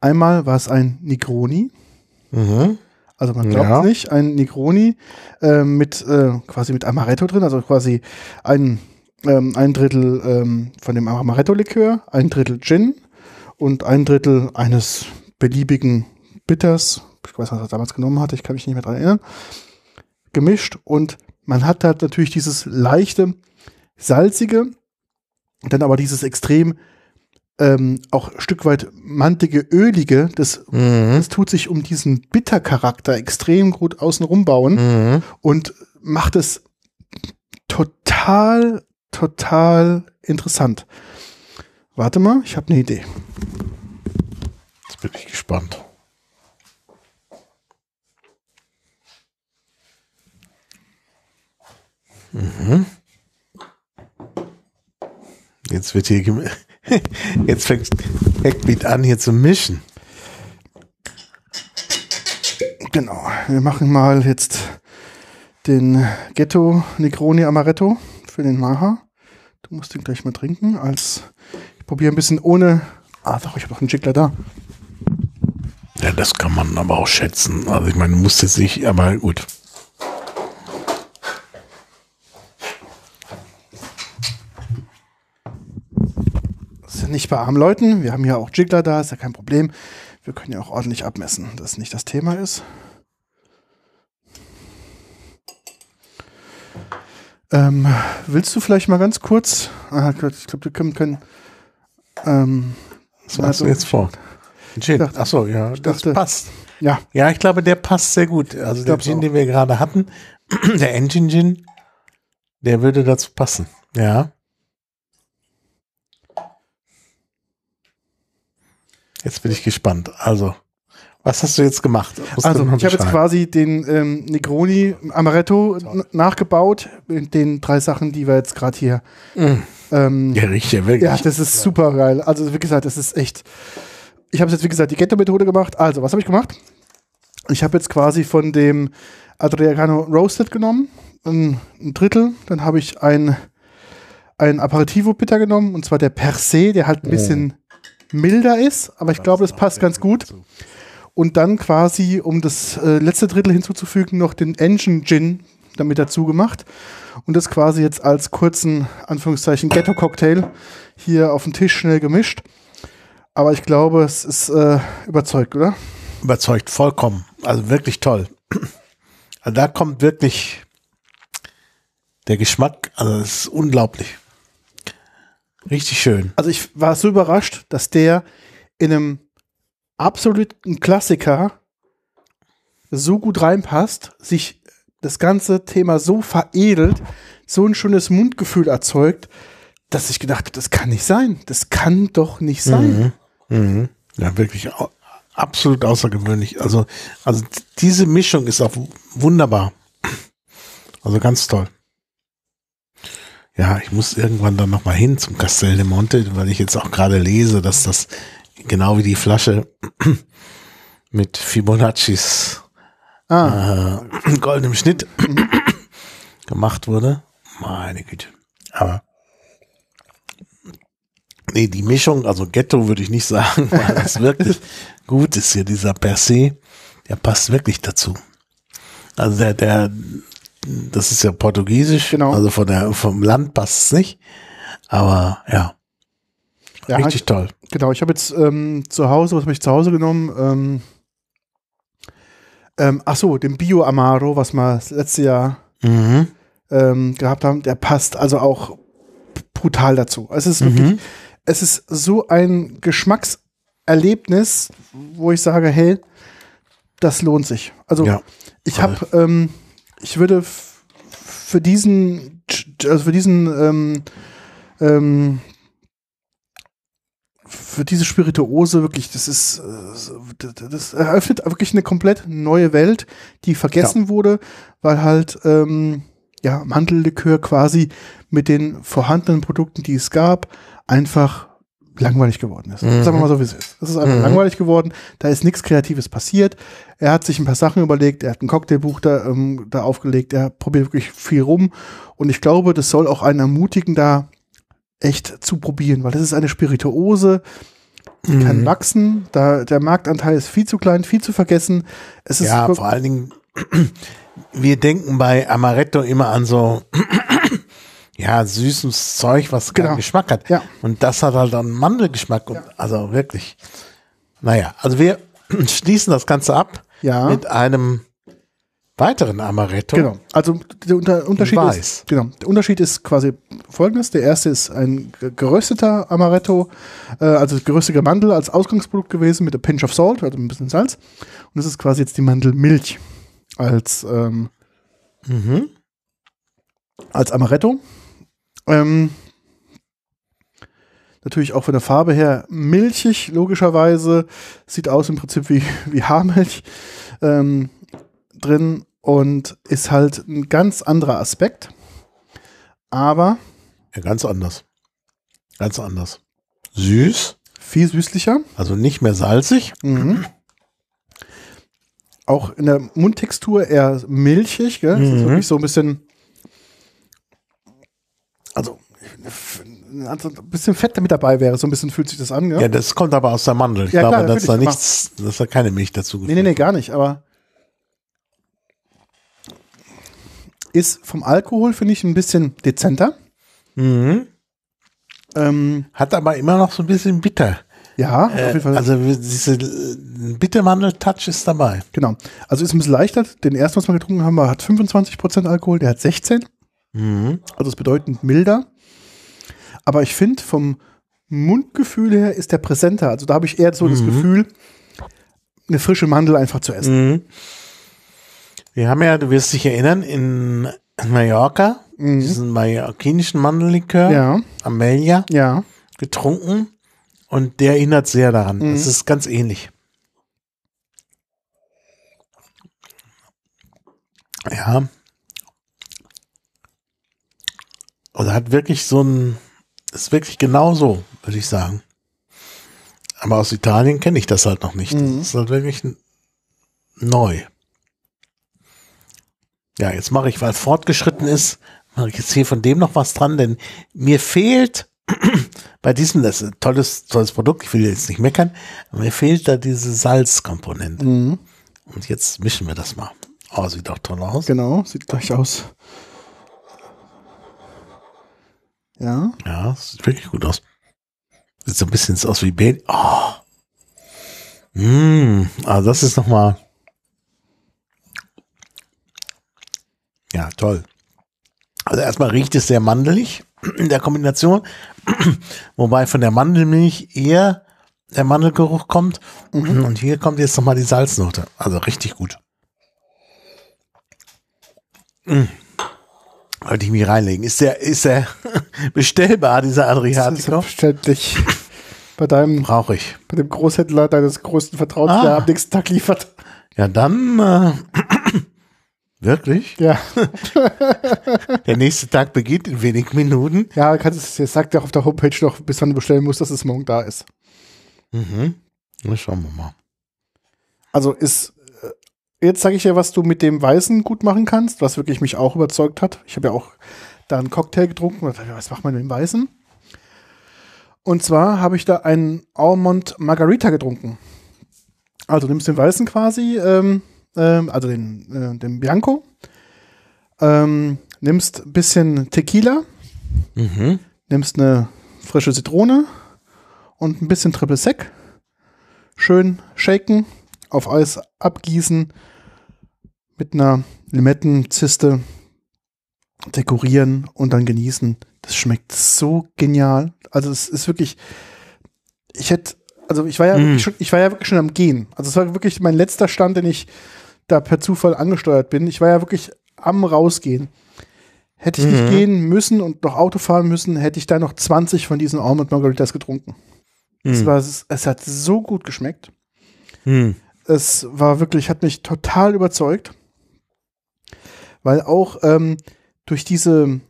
[SPEAKER 1] Einmal war es ein Negroni,
[SPEAKER 3] Mhm.
[SPEAKER 1] also man glaubt es
[SPEAKER 3] Ja.
[SPEAKER 1] nicht, ein Negroni äh, mit äh, quasi mit Amaretto drin, also quasi ein, ähm, ein Drittel ähm, von dem Amaretto-Likör, ein Drittel Gin und ein Drittel eines beliebigen Bitters. Ich weiß, was er damals genommen hatte, ich kann mich nicht mehr dran erinnern. Gemischt und man hat halt natürlich dieses leichte, salzige, dann aber dieses extrem ähm, auch ein Stück weit mantige, ölige, das, das tut sich um diesen Bittercharakter extrem gut außenrum bauen
[SPEAKER 3] Mhm.
[SPEAKER 1] und macht es total, total interessant. Warte mal, ich habe eine Idee.
[SPEAKER 3] Jetzt bin ich gespannt. Mhm. Jetzt wird hier gem- jetzt fängt Hackbeat an hier zu mischen.
[SPEAKER 1] Genau, wir machen mal jetzt den Ghetto Negroni Amaretto für den Maha. Du musst den gleich mal trinken. Als ich probiere ein bisschen ohne. Ah, doch, ich habe noch einen Jiggler da.
[SPEAKER 3] Ja, das kann man aber auch schätzen. Also ich meine, muss jetzt nicht, aber gut.
[SPEAKER 1] Das sind nicht bei armen Leuten. Wir haben ja auch Jiggler da, ist ja kein Problem. Wir können ja auch ordentlich abmessen, dass nicht das Thema ist. Ähm, willst du vielleicht mal ganz kurz? Ah, ich glaube, wir können. können ähm,
[SPEAKER 3] Was machst du
[SPEAKER 1] also,
[SPEAKER 3] jetzt vor? Gin.
[SPEAKER 1] dachte-
[SPEAKER 3] Achso, ja, das
[SPEAKER 1] dachte-
[SPEAKER 3] passt.
[SPEAKER 1] Ja,
[SPEAKER 3] Ja, ich glaube, der passt sehr gut. Also der
[SPEAKER 1] glaub's
[SPEAKER 3] Gin,
[SPEAKER 1] auch.
[SPEAKER 3] den wir gerade hatten, der Engine Gin, der würde dazu passen. Ja. Jetzt bin ich gespannt. Also, was hast du jetzt gemacht? Musst du
[SPEAKER 1] also
[SPEAKER 3] noch
[SPEAKER 1] ich habe jetzt
[SPEAKER 3] beschreiben.
[SPEAKER 1] quasi den ähm, Negroni Amaretto n- nachgebaut mit den drei Sachen, die wir jetzt gerade hier. Ähm,
[SPEAKER 3] Der riecht ja wirklich.
[SPEAKER 1] Ja, das ist super geil. Also wie gesagt, das ist echt. Ich habe jetzt wie gesagt die Ghetto-Methode gemacht. Also was habe ich gemacht? Ich habe jetzt quasi von dem Adriano Roasted genommen, ein, ein Drittel. Dann habe ich ein, ein Aperitivo Bitter genommen und zwar der Per se, der halt ein bisschen milder ist, aber ich glaube, das passt ganz gut. Und dann quasi, um das äh, letzte Drittel hinzuzufügen, noch den Engine Gin damit dazu gemacht und das quasi jetzt als kurzen Anführungszeichen Ghetto-Cocktail hier auf dem Tisch schnell gemischt. Aber ich glaube, es ist äh, überzeugt, oder?
[SPEAKER 3] überzeugt vollkommen. Also wirklich toll. Also da kommt wirklich der Geschmack. Also es ist unglaublich. Richtig schön.
[SPEAKER 1] Also ich war so überrascht, dass der in einem absoluten Klassiker so gut reinpasst, sich das ganze Thema so veredelt, so ein schönes Mundgefühl erzeugt, dass ich gedacht habe, das kann nicht sein. Das kann doch nicht sein.
[SPEAKER 3] Mhm. Ja, wirklich au- absolut außergewöhnlich. Also, also d- diese Mischung ist auch wu- wunderbar. Also ganz toll. Ja, ich muss irgendwann dann nochmal hin zum Castel de Monte, weil ich jetzt auch gerade lese, dass das genau wie die Flasche mit Fibonaccis
[SPEAKER 1] Ah,
[SPEAKER 3] äh, goldenem Schnitt gemacht wurde. Meine Güte. Aber nee, die Mischung, also Ghetto würde ich nicht sagen, weil das wirklich gut ist hier, dieser Per se, der passt wirklich dazu. Also der, der, das ist ja portugiesisch,
[SPEAKER 5] Genau.
[SPEAKER 3] also von der, vom Land passt es nicht, aber ja,
[SPEAKER 1] Ja,
[SPEAKER 3] richtig toll.
[SPEAKER 1] Genau, ich habe jetzt ähm, zu Hause, was habe ich zu Hause genommen? Ähm, ähm, ach so, den Bio Amaro, was wir das letzte Jahr
[SPEAKER 3] Mhm.
[SPEAKER 1] ähm, gehabt haben, der passt also auch brutal dazu. Also Es ist
[SPEAKER 3] Mhm.
[SPEAKER 1] wirklich, es ist so ein Geschmackserlebnis, wo ich sage, hey, das lohnt sich. Also
[SPEAKER 3] Ja.
[SPEAKER 1] ich habe, ähm, ich würde f- für diesen, also für diesen, ähm, ähm, für diese Spirituose wirklich, das ist, äh, so- d- d- das eröffnet wirklich eine komplett neue Welt, die vergessen wurde, weil halt ähm, ja Mandellikör quasi mit den vorhandenen Produkten, die es gab, einfach langweilig geworden ist.
[SPEAKER 3] Mhm.
[SPEAKER 1] Sagen wir mal so, wie es ist. Das ist einfach
[SPEAKER 3] Mhm.
[SPEAKER 1] langweilig geworden. Da ist nichts Kreatives passiert. Er hat sich ein paar Sachen überlegt. Er hat ein Cocktailbuch da, ähm, da aufgelegt. Er probiert wirklich viel rum. Und ich glaube, das soll auch einen ermutigen, da echt zu probieren, weil das ist eine Spirituose, die
[SPEAKER 3] Mhm.
[SPEAKER 1] kann wachsen. Da, der Marktanteil ist viel zu klein, viel zu vergessen. Es ist
[SPEAKER 3] Ja,
[SPEAKER 1] wirk-
[SPEAKER 3] vor allen Dingen, wir denken bei Amaretto immer an so, ja, süßes Zeug, was
[SPEAKER 1] Genau.
[SPEAKER 3] keinen Geschmack hat.
[SPEAKER 1] Ja.
[SPEAKER 3] Und das hat halt dann Mandelgeschmack. Und, Also wirklich. Naja, also wir schließen das Ganze ab
[SPEAKER 1] Ja.
[SPEAKER 3] mit einem weiteren Amaretto.
[SPEAKER 1] Genau. Also der Unter Unterschied
[SPEAKER 3] Weiß.
[SPEAKER 1] ist genau. Der Unterschied ist quasi folgendes: Der erste ist ein ge- gerösteter Amaretto, äh, also geröstete Mandel als Ausgangsprodukt gewesen mit a pinch of salt, also ein bisschen Salz. Und das ist quasi jetzt die Mandelmilch als ähm, als Amaretto. Ähm, natürlich auch von der Farbe her milchig, logischerweise. Sieht aus im Prinzip wie, wie Haarmilch ähm, drin und ist halt ein ganz anderer Aspekt. Aber
[SPEAKER 3] Ja, ganz anders. Ganz anders. Süß,
[SPEAKER 1] viel süßlicher.
[SPEAKER 3] also nicht mehr salzig.
[SPEAKER 1] Mhm. Auch in der Mundtextur eher milchig. Gell? Das ist wirklich so ein bisschen. Also, ein bisschen Fett mit dabei wäre. So ein bisschen fühlt sich das an. Gell?
[SPEAKER 3] Ja, das kommt aber aus der Mandel. Ich
[SPEAKER 1] Ja,
[SPEAKER 3] glaube,
[SPEAKER 1] klar,
[SPEAKER 3] dass da
[SPEAKER 1] natürlich,
[SPEAKER 3] nichts, dass da keine Milch dazu
[SPEAKER 1] Nee, nee, nee, gar nicht, aber ist vom Alkohol, finde ich, ein bisschen dezenter.
[SPEAKER 3] Mhm.
[SPEAKER 1] Ähm,
[SPEAKER 3] Hat aber immer noch so ein bisschen bitter.
[SPEAKER 1] ja, auf jeden Fall.
[SPEAKER 3] Also wir- diese äh, Bittermandel-Touch ist dabei.
[SPEAKER 1] genau. Also ist ein bisschen leichter. Den ersten, was wir getrunken haben, war- hat 25% Alkohol, der hat 16. Also ist bedeutend milder. Aber ich finde, vom Mundgefühl her ist der präsenter. Also da habe ich eher so das Gefühl, eine frische Mandel einfach zu essen.
[SPEAKER 3] Wir haben ja, du wirst dich erinnern, in Mallorca diesen mallorquinischen Mandellikör,
[SPEAKER 1] Mhm. Ja,
[SPEAKER 3] Amelia,
[SPEAKER 1] ja.
[SPEAKER 3] getrunken und der erinnert sehr daran.
[SPEAKER 1] Mhm.
[SPEAKER 3] Es ist ganz ähnlich. Ja. Also hat wirklich so ein, ist wirklich genau so, würde ich sagen. Aber aus Italien kenne ich das halt noch nicht. Das ist halt wirklich n- neu. Ja, jetzt mache ich, weil fortgeschritten ist, mache ich jetzt hier von dem noch was dran, denn mir fehlt bei diesem, das ist ein tolles, tolles Produkt, ich will jetzt nicht meckern, aber mir fehlt da diese Salzkomponente.
[SPEAKER 1] Mhm.
[SPEAKER 3] Und jetzt mischen wir das mal. Oh, sieht doch toll aus.
[SPEAKER 1] Genau, sieht gleich aus. Ja,
[SPEAKER 3] Ja, sieht wirklich gut aus. Sieht so ein bisschen aus wie Baby. Oh. Mm, also das ist nochmal. Ja, toll. Also erstmal riecht es sehr mandelig in der Kombination. Wobei von der Mandelmilch eher der Mandelgeruch kommt. Und hier kommt jetzt nochmal die Salznote. Also richtig gut. Mm. Hm. Wollte ich mich reinlegen. Ist der, ist der bestellbar, dieser Adriatico?
[SPEAKER 1] selbstverständlich. Bei deinem,
[SPEAKER 3] Brauche ich.
[SPEAKER 1] bei dem Großhändler deines größten Vertrauens,
[SPEAKER 3] Ah.
[SPEAKER 1] der am nächsten Tag liefert.
[SPEAKER 3] Ja, dann äh, wirklich.
[SPEAKER 1] Ja,
[SPEAKER 3] Der nächste Tag beginnt in wenigen Minuten.
[SPEAKER 1] ja, kannst es, jetzt sagt er auf der Homepage noch, bis wann du bestellen musst, dass es morgen da ist.
[SPEAKER 3] Mhm. Na, schauen wir mal.
[SPEAKER 1] Also ist, äh, jetzt sage ich dir, was du mit dem Weißen gut machen kannst, was wirklich mich auch überzeugt hat. Ich habe ja auch da einen Cocktail getrunken, und dachte, was macht man mit dem Weißen? Und zwar habe ich da einen Almond Margarita getrunken. Also nimmst den weißen quasi, ähm, ähm, also den, äh, den Bianco, ähm, nimmst ein bisschen Tequila,
[SPEAKER 3] Mhm.
[SPEAKER 1] nimmst eine frische Zitrone und ein bisschen Triple Sec. Schön shaken, auf Eis abgießen, mit einer Limettenziste dekorieren und dann genießen. Das schmeckt so genial. Also es ist wirklich, ich hätte, also ich war ja,
[SPEAKER 3] Mm.
[SPEAKER 1] wirklich schon, ich war ja wirklich schon am Gehen. Also es war wirklich mein letzter Stand, den ich da per Zufall angesteuert bin. Ich war ja wirklich am Rausgehen. Hätte ich nicht
[SPEAKER 3] Mhm.
[SPEAKER 1] gehen müssen und noch Auto fahren müssen, hätte ich da noch 20 von diesen Almond Margaritas getrunken. Es,
[SPEAKER 3] Mhm.
[SPEAKER 1] war, es, es hat so gut geschmeckt.
[SPEAKER 3] Mhm.
[SPEAKER 1] Es war wirklich, hat mich total überzeugt, weil auch ähm, durch diese ähm,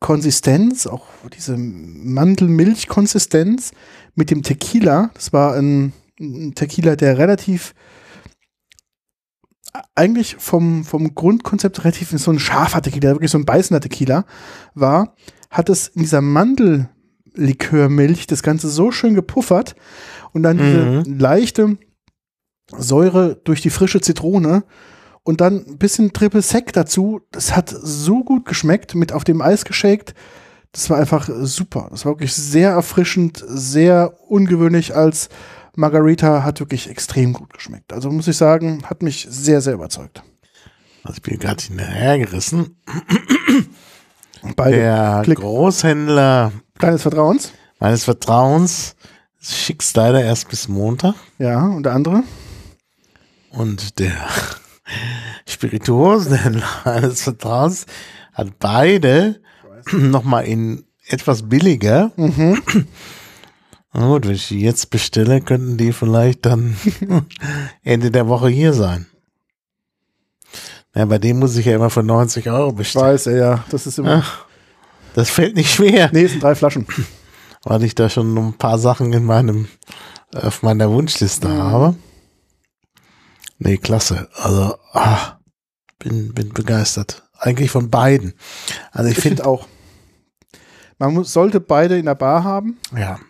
[SPEAKER 1] Konsistenz, auch diese Mandelmilch-Konsistenz mit dem Tequila, das war ein, ein Tequila, der relativ äh, eigentlich vom, vom Grundkonzept relativ so ein scharfer Tequila, wirklich so ein beißender Tequila war, hat es in dieser Mandellikörmilch das Ganze so schön gepuffert und dann diese leichte Säure durch die frische Zitrone und dann ein bisschen Triple Sec dazu. Das hat so gut geschmeckt, mit auf dem Eis geschakt. Das war einfach äh, super. Das war wirklich sehr erfrischend, sehr ungewöhnlich als Margarita hat wirklich extrem gut geschmeckt. Also muss ich sagen, hat mich sehr, sehr überzeugt.
[SPEAKER 3] Also ich bin gerade hinterhergerissen.
[SPEAKER 1] Beide.
[SPEAKER 3] Der
[SPEAKER 1] Also, Klick.
[SPEAKER 3] Großhändler
[SPEAKER 1] Kleines Vertrauens.
[SPEAKER 3] meines Vertrauens schickst leider erst bis Montag.
[SPEAKER 1] Ja, und der andere?
[SPEAKER 3] Und der Spirituosenhändler meines Vertrauens hat beide nochmal in etwas billiger. Na gut, wenn ich die jetzt bestelle, könnten die vielleicht dann Ende der Woche hier sein. Ja, bei dem muss ich ja immer für 90 Euro
[SPEAKER 1] Ich
[SPEAKER 3] bestellen.
[SPEAKER 1] weiß, ja, ja. Das ist immer.
[SPEAKER 3] Ach, das fällt nicht schwer,
[SPEAKER 1] Ah. Nee, es sind drei Flaschen.
[SPEAKER 3] weil ich da schon ein paar Sachen in meinem, äh, auf meiner Wunschliste habe. Nee, klasse. Also, ah, bin, bin begeistert. Eigentlich von beiden. Also ich,
[SPEAKER 1] Ich
[SPEAKER 3] finde
[SPEAKER 1] finde auch. Man muss, sollte beide in der Bar haben.
[SPEAKER 3] Ja,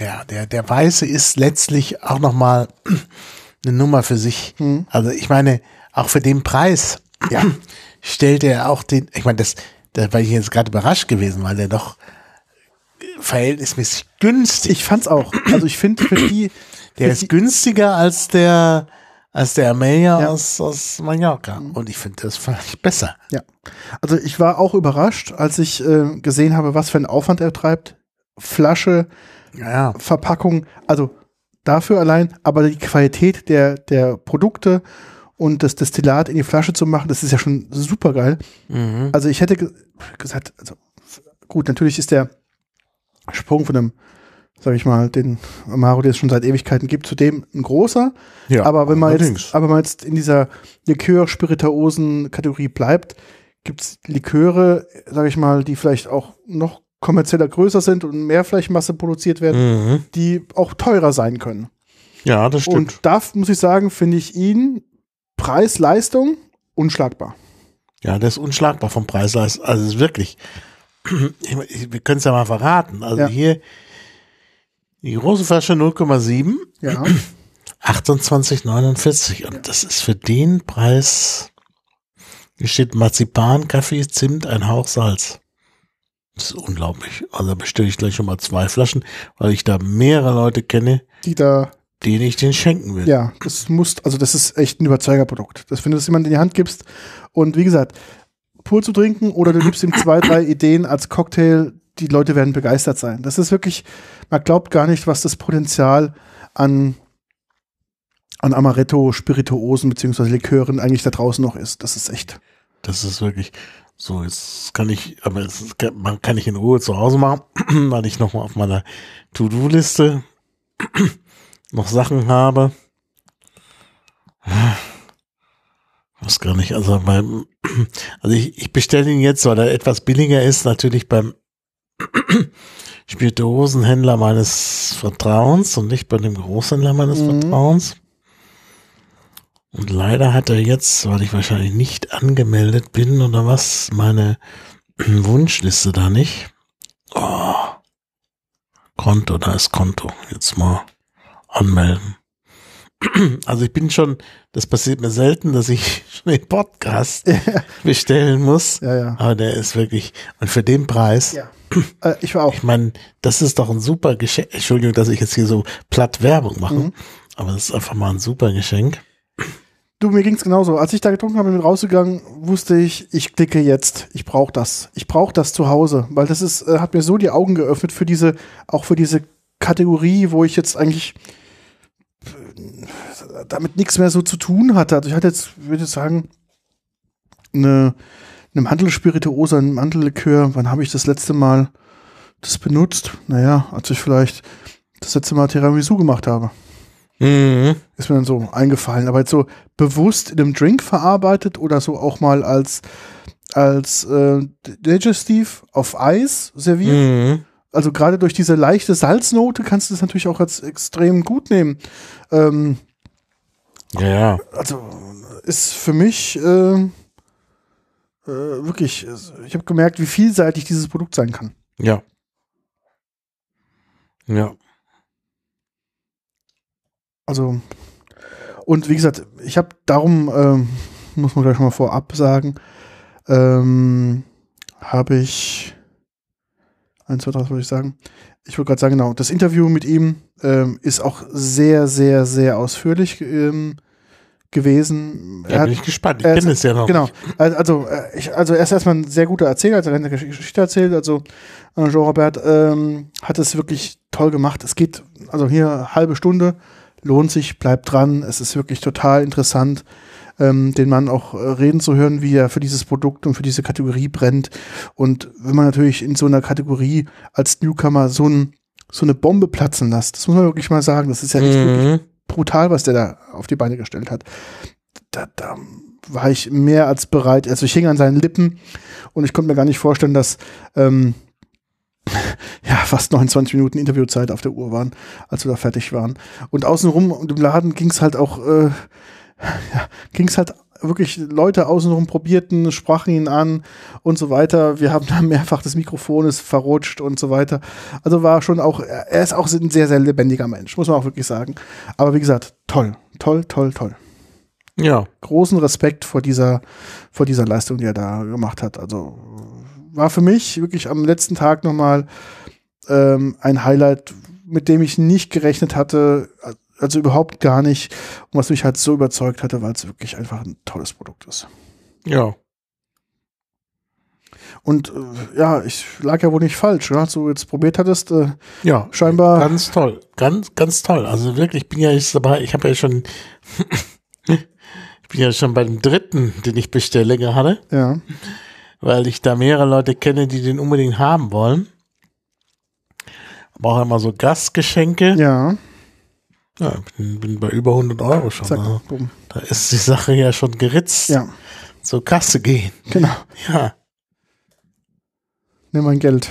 [SPEAKER 3] ja, der, der Weiße ist letztlich auch nochmal eine Nummer für sich. Also ich meine, auch für den Preis ja. stellt er auch den, ich meine, das, da war ich jetzt gerade überrascht gewesen, weil der doch verhältnismäßig günstig,
[SPEAKER 1] Ich fand's auch. Also ich finde für die,
[SPEAKER 3] der ist günstiger als der, als der Amelia
[SPEAKER 1] Ja.
[SPEAKER 3] aus, aus Mallorca. Und ich finde das vielleicht besser.
[SPEAKER 1] Ja. Also ich war auch überrascht, als ich äh, gesehen habe, was für einen Aufwand er treibt. Flasche,
[SPEAKER 3] Ja,
[SPEAKER 1] Verpackung, also dafür allein, aber die Qualität der, der Produkte und das Destillat in die Flasche zu machen, das ist ja schon super geil.
[SPEAKER 3] Mhm.
[SPEAKER 1] Also ich hätte ge gesagt, also f- gut, natürlich ist der Sprung von dem, sag ich mal, den Amaro, den es schon seit Ewigkeiten gibt, zu dem ein großer.
[SPEAKER 3] ja.
[SPEAKER 1] aber wenn man
[SPEAKER 3] allerdings.
[SPEAKER 1] jetzt, aber wenn man jetzt in dieser Likör-Spirituosen-Kategorie bleibt, gibt es Liköre, sage ich mal, die vielleicht auch noch kommerzieller größer sind und mehr Fleischmasse produziert werden,
[SPEAKER 3] Mhm.
[SPEAKER 1] die auch teurer sein können.
[SPEAKER 3] Ja, das stimmt.
[SPEAKER 1] Und da muss ich sagen, finde ich ihn Preis-Leistung unschlagbar.
[SPEAKER 3] Ja, der ist unschlagbar vom Preis. Also also ist wirklich. Ich mein, ich- Wir können es ja mal verraten. Also
[SPEAKER 1] Ja.
[SPEAKER 3] hier die große Flasche 0,7,
[SPEAKER 1] Ja,
[SPEAKER 3] 28,49. Und das ist für den Preis. Hier steht Marzipan, Kaffee, Zimt, ein Hauch Salz. Das ist unglaublich. Also bestelle ich gleich schon mal zwei Flaschen, weil ich da mehrere Leute kenne,
[SPEAKER 1] die da,
[SPEAKER 3] denen ich den schenken will.
[SPEAKER 1] ja, das muss, also das ist echt ein Überzeugerprodukt. Das, wenn du das jemand in die Hand gibst und wie gesagt, pur zu trinken oder du gibst ihm zwei, drei Ideen als Cocktail, die Leute werden begeistert sein. Das ist wirklich, man glaubt gar nicht, was das Potenzial an, an Amaretto, Spirituosen beziehungsweise Likören eigentlich da draußen noch ist. Das ist echt.
[SPEAKER 3] Das ist wirklich so. Jetzt kann ich, aber es ist, kann, man kann ich in Ruhe zu Hause machen, weil ich noch mal auf meiner To-Do-Liste noch Sachen habe. Weiß gar nicht. Also beim, also ich, ich bestelle ihn jetzt, weil er etwas billiger ist, natürlich beim Spirituosenhändler meines Vertrauens und nicht bei dem Großhändler meines
[SPEAKER 1] Mhm.
[SPEAKER 3] Vertrauens. Und leider hat er jetzt, weil ich wahrscheinlich nicht angemeldet bin oder was, meine Wunschliste da nicht. Oh, Konto, da ist Konto. Jetzt mal anmelden. Also ich bin schon, das passiert mir selten, dass ich schon den Podcast bestellen muss.
[SPEAKER 1] Ja, ja.
[SPEAKER 3] Aber der ist wirklich, und für den Preis,
[SPEAKER 1] Ja. Äh, ich war auch.
[SPEAKER 3] ich meine, das ist doch ein super Geschenk. Entschuldigung, dass ich jetzt hier so platt Werbung mache,
[SPEAKER 1] Mhm.
[SPEAKER 3] aber das ist einfach mal ein super Geschenk.
[SPEAKER 1] Du, mir ging's genauso. Als ich da getrunken habe, bin rausgegangen, wusste ich, ich klicke jetzt. Ich brauche das. Ich brauche das zu Hause, weil das ist, äh, hat mir so die Augen geöffnet für diese, auch für diese Kategorie, wo ich jetzt eigentlich äh, damit nichts mehr so zu tun hatte. Also ich hatte jetzt, würde ich sagen, eine, eine Mandelspirituose, einen Mandellikör. Wann habe ich das letzte Mal das benutzt? Naja, als ich vielleicht das letzte Mal Tiramisu gemacht habe
[SPEAKER 3] Mhm.
[SPEAKER 1] ist mir dann so eingefallen. Aber jetzt so bewusst in einem Drink verarbeitet oder so auch mal als, als äh, Digestive auf Eis serviert.
[SPEAKER 3] Mhm.
[SPEAKER 1] Also gerade durch diese leichte Salznote kannst du das natürlich auch als extrem gut nehmen. Ähm,
[SPEAKER 3] Ja,
[SPEAKER 1] also ist für mich äh, äh, wirklich, ich habe gemerkt, wie vielseitig dieses Produkt sein kann.
[SPEAKER 3] ja. Ja.
[SPEAKER 1] Also, und wie gesagt, ich habe darum, ähm, muss man gleich mal vorab sagen, ähm, habe ich, eins, zwei, drei, was wollte ich sagen. Ich wollte gerade sagen, genau, das Interview mit ihm ähm, ist auch sehr, sehr, sehr ausführlich ähm, gewesen.
[SPEAKER 3] Da bin ich gespannt. Ich
[SPEAKER 1] er
[SPEAKER 3] kenne
[SPEAKER 1] hat-
[SPEAKER 3] es ja noch.
[SPEAKER 1] Genau. Also, also, äh, ich, also er ist erstmal ein sehr guter Erzähler, also er hat eine Gesch- Geschichte erzählt. Also äh, Jean-Robert ähm, hat es wirklich toll gemacht. Es geht, also hier halbe Stunde, lohnt sich, bleibt dran. Es ist wirklich total interessant, ähm, den Mann auch äh, reden zu hören, wie er für dieses Produkt und für diese Kategorie brennt. Und wenn man natürlich in so einer Kategorie als Newcomer so, ein, so eine Bombe platzen lässt, das muss man wirklich mal sagen, das ist ja echt wirklich
[SPEAKER 3] Mhm.
[SPEAKER 1] brutal, was der da auf die Beine gestellt hat. Da, da war ich mehr als bereit. Also ich hing an seinen Lippen und ich konnte mir gar nicht vorstellen, dass ähm, ja fast 29 Minuten Interviewzeit auf der Uhr waren, als wir da fertig waren. Und außenrum und im Laden ging es halt auch, äh, ja, ging es halt wirklich Leute außenrum probierten, sprachen ihn an und so weiter. Wir haben da mehrfach das Mikrofon ist verrutscht und so weiter. Also war schon auch, er ist auch ein sehr, sehr lebendiger Mensch, muss man auch wirklich sagen. Aber wie gesagt, toll, toll, toll, toll.
[SPEAKER 3] Ja.
[SPEAKER 1] Großen Respekt vor dieser, vor dieser Leistung, die er da gemacht hat. Also war für mich wirklich am letzten Tag nochmal ähm, ein Highlight, mit dem ich nicht gerechnet hatte, also überhaupt gar nicht, und was mich halt so überzeugt hatte, weil es wirklich einfach ein tolles Produkt ist.
[SPEAKER 3] Ja.
[SPEAKER 1] Und äh, ja, ich lag ja wohl nicht falsch, ja, als du jetzt probiert hattest, äh,
[SPEAKER 3] Ja.
[SPEAKER 1] scheinbar.
[SPEAKER 3] Ganz toll, ganz, ganz toll. Also wirklich, ich bin ja jetzt dabei, ich habe ja schon, ich bin ja schon beim dritten, den ich bestelle gerade,
[SPEAKER 1] ja.
[SPEAKER 3] weil ich da mehrere Leute kenne, die den unbedingt haben wollen. Brauche immer so Gastgeschenke.
[SPEAKER 1] Ja,
[SPEAKER 3] Ja, bin, bin bei über 100 Euro schon.
[SPEAKER 1] zack,
[SPEAKER 3] Also,
[SPEAKER 1] bumm.
[SPEAKER 3] da ist die Sache ja schon geritzt.
[SPEAKER 1] Ja,
[SPEAKER 3] Zur Kasse gehen.
[SPEAKER 1] genau.
[SPEAKER 3] Ja.
[SPEAKER 1] Nimm mein Geld.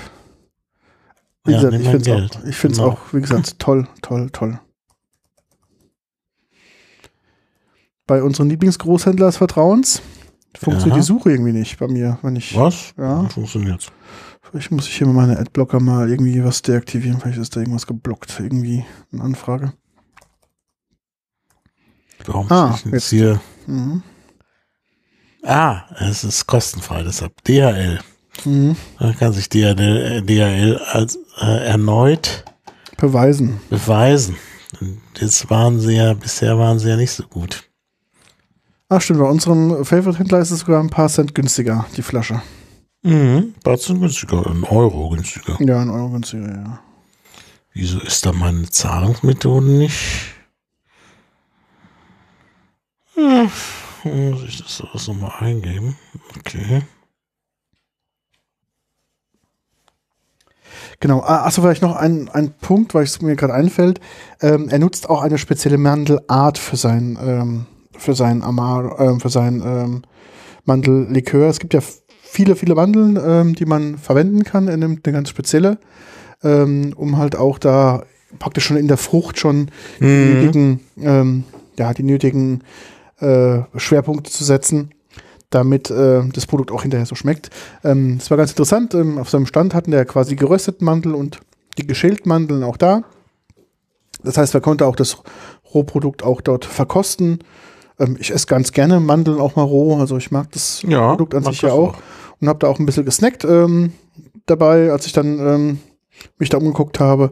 [SPEAKER 1] Wie
[SPEAKER 3] Ja,
[SPEAKER 1] gesagt,
[SPEAKER 3] nimm
[SPEAKER 1] ich
[SPEAKER 3] mein
[SPEAKER 1] finde es
[SPEAKER 3] Geld.
[SPEAKER 1] auch, ich find's
[SPEAKER 3] Genau.
[SPEAKER 1] auch, wie gesagt, toll, toll, toll. Bei unseren Lieblingsgroßhändler des Vertrauens funktioniert
[SPEAKER 3] Ja.
[SPEAKER 1] die Suche irgendwie nicht bei mir. Wenn ich,
[SPEAKER 3] Was?
[SPEAKER 1] Ja.
[SPEAKER 3] Funktioniert's.
[SPEAKER 1] vielleicht muss ich hier mal meine Adblocker mal irgendwie was deaktivieren. Vielleicht ist da irgendwas geblockt, irgendwie eine Anfrage.
[SPEAKER 3] Warum
[SPEAKER 1] Ah,
[SPEAKER 3] ist
[SPEAKER 1] jetzt.
[SPEAKER 3] jetzt hier?
[SPEAKER 1] Mhm.
[SPEAKER 3] Ah, es ist kostenfrei, deshalb DHL.
[SPEAKER 1] Mhm.
[SPEAKER 3] Dann kann sich DHL, äh, DHL als, äh, erneut
[SPEAKER 1] Beweisen.
[SPEAKER 3] beweisen. Und jetzt waren sie ja, bisher waren sie ja nicht so gut.
[SPEAKER 1] Ach Ah, stimmt, bei unserem Favorite-Händler ist es sogar ein paar Cent günstiger, die Flasche.
[SPEAKER 3] Mhm, sind günstiger, ein Euro günstiger.
[SPEAKER 1] Ja, ein Euro günstiger, ja.
[SPEAKER 3] Wieso ist da meine Zahlungsmethode nicht? Hm, Muss ich das alles nochmal eingeben? Okay.
[SPEAKER 1] Genau. Ah, Achso, vielleicht noch ein, ein Punkt, weil es mir gerade einfällt. Ähm, er nutzt auch eine spezielle Mandelart für sein, ähm, für sein Amar, ähm, für sein ähm, Mandellikör. Es gibt ja f- viele, viele Mandeln, ähm, die man verwenden kann. Er nimmt eine ganz spezielle, ähm, um halt auch da praktisch schon in der Frucht schon die nötigen, ähm, ja, die nötigen äh, Schwerpunkte zu setzen, damit äh, das Produkt auch hinterher so schmeckt. Ähm, Es war ganz interessant, ähm, auf seinem Stand hatten der quasi gerösteten Mandel und die Geschältmandeln auch da. Das heißt, man konnte auch das Rohprodukt auch dort verkosten. Ähm, ich esse ganz gerne Mandeln auch mal roh, also ich mag das
[SPEAKER 3] Ja,
[SPEAKER 1] Produkt an
[SPEAKER 3] mag
[SPEAKER 1] sich ja
[SPEAKER 3] das
[SPEAKER 1] auch.
[SPEAKER 3] auch.
[SPEAKER 1] Und habe da auch ein bisschen gesnackt ähm, dabei, als ich dann ähm, mich da umgeguckt habe.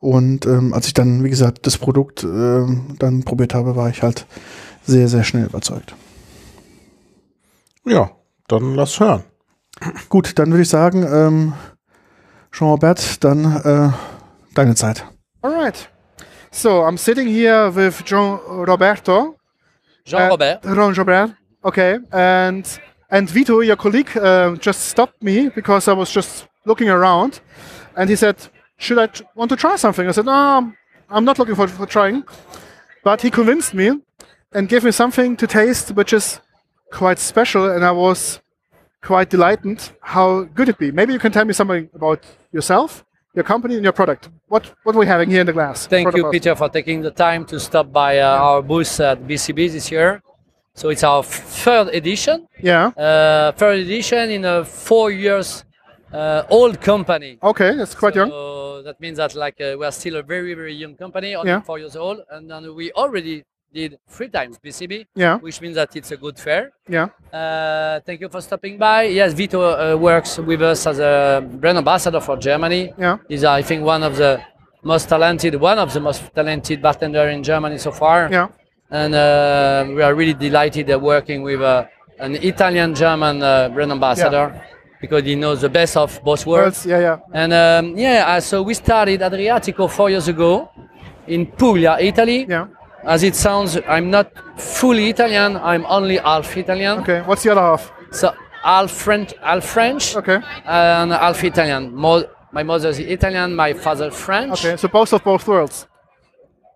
[SPEAKER 1] Und ähm, als ich dann, wie gesagt, das Produkt ähm, dann probiert habe, war ich halt sehr, sehr schnell überzeugt.
[SPEAKER 3] Ja, dann lass hören.
[SPEAKER 1] Gut, dann würde ich sagen, ähm, Jean-Robert, dann äh, deine Zeit.
[SPEAKER 5] All right. So I'm sitting here with John Roberto.
[SPEAKER 7] Jean Robert.
[SPEAKER 5] Uh, Ron Jobert. Okay. And and Vito, your colleague, uh, just stopped me because I was just looking around, and he said, "Should I tr- want to try something?" I said, "No, I'm- I'm not looking for, for trying." But he convinced me and gave me something to taste, which is quite special, and I was quite delighted how good it be. Maybe you can tell me something about yourself, your company, and your product. What what are we having here in the glass?
[SPEAKER 7] Thank
[SPEAKER 5] Front of
[SPEAKER 7] you,
[SPEAKER 5] us.
[SPEAKER 7] Peter, for taking the time to stop by uh, our booth at BCB this year. So it's our f- third edition,
[SPEAKER 5] Yeah.
[SPEAKER 7] uh, third edition in a four years uh, old company.
[SPEAKER 5] Okay, that's quite young.
[SPEAKER 7] So that means that like uh, we are still a very very young company, only
[SPEAKER 5] Yeah.
[SPEAKER 7] four years old, and then we already did three times BCB,
[SPEAKER 5] Yeah.
[SPEAKER 7] which means that it's a good fair.
[SPEAKER 5] Yeah.
[SPEAKER 7] Uh, thank you for stopping by. Yes, Vito uh, works with us as a brand ambassador for Germany.
[SPEAKER 5] Yeah.
[SPEAKER 7] He's, I think, one of the most talented, one of the most talented bartender in Germany so far.
[SPEAKER 5] Yeah.
[SPEAKER 7] And uh, we are really delighted at working with uh, an Italian-German uh, brand ambassador because he knows the best of both
[SPEAKER 5] Worlds,
[SPEAKER 7] worlds.
[SPEAKER 5] yeah, yeah.
[SPEAKER 7] And um, yeah, uh, so we started Adriatico four years ago in Puglia, Italy.
[SPEAKER 5] Yeah.
[SPEAKER 7] As it sounds, I'm not fully Italian. I'm only half Italian.
[SPEAKER 5] Okay, what's the other half?
[SPEAKER 7] So half French, half French,
[SPEAKER 5] Okay.
[SPEAKER 7] and half Italian. Mo- my mother is Italian, my father French.
[SPEAKER 5] Okay, so both of both worlds.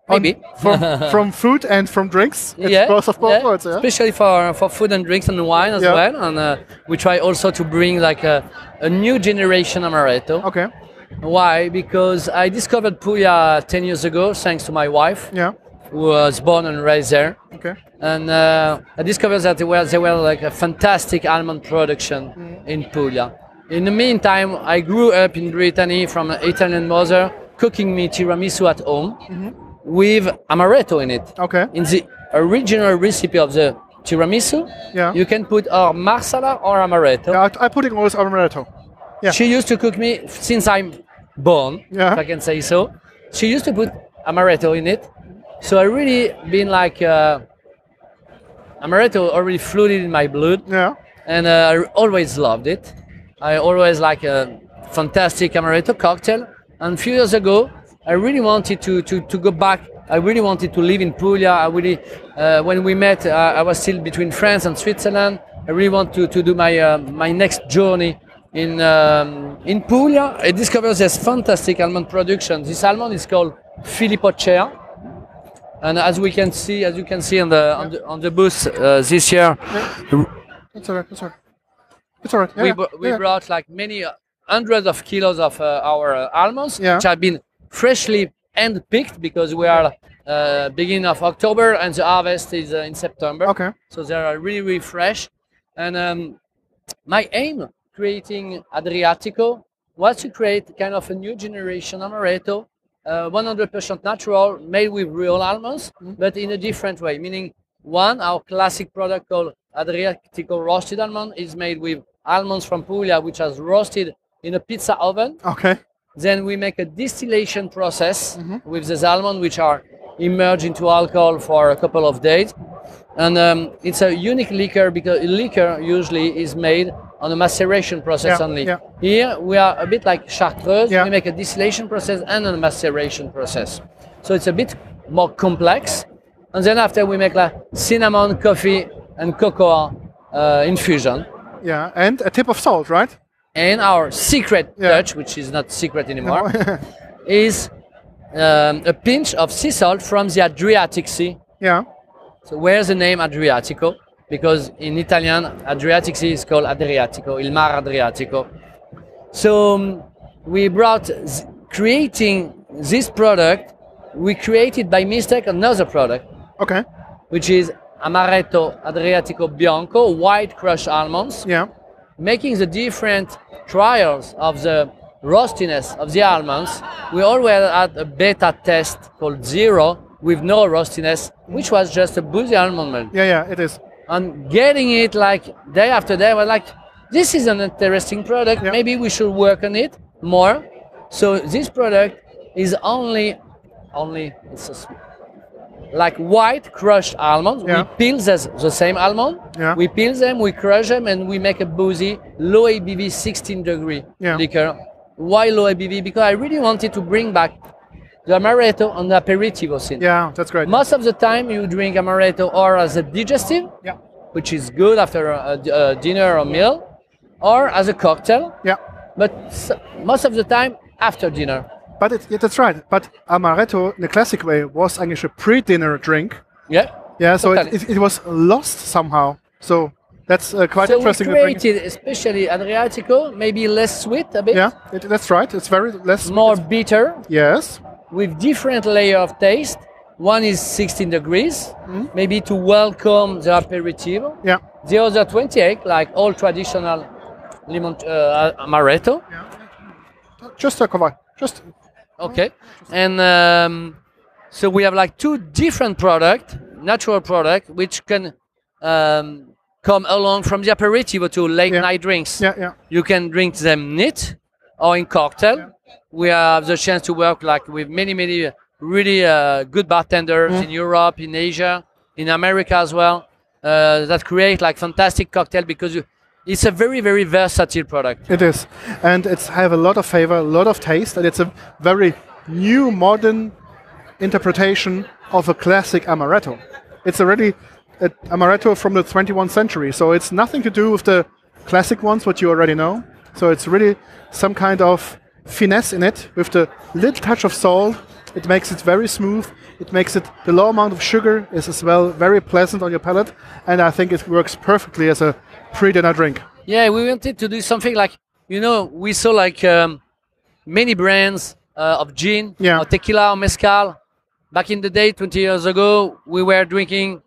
[SPEAKER 5] On-
[SPEAKER 7] Maybe.
[SPEAKER 5] from, from food and from drinks. It's both of both worlds. Yeah?
[SPEAKER 7] especially for for food and drinks and wine as
[SPEAKER 5] Yeah.
[SPEAKER 7] well. And uh, we try also to bring like a, a new generation amaretto.
[SPEAKER 5] Okay.
[SPEAKER 7] Why? Because I discovered Puglia ten years ago thanks to my wife,
[SPEAKER 5] Yeah.
[SPEAKER 7] who was born and raised there.
[SPEAKER 5] Okay.
[SPEAKER 7] and uh, I discovered that there were, there were like a fantastic almond production in Puglia. In the meantime, I grew up in Brittany from an Italian mother cooking me tiramisu at home with amaretto in it.
[SPEAKER 5] Okay.
[SPEAKER 7] In the original recipe of the tiramisu,
[SPEAKER 5] Yeah.
[SPEAKER 7] you can put or marsala or amaretto.
[SPEAKER 5] Yeah, I, I put in always amaretto. yeah.
[SPEAKER 7] She used to cook me since I'm born,
[SPEAKER 5] Yeah.
[SPEAKER 7] if I can say so. She used to put amaretto in it, so I really been like uh, amaretto already fluted in my blood,
[SPEAKER 5] Yeah.
[SPEAKER 7] and uh, I always loved it. I always like a fantastic amaretto cocktail. And a few years ago, I really wanted to, to, to go back. I really wanted to live in Puglia. I really, uh, when we met, uh, I was still between France and Switzerland. I really want to, to do my uh, my next journey in um, in Puglia. I discovered this fantastic almond production. This almond is called Filippo Cea. And as we can see, as you can see on the on the, on the booth uh, this year,
[SPEAKER 5] That's all right. That's all right. It's all right. Yeah,
[SPEAKER 7] we,
[SPEAKER 5] yeah,
[SPEAKER 7] br- we
[SPEAKER 5] yeah.
[SPEAKER 7] brought like many uh, hundreds of kilos of uh, our uh, almonds,
[SPEAKER 5] Yeah.
[SPEAKER 7] which have been freshly hand picked because we are uh, beginning of October and the harvest is uh, in September.
[SPEAKER 5] Okay.
[SPEAKER 7] So they are really, really fresh. And um, my aim creating Adriatico was to create kind of a new generation amaretto, uh, 100% natural, made with real almonds, but in a different way. Meaning, one, our classic product called Adriatico roasted almond is made with almonds from Puglia, which has roasted in a pizza oven.
[SPEAKER 5] Okay.
[SPEAKER 7] Then we make a distillation process
[SPEAKER 5] Mm-hmm.
[SPEAKER 7] with the almond, which are immersed into alcohol for a couple of days. And um, it's a unique liquor because liquor usually is made on a maceration process
[SPEAKER 5] Yeah,
[SPEAKER 7] only.
[SPEAKER 5] yeah.
[SPEAKER 7] Here we are a bit like chartreuse.
[SPEAKER 5] Yeah.
[SPEAKER 7] We make a distillation process and a maceration process. So it's a bit more complex. And then after we make like cinnamon, coffee, and cocoa uh, infusion.
[SPEAKER 5] Yeah. And a tip of salt, right?
[SPEAKER 7] And our secret
[SPEAKER 5] Yeah.
[SPEAKER 7] touch, which is not secret anymore, is um, a pinch of sea salt from the Adriatic Sea.
[SPEAKER 5] yeah.
[SPEAKER 7] So where's the name Adriatico? Because in Italian, Adriatic Sea is called Adriatico, il Mar Adriatico. So um, we brought z- creating this product. We created by mistake another product,
[SPEAKER 5] Okay.
[SPEAKER 7] which is Amaretto Adriatico Bianco, white crushed almonds
[SPEAKER 5] Yeah.
[SPEAKER 7] making the different trials of the roastiness of the almonds, we always had a beta test called zero with no roastiness, which was just a boozy almond milk.
[SPEAKER 5] Yeah, yeah, it is.
[SPEAKER 7] And getting it like day after day, I was like, this is an interesting product.
[SPEAKER 5] Yeah.
[SPEAKER 7] Maybe we should work on it more. So this product is only, only it's a, s- like white crushed almonds.
[SPEAKER 5] Yeah.
[SPEAKER 7] We peel this, the same almond.
[SPEAKER 5] Yeah.
[SPEAKER 7] We peel them, we crush them, and we make a boozy, low ABV, 16 degree
[SPEAKER 5] Yeah.
[SPEAKER 7] liquor. Why low ABV? Because I really wanted to bring back the amaretto and the aperitivo scene.
[SPEAKER 5] Yeah, that's great.
[SPEAKER 7] Most of the time, you drink amaretto or as a digestive,
[SPEAKER 5] Yeah.
[SPEAKER 7] which is good after a, a- a dinner or meal, or as a cocktail,
[SPEAKER 5] Yeah,
[SPEAKER 7] but s- most of the time after dinner.
[SPEAKER 5] but it, yeah, that's right. But amaretto, in the classic way, was eigentlich a pre-dinner drink.
[SPEAKER 7] Yeah.
[SPEAKER 5] Yeah, so it,
[SPEAKER 7] Totally.
[SPEAKER 5] it, it was lost somehow. So that's uh, quite
[SPEAKER 7] so we
[SPEAKER 5] interesting. to bring-
[SPEAKER 7] created, especially Adriatico, maybe less sweet a bit,
[SPEAKER 5] Yeah, it, that's right. It's very less.
[SPEAKER 7] more bitter,
[SPEAKER 5] Yes.
[SPEAKER 7] with different layer of taste. One is 16 degrees,
[SPEAKER 5] Mm-hmm.
[SPEAKER 7] maybe to welcome the aperitivo.
[SPEAKER 5] Yeah.
[SPEAKER 7] The other 28, like all traditional limon uh, amaretto.
[SPEAKER 5] Just a cover. Just
[SPEAKER 7] Okay. And um, so we have like two different product, natural product, which can um, come along from the aperitivo to late
[SPEAKER 5] Yeah.
[SPEAKER 7] night drinks.
[SPEAKER 5] yeah, yeah.
[SPEAKER 7] You can drink them neat or in cocktail. We have the chance to work like with many, many really uh, good bartenders
[SPEAKER 5] Mm-hmm.
[SPEAKER 7] in Europe, in Asia, in America as well, uh, that create like fantastic cocktail because you, it's a very, very versatile product.
[SPEAKER 5] It is, and it's have a lot of flavor, a lot of taste, and it's a very new modern interpretation of a classic amaretto. It's already an amaretto from the 21st century, so it's nothing to do with the classic ones what you already know. So it's really some kind of finesse in it with the little touch of salt. It makes it very smooth. It makes it the low amount of sugar is as well very pleasant on your palate, and I think it works perfectly as a pre-dinner drink.
[SPEAKER 7] Yeah, we wanted to do something like you know we saw like um, many brands uh, of gin,
[SPEAKER 5] Yeah.
[SPEAKER 7] or tequila, or mezcal. Back in the day, 20 years ago, we were drinking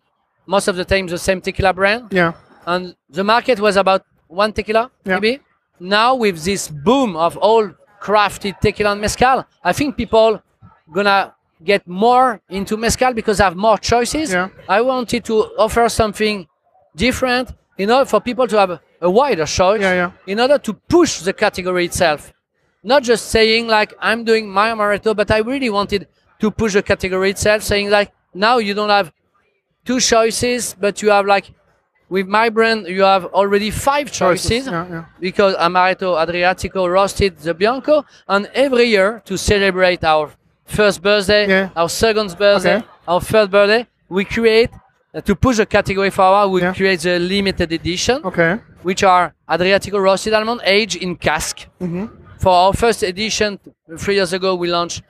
[SPEAKER 7] most of the time the same tequila brand,
[SPEAKER 5] Yeah.
[SPEAKER 7] and the market was about one tequila
[SPEAKER 5] Yeah.
[SPEAKER 7] maybe. Now with this boom of all crafted tequila and mezcal, I think people gonna get more into mezcal because I have more choices.
[SPEAKER 5] Yeah.
[SPEAKER 7] I wanted to offer something different in order for people to have a wider choice
[SPEAKER 5] Yeah, yeah.
[SPEAKER 7] in order to push the category itself. Not just saying like I'm doing my amaretto, but I really wanted to push the category itself, saying like now you don't have two choices, but you have like with my brand you have already five choices,
[SPEAKER 5] yeah, yeah.
[SPEAKER 7] because amaretto, Adriatico, roasted, the bianco, and every year to celebrate our first birthday,
[SPEAKER 5] Yeah.
[SPEAKER 7] our second birthday,
[SPEAKER 5] Okay.
[SPEAKER 7] our third birthday, we create uh, to push the category forward. We
[SPEAKER 5] Yeah.
[SPEAKER 7] create the limited edition
[SPEAKER 5] Okay.
[SPEAKER 7] which are Adriatico roasted almond aged in cask.
[SPEAKER 5] Mm-hmm.
[SPEAKER 7] For our first edition, three years ago, we launched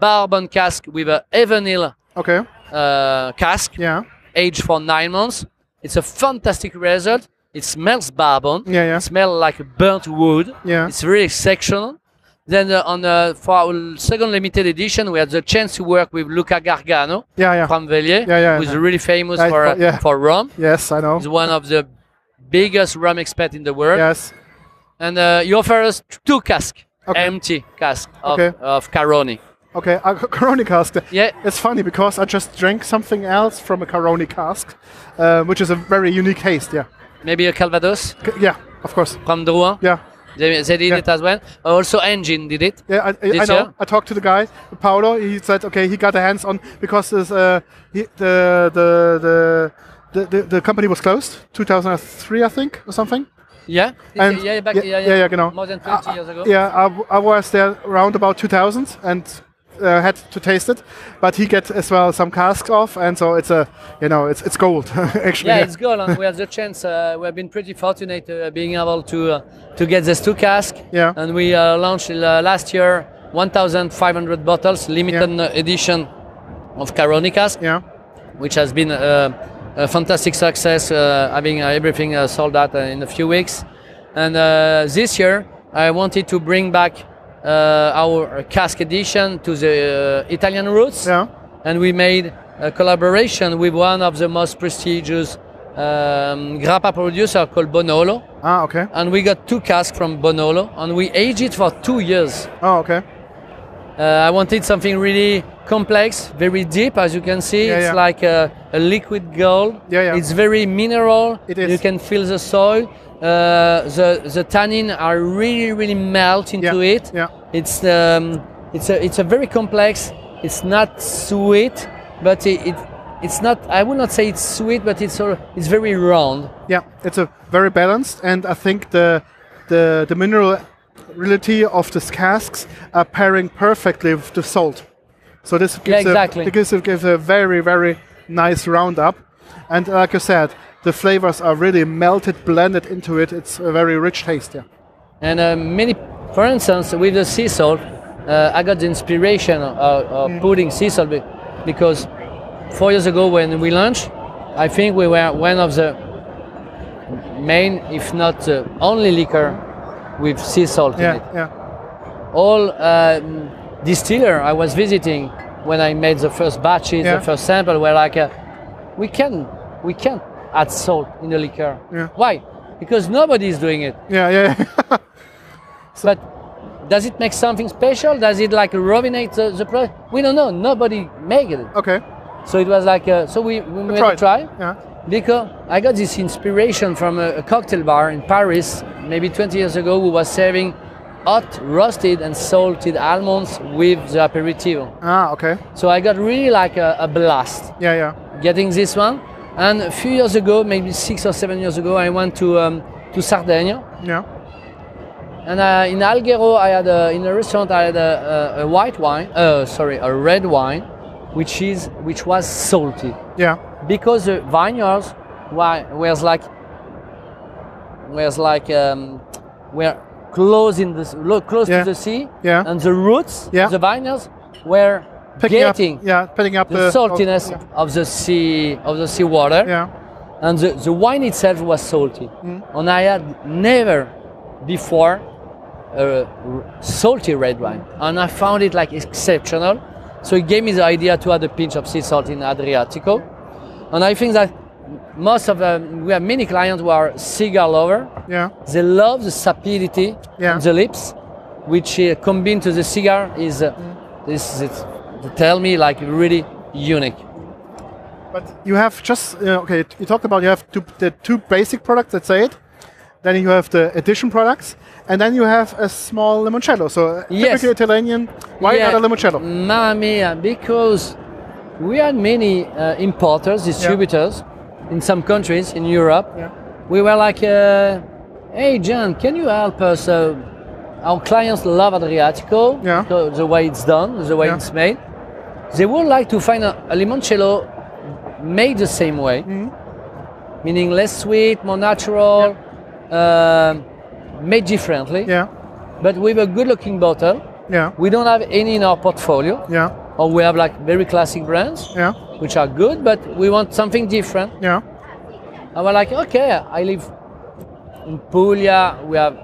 [SPEAKER 7] bourbon cask with a Evanil
[SPEAKER 5] Okay.
[SPEAKER 7] uh, cask
[SPEAKER 5] Yeah.
[SPEAKER 7] aged for nine months. It's a fantastic result. It smells bourbon.
[SPEAKER 5] Yeah, yeah.
[SPEAKER 7] It smells like burnt wood.
[SPEAKER 5] Yeah.
[SPEAKER 7] It's really exceptional. Then uh, on uh, for our second limited edition, we had the chance to work with Luca Gargano
[SPEAKER 5] Yeah. Yeah.
[SPEAKER 7] from Velier,
[SPEAKER 5] Yeah, yeah,
[SPEAKER 7] who's
[SPEAKER 5] yeah.
[SPEAKER 7] really famous
[SPEAKER 5] I
[SPEAKER 7] for
[SPEAKER 5] thought- yeah.
[SPEAKER 7] for rum.
[SPEAKER 5] yes, I know.
[SPEAKER 7] He's one of the biggest rum experts in the world
[SPEAKER 5] Yes.
[SPEAKER 7] and uh, you offer us two casks,
[SPEAKER 5] Okay.
[SPEAKER 7] empty cask of,
[SPEAKER 5] Okay.
[SPEAKER 7] of Caroni.
[SPEAKER 5] Okay. A c- Caroni cask.
[SPEAKER 7] Yeah.
[SPEAKER 5] It's funny because I just drank something else from a Caroni cask, uh, which is a very unique taste. Yeah.
[SPEAKER 7] Maybe a Calvados
[SPEAKER 5] C- yeah. Of course.
[SPEAKER 7] from Drouin.
[SPEAKER 5] Yeah.
[SPEAKER 7] They, they did
[SPEAKER 5] Yeah.
[SPEAKER 7] it as well. Also, Engine did it.
[SPEAKER 5] Yeah, I, I, I
[SPEAKER 7] This
[SPEAKER 5] know.
[SPEAKER 7] year?
[SPEAKER 5] I talked to the guy, Paolo. He said, okay, he got a hands on because this, uh, he, the, the, the, the, the, the company was closed, 2003, I think, or something.
[SPEAKER 7] Yeah,
[SPEAKER 5] And-
[SPEAKER 7] yeah, back,
[SPEAKER 5] yeah,
[SPEAKER 7] yeah, yeah,
[SPEAKER 5] yeah, yeah, genau.
[SPEAKER 7] More than 20 years ago.
[SPEAKER 5] Yeah, I, w- I was there around about 2000 and uh, had to taste it, but he get as well some casks off, and so it's a you know it's it's gold actually.
[SPEAKER 7] Yeah, it's good. and we have the chance. Uh, we have been pretty fortunate uh, being able to uh, to get these two casks.
[SPEAKER 5] Yeah.
[SPEAKER 7] And we uh, launched uh, last year 1,500 bottles, limited uh, edition of Caroni cask.
[SPEAKER 5] yeah,
[SPEAKER 7] which has been uh, a fantastic success, uh, having uh, everything uh, sold out uh, in a few weeks. And uh, this year, I wanted to bring back uh, our cask edition to the uh, Italian roots,
[SPEAKER 5] yeah,
[SPEAKER 7] and we made a collaboration with one of the most prestigious um, grappa producer called Bonolo,
[SPEAKER 5] Ah, okay.
[SPEAKER 7] and we got two casks from Bonolo, and we aged it for two years.
[SPEAKER 5] Oh, okay.
[SPEAKER 7] Uh, I wanted something really complex, very deep, as you can see.
[SPEAKER 5] Yeah,
[SPEAKER 7] it's
[SPEAKER 5] yeah.
[SPEAKER 7] like a, a liquid gold.
[SPEAKER 5] Yeah, yeah.
[SPEAKER 7] It's very mineral.
[SPEAKER 5] It is.
[SPEAKER 7] You can feel the soil. Uh, the the tannin are really really melt into
[SPEAKER 5] Yeah,
[SPEAKER 7] it.
[SPEAKER 5] yeah.
[SPEAKER 7] It's um, it's a it's a very complex. It's not sweet, but it, it it's not. I would not say it's sweet, but it's sort of, it's very round.
[SPEAKER 5] Yeah, it's a very balanced, and I think the the the minerality of these casks are pairing perfectly with the salt. So this gives
[SPEAKER 7] exactly.
[SPEAKER 5] a, gives, a, gives a very very nice roundup, and like you said, the flavors are really melted, blended into it. It's a very rich taste. Yeah.
[SPEAKER 7] And uh, many, for instance, with the sea salt, uh, I got the inspiration of, of putting sea salt be- because four years ago when we launched, I think we were one of the main, if not the only liquor with sea salt in
[SPEAKER 5] Yeah,
[SPEAKER 7] it.
[SPEAKER 5] yeah,
[SPEAKER 7] All um, distiller I was visiting when I made the first batches,
[SPEAKER 5] Yeah.
[SPEAKER 7] the first sample were like, uh, we can, we can add salt in the liquor.
[SPEAKER 5] Yeah.
[SPEAKER 7] Why? Because nobody is doing it.
[SPEAKER 5] yeah, yeah.
[SPEAKER 7] But does it make something special? Does it like ruinate the, the product? We don't know. Nobody make it.
[SPEAKER 5] okay.
[SPEAKER 7] So it was like, uh, so we, we made
[SPEAKER 5] Try
[SPEAKER 7] a
[SPEAKER 5] it.
[SPEAKER 7] try.
[SPEAKER 5] Yeah.
[SPEAKER 7] Because I got this inspiration from a, a cocktail bar in Paris, maybe 20 years ago, who was serving hot, roasted, and salted almonds with the aperitivo.
[SPEAKER 5] Ah, okay.
[SPEAKER 7] So I got really like a, a blast
[SPEAKER 5] Yeah, yeah.
[SPEAKER 7] getting this one. And a few years ago, maybe six or seven years ago, I went to, um, to Sardinia.
[SPEAKER 5] Yeah.
[SPEAKER 7] And uh, in Alghero, I had a, in a restaurant, I had a, a, a white wine, uh, sorry, a red wine, which is which was salty
[SPEAKER 5] Yeah.
[SPEAKER 7] because the vineyards were was like was like um, were close in the lo- close
[SPEAKER 5] Yeah.
[SPEAKER 7] to the sea,
[SPEAKER 5] Yeah.
[SPEAKER 7] and the roots,
[SPEAKER 5] Yeah.
[SPEAKER 7] the vineyards were
[SPEAKER 5] Picking
[SPEAKER 7] getting
[SPEAKER 5] up. Yeah, picking up
[SPEAKER 7] the saltiness of the sea of the sea water
[SPEAKER 5] yeah.
[SPEAKER 7] and the, the wine itself was salty. And I had never before a r- salty red wine, and I found it like exceptional. So it gave me the idea to add a pinch of sea salt in Adriatico, and I think that most of them, we have many clients who are cigar lover.
[SPEAKER 5] Yeah.
[SPEAKER 7] They love the sapidity
[SPEAKER 5] Yeah.
[SPEAKER 7] of the lips, which uh, combined to the cigar is uh, this is it. They tell me like really unique.
[SPEAKER 5] But you have just uh, okay. t- You talked about you have two, the two basic products. That's it. Then you have the addition products, and then you have a small limoncello. So a
[SPEAKER 7] Yes.
[SPEAKER 5] typical Italian. Why
[SPEAKER 7] Yeah,
[SPEAKER 5] not a limoncello?
[SPEAKER 7] Mamma mia, because we had many uh, importers, distributors in some countries in Europe.
[SPEAKER 5] Yeah.
[SPEAKER 7] We were like, uh, hey, John, can you help us? Uh, our clients love Adriatico,
[SPEAKER 5] Yeah.
[SPEAKER 7] the, the way it's done, the way
[SPEAKER 5] Yeah.
[SPEAKER 7] it's made. They would like to find a, a limoncello made the same way,
[SPEAKER 5] Mm-hmm.
[SPEAKER 7] meaning less sweet, more natural, um made differently,
[SPEAKER 5] Yeah,
[SPEAKER 7] but with a good looking bottle.
[SPEAKER 5] yeah,
[SPEAKER 7] We don't have any in our portfolio,
[SPEAKER 5] yeah,
[SPEAKER 7] or we have like very classic brands,
[SPEAKER 5] yeah,
[SPEAKER 7] which are good, but we want something different.
[SPEAKER 5] yeah,
[SPEAKER 7] And we're like, okay, I live in Puglia, we have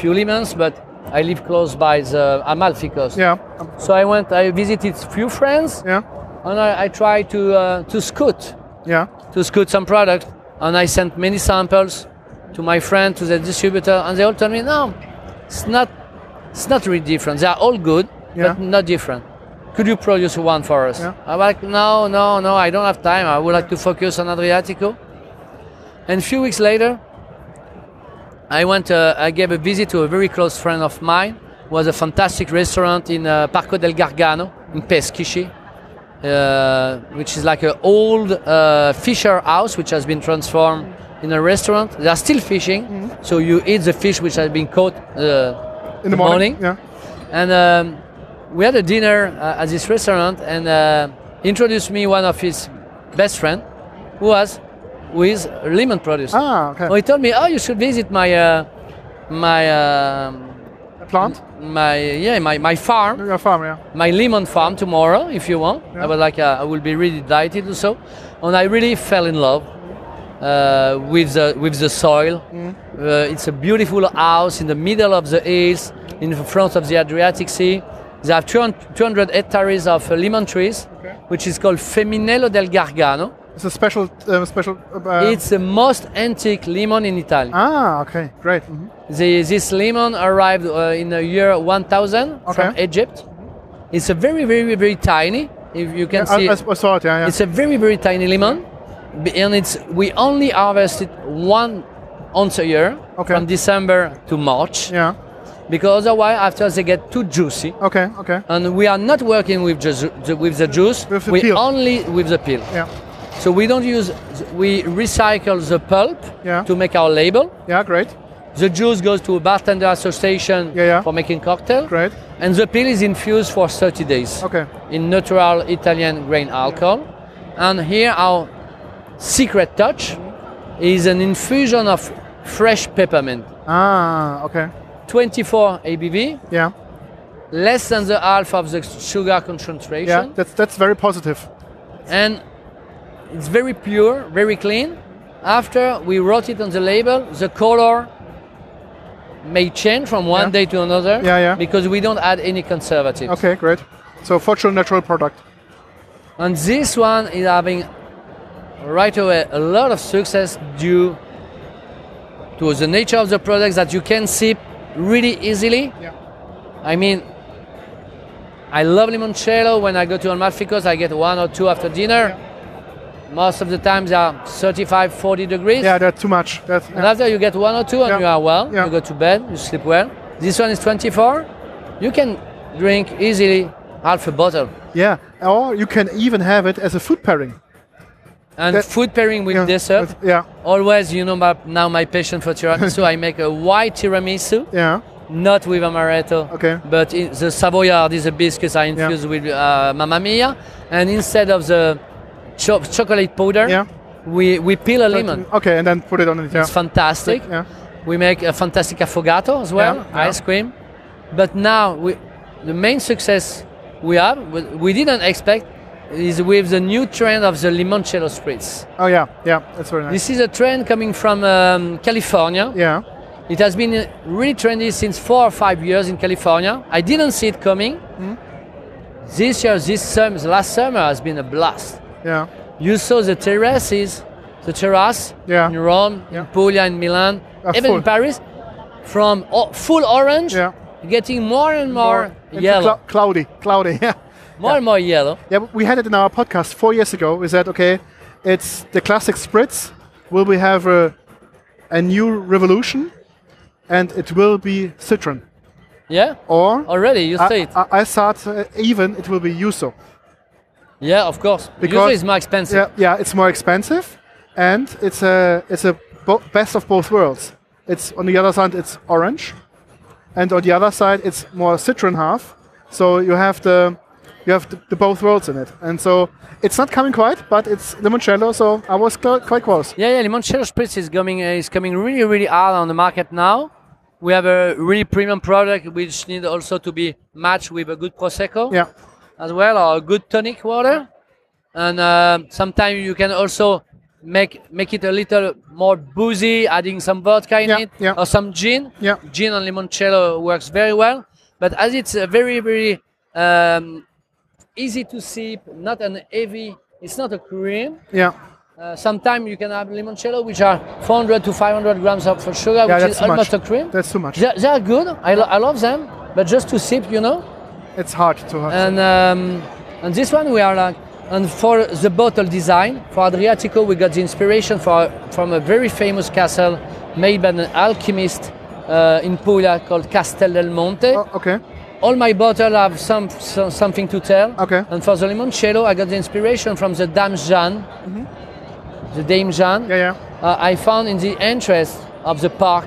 [SPEAKER 7] few lemons, but I live close by the Amalfi Coast.
[SPEAKER 5] yeah,
[SPEAKER 7] So I went, I visited few friends,
[SPEAKER 5] yeah,
[SPEAKER 7] and I, I tried to, uh, to scoot,
[SPEAKER 5] yeah.
[SPEAKER 7] to scoot some product, and I sent many samples to my friend, to the distributor, and they all told me, no, it's not, it's not really different. They are all good,
[SPEAKER 5] Yeah.
[SPEAKER 7] but not different. Could you produce one for us?
[SPEAKER 5] Yeah.
[SPEAKER 7] I'm like, no, no, no, I don't have time. I would like to focus on Adriatico. And a few weeks later, I went, uh, I gave a visit to a very close friend of mine, who has a fantastic restaurant in uh, Parco del Gargano, in Peschici, uh, which is like an old uh, fisher house, which has been transformed in a restaurant. They are still fishing,
[SPEAKER 5] Mm-hmm.
[SPEAKER 7] so you eat the fish which has been caught uh,
[SPEAKER 5] In the morning. Yeah,
[SPEAKER 7] and um, we had a dinner uh, at this restaurant and uh, introduced me one of his best friend who was who is a lemon producer
[SPEAKER 5] Ah, okay.
[SPEAKER 7] Oh, he told me oh you should visit my uh, my um,
[SPEAKER 5] a plant.
[SPEAKER 7] my yeah my, my farm
[SPEAKER 5] Your farm. Yeah,
[SPEAKER 7] my lemon farm tomorrow if you want i was like uh, i will be really delighted to so and i really fell in love uh, with the with the soil
[SPEAKER 5] Mm.
[SPEAKER 7] uh, it's a beautiful house in the middle of the hills in the front of the adriatic sea they have 200 200 hectares of uh, lemon trees which is called feminello del gargano
[SPEAKER 5] It's a special, um, special. Uh,
[SPEAKER 7] it's the most antique lemon in Italy.
[SPEAKER 5] ah, okay, great. Mhm.
[SPEAKER 7] The, this lemon arrived uh, in the year 1000 from
[SPEAKER 5] Okay.
[SPEAKER 7] Egypt. It's a very, very, very tiny. If you can
[SPEAKER 5] I,
[SPEAKER 7] see,
[SPEAKER 5] I, I saw it. Yeah, yeah.
[SPEAKER 7] it's a very, very tiny lemon, B- and it's we only harvest it one once a year
[SPEAKER 5] Okay.
[SPEAKER 7] from December to March
[SPEAKER 5] yeah.
[SPEAKER 7] because otherwise after they get too juicy.
[SPEAKER 5] Okay. Okay.
[SPEAKER 7] And we are not working with, ju- ju- with the juice.
[SPEAKER 5] With the
[SPEAKER 7] we
[SPEAKER 5] peel.
[SPEAKER 7] only with the peel.
[SPEAKER 5] Yeah.
[SPEAKER 7] So we don't use. We recycle the pulp
[SPEAKER 5] Yeah.
[SPEAKER 7] to make our label.
[SPEAKER 5] Yeah. Great.
[SPEAKER 7] The juice goes to a bartender association
[SPEAKER 5] Yeah, yeah.
[SPEAKER 7] for making cocktail.
[SPEAKER 5] Great.
[SPEAKER 7] And the peel is infused for 30 days
[SPEAKER 5] Okay.
[SPEAKER 7] in natural Italian grain alcohol. And here our secret touch is an infusion of fresh peppermint.
[SPEAKER 5] Ah. Okay.
[SPEAKER 7] 24 ABV,
[SPEAKER 5] Yeah.
[SPEAKER 7] less than the half of the sugar concentration.
[SPEAKER 5] Yeah. That's that's very positive.
[SPEAKER 7] and it's very pure, very clean. After we wrote it on the label, the color may change from one
[SPEAKER 5] Yeah.
[SPEAKER 7] day to another
[SPEAKER 5] Yeah, yeah.
[SPEAKER 7] because we don't add any conservatives.
[SPEAKER 5] Okay. Great. So fortune natural product.
[SPEAKER 7] And this one is having right away a lot of success due to the nature of the product that you can sip really easily.
[SPEAKER 5] Yeah.
[SPEAKER 7] I mean, I love limoncello. When I go to Amalfico's, I get one or two after dinner. Most of the times they are 35, 40 degrees.
[SPEAKER 5] Yeah. That's too much. That's
[SPEAKER 7] And after you get one or two and
[SPEAKER 5] Yeah.
[SPEAKER 7] you are well,
[SPEAKER 5] Yeah.
[SPEAKER 7] you go to bed, you sleep well. This one is 24. You can drink easily half a bottle.
[SPEAKER 5] yeah. Or you can even have it as a food pairing.
[SPEAKER 7] And
[SPEAKER 5] That-
[SPEAKER 7] food pairing with
[SPEAKER 5] Yeah.
[SPEAKER 7] dessert.
[SPEAKER 5] that's- Yeah.
[SPEAKER 7] Always, you know, my, now my passion for tiramisu. I make a white tiramisu,
[SPEAKER 5] Yeah.
[SPEAKER 7] not with amaretto.
[SPEAKER 5] Okay.
[SPEAKER 7] But in, the Savoyard is a biscuit I infused with uh, Mamma Mia, and instead of the cho- chocolate powder,
[SPEAKER 5] Yeah.
[SPEAKER 7] we, we peel a lemon.
[SPEAKER 5] Okay. And then put it on it. Yeah.
[SPEAKER 7] It's fantastic.
[SPEAKER 5] Yeah.
[SPEAKER 7] We make a fantastic affogato as well,
[SPEAKER 5] Yeah, yeah.
[SPEAKER 7] ice cream. But now we, the main success we have, we, we didn't expect, is with the new trend of the limoncello spritz.
[SPEAKER 5] Oh yeah. Yeah. That's very nice.
[SPEAKER 7] This is a trend coming from um, California.
[SPEAKER 5] Yeah.
[SPEAKER 7] It has been uh, really trendy since four or five years in California. I didn't see it coming.
[SPEAKER 5] Hmm?
[SPEAKER 7] This year, this summer, last summer has been a blast.
[SPEAKER 5] Yeah.
[SPEAKER 7] You saw the terraces, the terrace
[SPEAKER 5] Yeah.
[SPEAKER 7] in Rome,
[SPEAKER 5] Yeah.
[SPEAKER 7] in Puglia, in Milan,
[SPEAKER 5] Are
[SPEAKER 7] even
[SPEAKER 5] full.
[SPEAKER 7] in Paris, from o- full orange,
[SPEAKER 5] Yeah.
[SPEAKER 7] getting more and
[SPEAKER 5] Or
[SPEAKER 7] more,
[SPEAKER 5] into
[SPEAKER 7] yellow,
[SPEAKER 5] clou- cloudy. Cloudy. Yeah.
[SPEAKER 7] more and more yellow.
[SPEAKER 5] Yeah, we had it in our podcast four years ago. We said, okay, it's the classic spritz. Will we have a, a new revolution? And it will be citron.
[SPEAKER 7] Yeah,
[SPEAKER 5] Or
[SPEAKER 7] already you see
[SPEAKER 5] I,
[SPEAKER 7] it.
[SPEAKER 5] I, I thought uh, even it will be yuzu.
[SPEAKER 7] yeah, of course. Because
[SPEAKER 5] Because-
[SPEAKER 7] it's more expensive.
[SPEAKER 5] Yeah, yeah, it's more expensive, and it's a it's a bo- best of both worlds. It's on the other side it's orange, and on the other side it's more citron half. So you have the you have the, the both worlds in it, and so it's not coming quite, but it's limoncello. So I was cl- quite close.
[SPEAKER 7] Yeah, yeah, Limoncello Spritz is coming uh, is coming really, really hard on the market now. We have a really premium product which need also to be matched with a good prosecco
[SPEAKER 5] Yeah,
[SPEAKER 7] as well or a good tonic water. And um sometimes you can also make make it a little more boozy, adding some vodka in
[SPEAKER 5] Yeah,
[SPEAKER 7] it
[SPEAKER 5] yeah.
[SPEAKER 7] or some gin.
[SPEAKER 5] Yeah.
[SPEAKER 7] Gin and limoncello works very well. But as it's a very, very um, easy to sip, not an heavy, it's not a cream.
[SPEAKER 5] yeah,
[SPEAKER 7] Uh, sometimes you can have limoncello, which are 400 to 500 grams of sugar,
[SPEAKER 5] yeah.
[SPEAKER 7] which
[SPEAKER 5] That's
[SPEAKER 7] is
[SPEAKER 5] too much.
[SPEAKER 7] almost a cream.
[SPEAKER 5] That's too much.
[SPEAKER 7] They, they are good. I, lo- I love them, but just to sip, you know.
[SPEAKER 5] It's hard to.
[SPEAKER 7] And um, and this one we are like, and for the bottle design for Adriatico, we got the inspiration for from a very famous castle made by an alchemist uh, in Puglia called Castel del Monte.
[SPEAKER 5] Oh, okay.
[SPEAKER 7] All my bottles have some, so- something to tell.
[SPEAKER 5] Okay.
[SPEAKER 7] And for the limoncello, I got the inspiration from the Dame Jeanne, the Dame Jeanne.
[SPEAKER 5] Mm-hmm. Yeah, yeah.
[SPEAKER 7] Uh, I found in the entrance of the park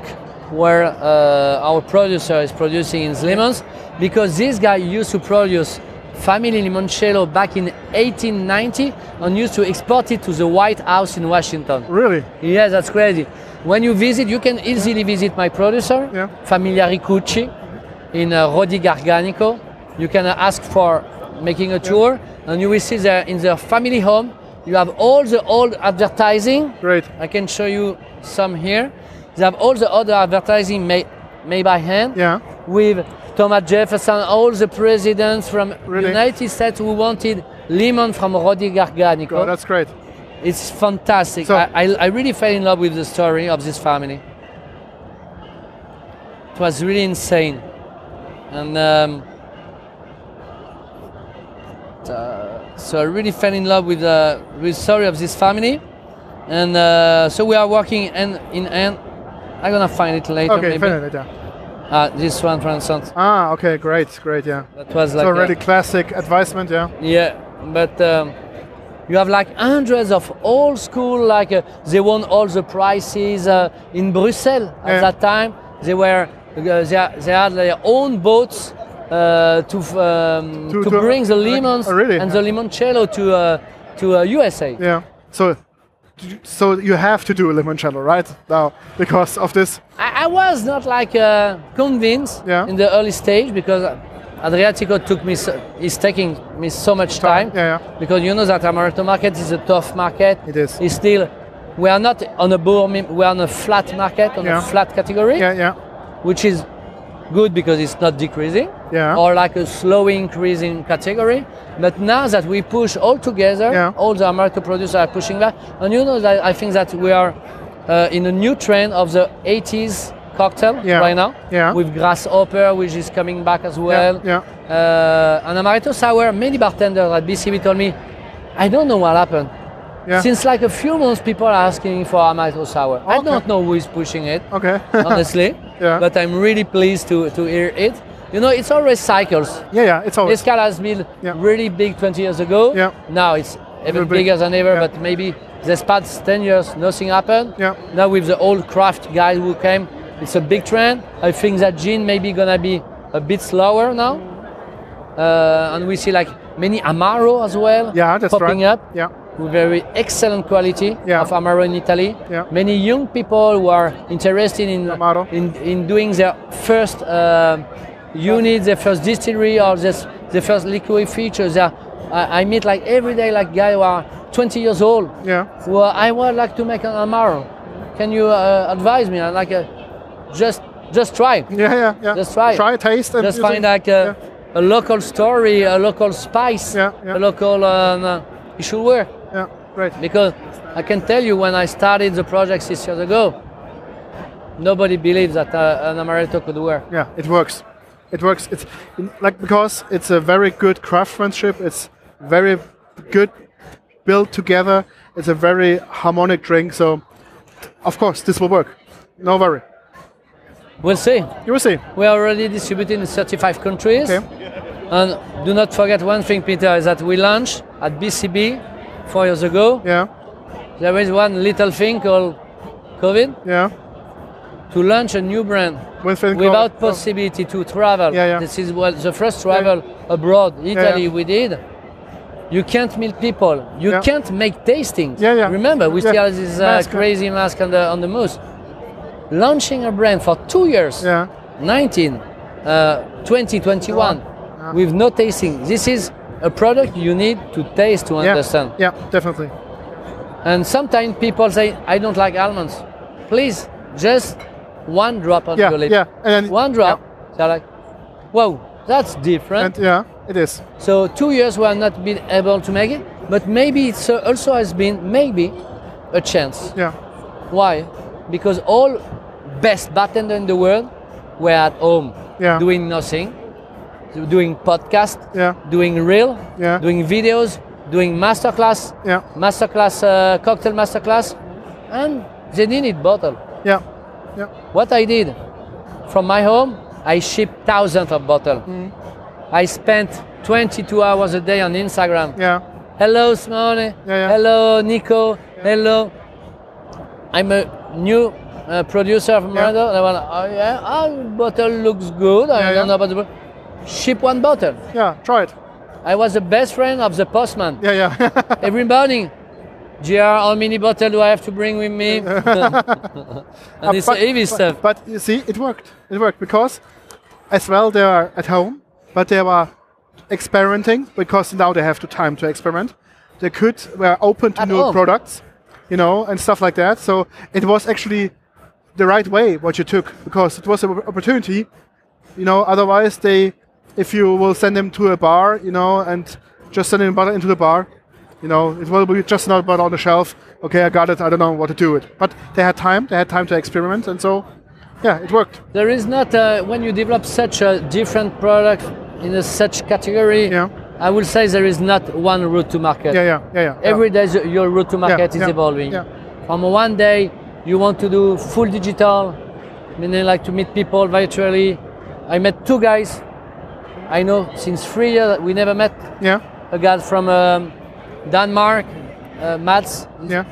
[SPEAKER 7] where uh, our producer is producing his lemons, because this guy used to produce family limoncello back in 1890 and used to export it to the White House in Washington.
[SPEAKER 5] Really?
[SPEAKER 7] Yeah, that's crazy. When you visit, you can easily visit my producer,
[SPEAKER 5] Yeah.
[SPEAKER 7] Familia Ricucci, in uh, Rodi Garganico. You can uh, ask for making a tour, and you will see there in their family home. You have all the old advertising.
[SPEAKER 5] Great.
[SPEAKER 7] I can show you some here. They have all the other advertising made, made by hand
[SPEAKER 5] Yeah.
[SPEAKER 7] with Thomas Jefferson, all the presidents from
[SPEAKER 5] Really?
[SPEAKER 7] United States who wanted lemon from Rodi Garganico.
[SPEAKER 5] Oh, that's great.
[SPEAKER 7] It's fantastic.
[SPEAKER 5] So-
[SPEAKER 7] I, I, I really fell in love with the story of this family. It was really insane. And um, uh, so I really fell in love with the with story of this family. And uh, so we are working and in and I'm gonna find it later.
[SPEAKER 5] Okay,
[SPEAKER 7] maybe.
[SPEAKER 5] Finland, yeah.
[SPEAKER 7] Uh, this one, for instance,
[SPEAKER 5] Ah, okay, great, great, yeah.
[SPEAKER 7] that was
[SPEAKER 5] It's
[SPEAKER 7] like uh, a-
[SPEAKER 5] already classic advisement, yeah.
[SPEAKER 7] yeah, but um, you have like hundreds of old school, like uh, they won all the prizes uh, in Brussels at
[SPEAKER 5] Yeah.
[SPEAKER 7] that time. They were uh, they, ha- they had their own boats uh, to, f- um,
[SPEAKER 5] To-
[SPEAKER 7] to
[SPEAKER 5] to-
[SPEAKER 7] bring the lemons
[SPEAKER 5] Oh, really?
[SPEAKER 7] and the limoncello to uh, to uh, USA.
[SPEAKER 5] Yeah. So, so you have to do limoncello right now because of this.
[SPEAKER 7] I, I was not like uh, convinced
[SPEAKER 5] Yeah.
[SPEAKER 7] in the early stage because Adriatico took me so, is taking me so much time.
[SPEAKER 5] Yeah, yeah.
[SPEAKER 7] Because you know that Amaretto market is a tough market.
[SPEAKER 5] It is.
[SPEAKER 7] It's still we are not on a boom. We are on a flat market on
[SPEAKER 5] Yeah.
[SPEAKER 7] a flat category,
[SPEAKER 5] Yeah, yeah,
[SPEAKER 7] which is good because it's not decreasing
[SPEAKER 5] yeah.
[SPEAKER 7] or like a slow increasing category. But now that we push all together,
[SPEAKER 5] Yeah.
[SPEAKER 7] all the American producers are pushing that. And you know that I think that we are uh, in a new trend of the 80s cocktail
[SPEAKER 5] Yeah.
[SPEAKER 7] right now
[SPEAKER 5] Yeah.
[SPEAKER 7] with grasshopper, which is coming back as well.
[SPEAKER 5] yeah.
[SPEAKER 7] Uh, and amaretto sour. Many bartenders at BCB told me, I don't know what happened.
[SPEAKER 5] Yeah.
[SPEAKER 7] Since like a few months, people are asking for amaretto sour. I don't know who is pushing it
[SPEAKER 5] okay.
[SPEAKER 7] honestly.
[SPEAKER 5] Yeah.
[SPEAKER 7] But I'm really pleased to, to hear it. You know, it's always cycles.
[SPEAKER 5] yeah, yeah. Oh, It's always.
[SPEAKER 7] Escal has been
[SPEAKER 5] Yeah.
[SPEAKER 7] really big 20 years ago.
[SPEAKER 5] Yeah.
[SPEAKER 7] Now it's even
[SPEAKER 5] Little bit.
[SPEAKER 7] bigger than ever,
[SPEAKER 5] Yeah.
[SPEAKER 7] but maybe the past 10 years, nothing happened.
[SPEAKER 5] Yeah.
[SPEAKER 7] Now with the old craft guy who came, it's a big trend. I think that gin may be gonna be a bit slower now. Uh, and we see like many Amaro as well
[SPEAKER 5] Yeah, that's
[SPEAKER 7] popping
[SPEAKER 5] right.
[SPEAKER 7] up
[SPEAKER 5] Yeah,
[SPEAKER 7] with very excellent quality
[SPEAKER 5] Yeah.
[SPEAKER 7] of Amaro in Italy.
[SPEAKER 5] Yeah.
[SPEAKER 7] Many young people who are interested in
[SPEAKER 5] Amaro.
[SPEAKER 7] in, in doing their first um unit, their first distillery, or this, their first liquid features. They are- I, I meet like every day like guys who are 20 years old.
[SPEAKER 5] yeah,
[SPEAKER 7] Well, I would like to make an Amaro. Can you uh, advise me? I'm like, uh, just just try.
[SPEAKER 5] yeah, yeah. yeah.
[SPEAKER 7] Just try it.
[SPEAKER 5] Try taste and
[SPEAKER 7] Just
[SPEAKER 5] you
[SPEAKER 7] find
[SPEAKER 5] think-
[SPEAKER 7] like a, a local story, a local spice,
[SPEAKER 5] Yeah, yeah.
[SPEAKER 7] a local. Um, uh, it should work
[SPEAKER 5] yeah, yeah, great.
[SPEAKER 7] because I can tell you when I started the project six years ago, nobody believed that uh, an amaretto could work.
[SPEAKER 5] Yeah, it works. It works. It's in- like because it's a very good craftsmanship. It's very good built together. It's a very harmonic drink. So, of course, this will work. No worry.
[SPEAKER 7] We'll see.
[SPEAKER 5] You will see.
[SPEAKER 7] We are already distributed in 35 countries.
[SPEAKER 5] Okay.
[SPEAKER 7] And do not forget one thing, Peter, is that we launched at BCB four years ago.
[SPEAKER 5] Yeah,
[SPEAKER 7] There is one little thing called COVID
[SPEAKER 5] yeah.
[SPEAKER 7] to launch a new brand
[SPEAKER 5] With Finco-
[SPEAKER 7] without
[SPEAKER 5] oh,
[SPEAKER 7] possibility to travel.
[SPEAKER 5] Yeah, yeah.
[SPEAKER 7] This is what the first travel abroad, Italy, we did. You can't meet people. You
[SPEAKER 5] Yeah.
[SPEAKER 7] can't make tastings.
[SPEAKER 5] Yeah, yeah.
[SPEAKER 7] Remember, we
[SPEAKER 5] Yeah.
[SPEAKER 7] still have this uh,
[SPEAKER 5] Mask, yeah.
[SPEAKER 7] crazy mask on the on the moose. Launching a brand for two years,
[SPEAKER 5] Yeah,
[SPEAKER 7] 19, uh, 20, 21, with no tasting. This is a product you need to taste to
[SPEAKER 5] yeah,
[SPEAKER 7] understand.
[SPEAKER 5] yeah, definitely.
[SPEAKER 7] And sometimes people say, I don't like almonds. Please, just one drop on
[SPEAKER 5] Yeah,
[SPEAKER 7] your lip.
[SPEAKER 5] yeah, and then-
[SPEAKER 7] one drop. They're like, whoa, that's
[SPEAKER 5] And
[SPEAKER 7] different.
[SPEAKER 5] uh, yeah, it is.
[SPEAKER 7] so two years we have not been able to make it, but maybe it's uh, also has been maybe a chance.
[SPEAKER 5] Yeah,
[SPEAKER 7] Why? Because all best bartender in the world were at home
[SPEAKER 5] Yeah.
[SPEAKER 7] doing nothing, doing podcast,
[SPEAKER 5] Yeah.
[SPEAKER 7] doing reel,
[SPEAKER 5] Yeah.
[SPEAKER 7] doing videos, doing masterclass,
[SPEAKER 5] Yeah.
[SPEAKER 7] masterclass, uh, cocktail masterclass, and they needed bottle.
[SPEAKER 5] yeah,
[SPEAKER 7] What I did from my home, I shipped thousands of bottle.
[SPEAKER 5] Mm.
[SPEAKER 7] I spent 22 hours a day on Instagram.
[SPEAKER 5] yeah,
[SPEAKER 7] Hello, Simone.
[SPEAKER 5] yeah.
[SPEAKER 7] Hello, Nico. Hello. I'm a new uh, producer of Miranda. And I went, oh, yeah, oh, bottle looks good. I
[SPEAKER 5] Yeah,
[SPEAKER 7] don't
[SPEAKER 5] yeah.
[SPEAKER 7] know about the bottle. Ship one bottle.
[SPEAKER 5] yeah. Try it.
[SPEAKER 7] I was the best friend of the postman.
[SPEAKER 5] Yeah, yeah,
[SPEAKER 7] Every morning, GR, how many bottle do I have to bring with me? and it's
[SPEAKER 5] but-
[SPEAKER 7] heavy
[SPEAKER 5] but-
[SPEAKER 7] stuff.
[SPEAKER 5] But you see, it worked. It worked because, as well, they are at home, but they were experimenting because now they have the time to experiment. They could were open to
[SPEAKER 7] At
[SPEAKER 5] new
[SPEAKER 7] home.
[SPEAKER 5] products, you know, and stuff like that. So it was actually the right way what you took because it was an opportunity. You know, otherwise they, if you will send them to a bar, you know, and just send them into the bar, You know, it will be just not about on the shelf. Okay, I got it. I don't know what to do with. But they had time. They had time to experiment, and so, yeah, it worked.
[SPEAKER 7] There is not uh when you develop such a different product in a such category.
[SPEAKER 5] Yeah.
[SPEAKER 7] I will say there is not one route to market.
[SPEAKER 5] Yeah, yeah, yeah, yeah.
[SPEAKER 7] Every day the- your route to market is
[SPEAKER 5] yeah,
[SPEAKER 7] evolving.
[SPEAKER 5] yeah.
[SPEAKER 7] From one day you want to do full digital, meaning like to meet people virtually. I met two guys I know since three years that we never met.
[SPEAKER 5] yeah,
[SPEAKER 7] A guy from um, Denmark, uh, Mats.
[SPEAKER 5] yeah,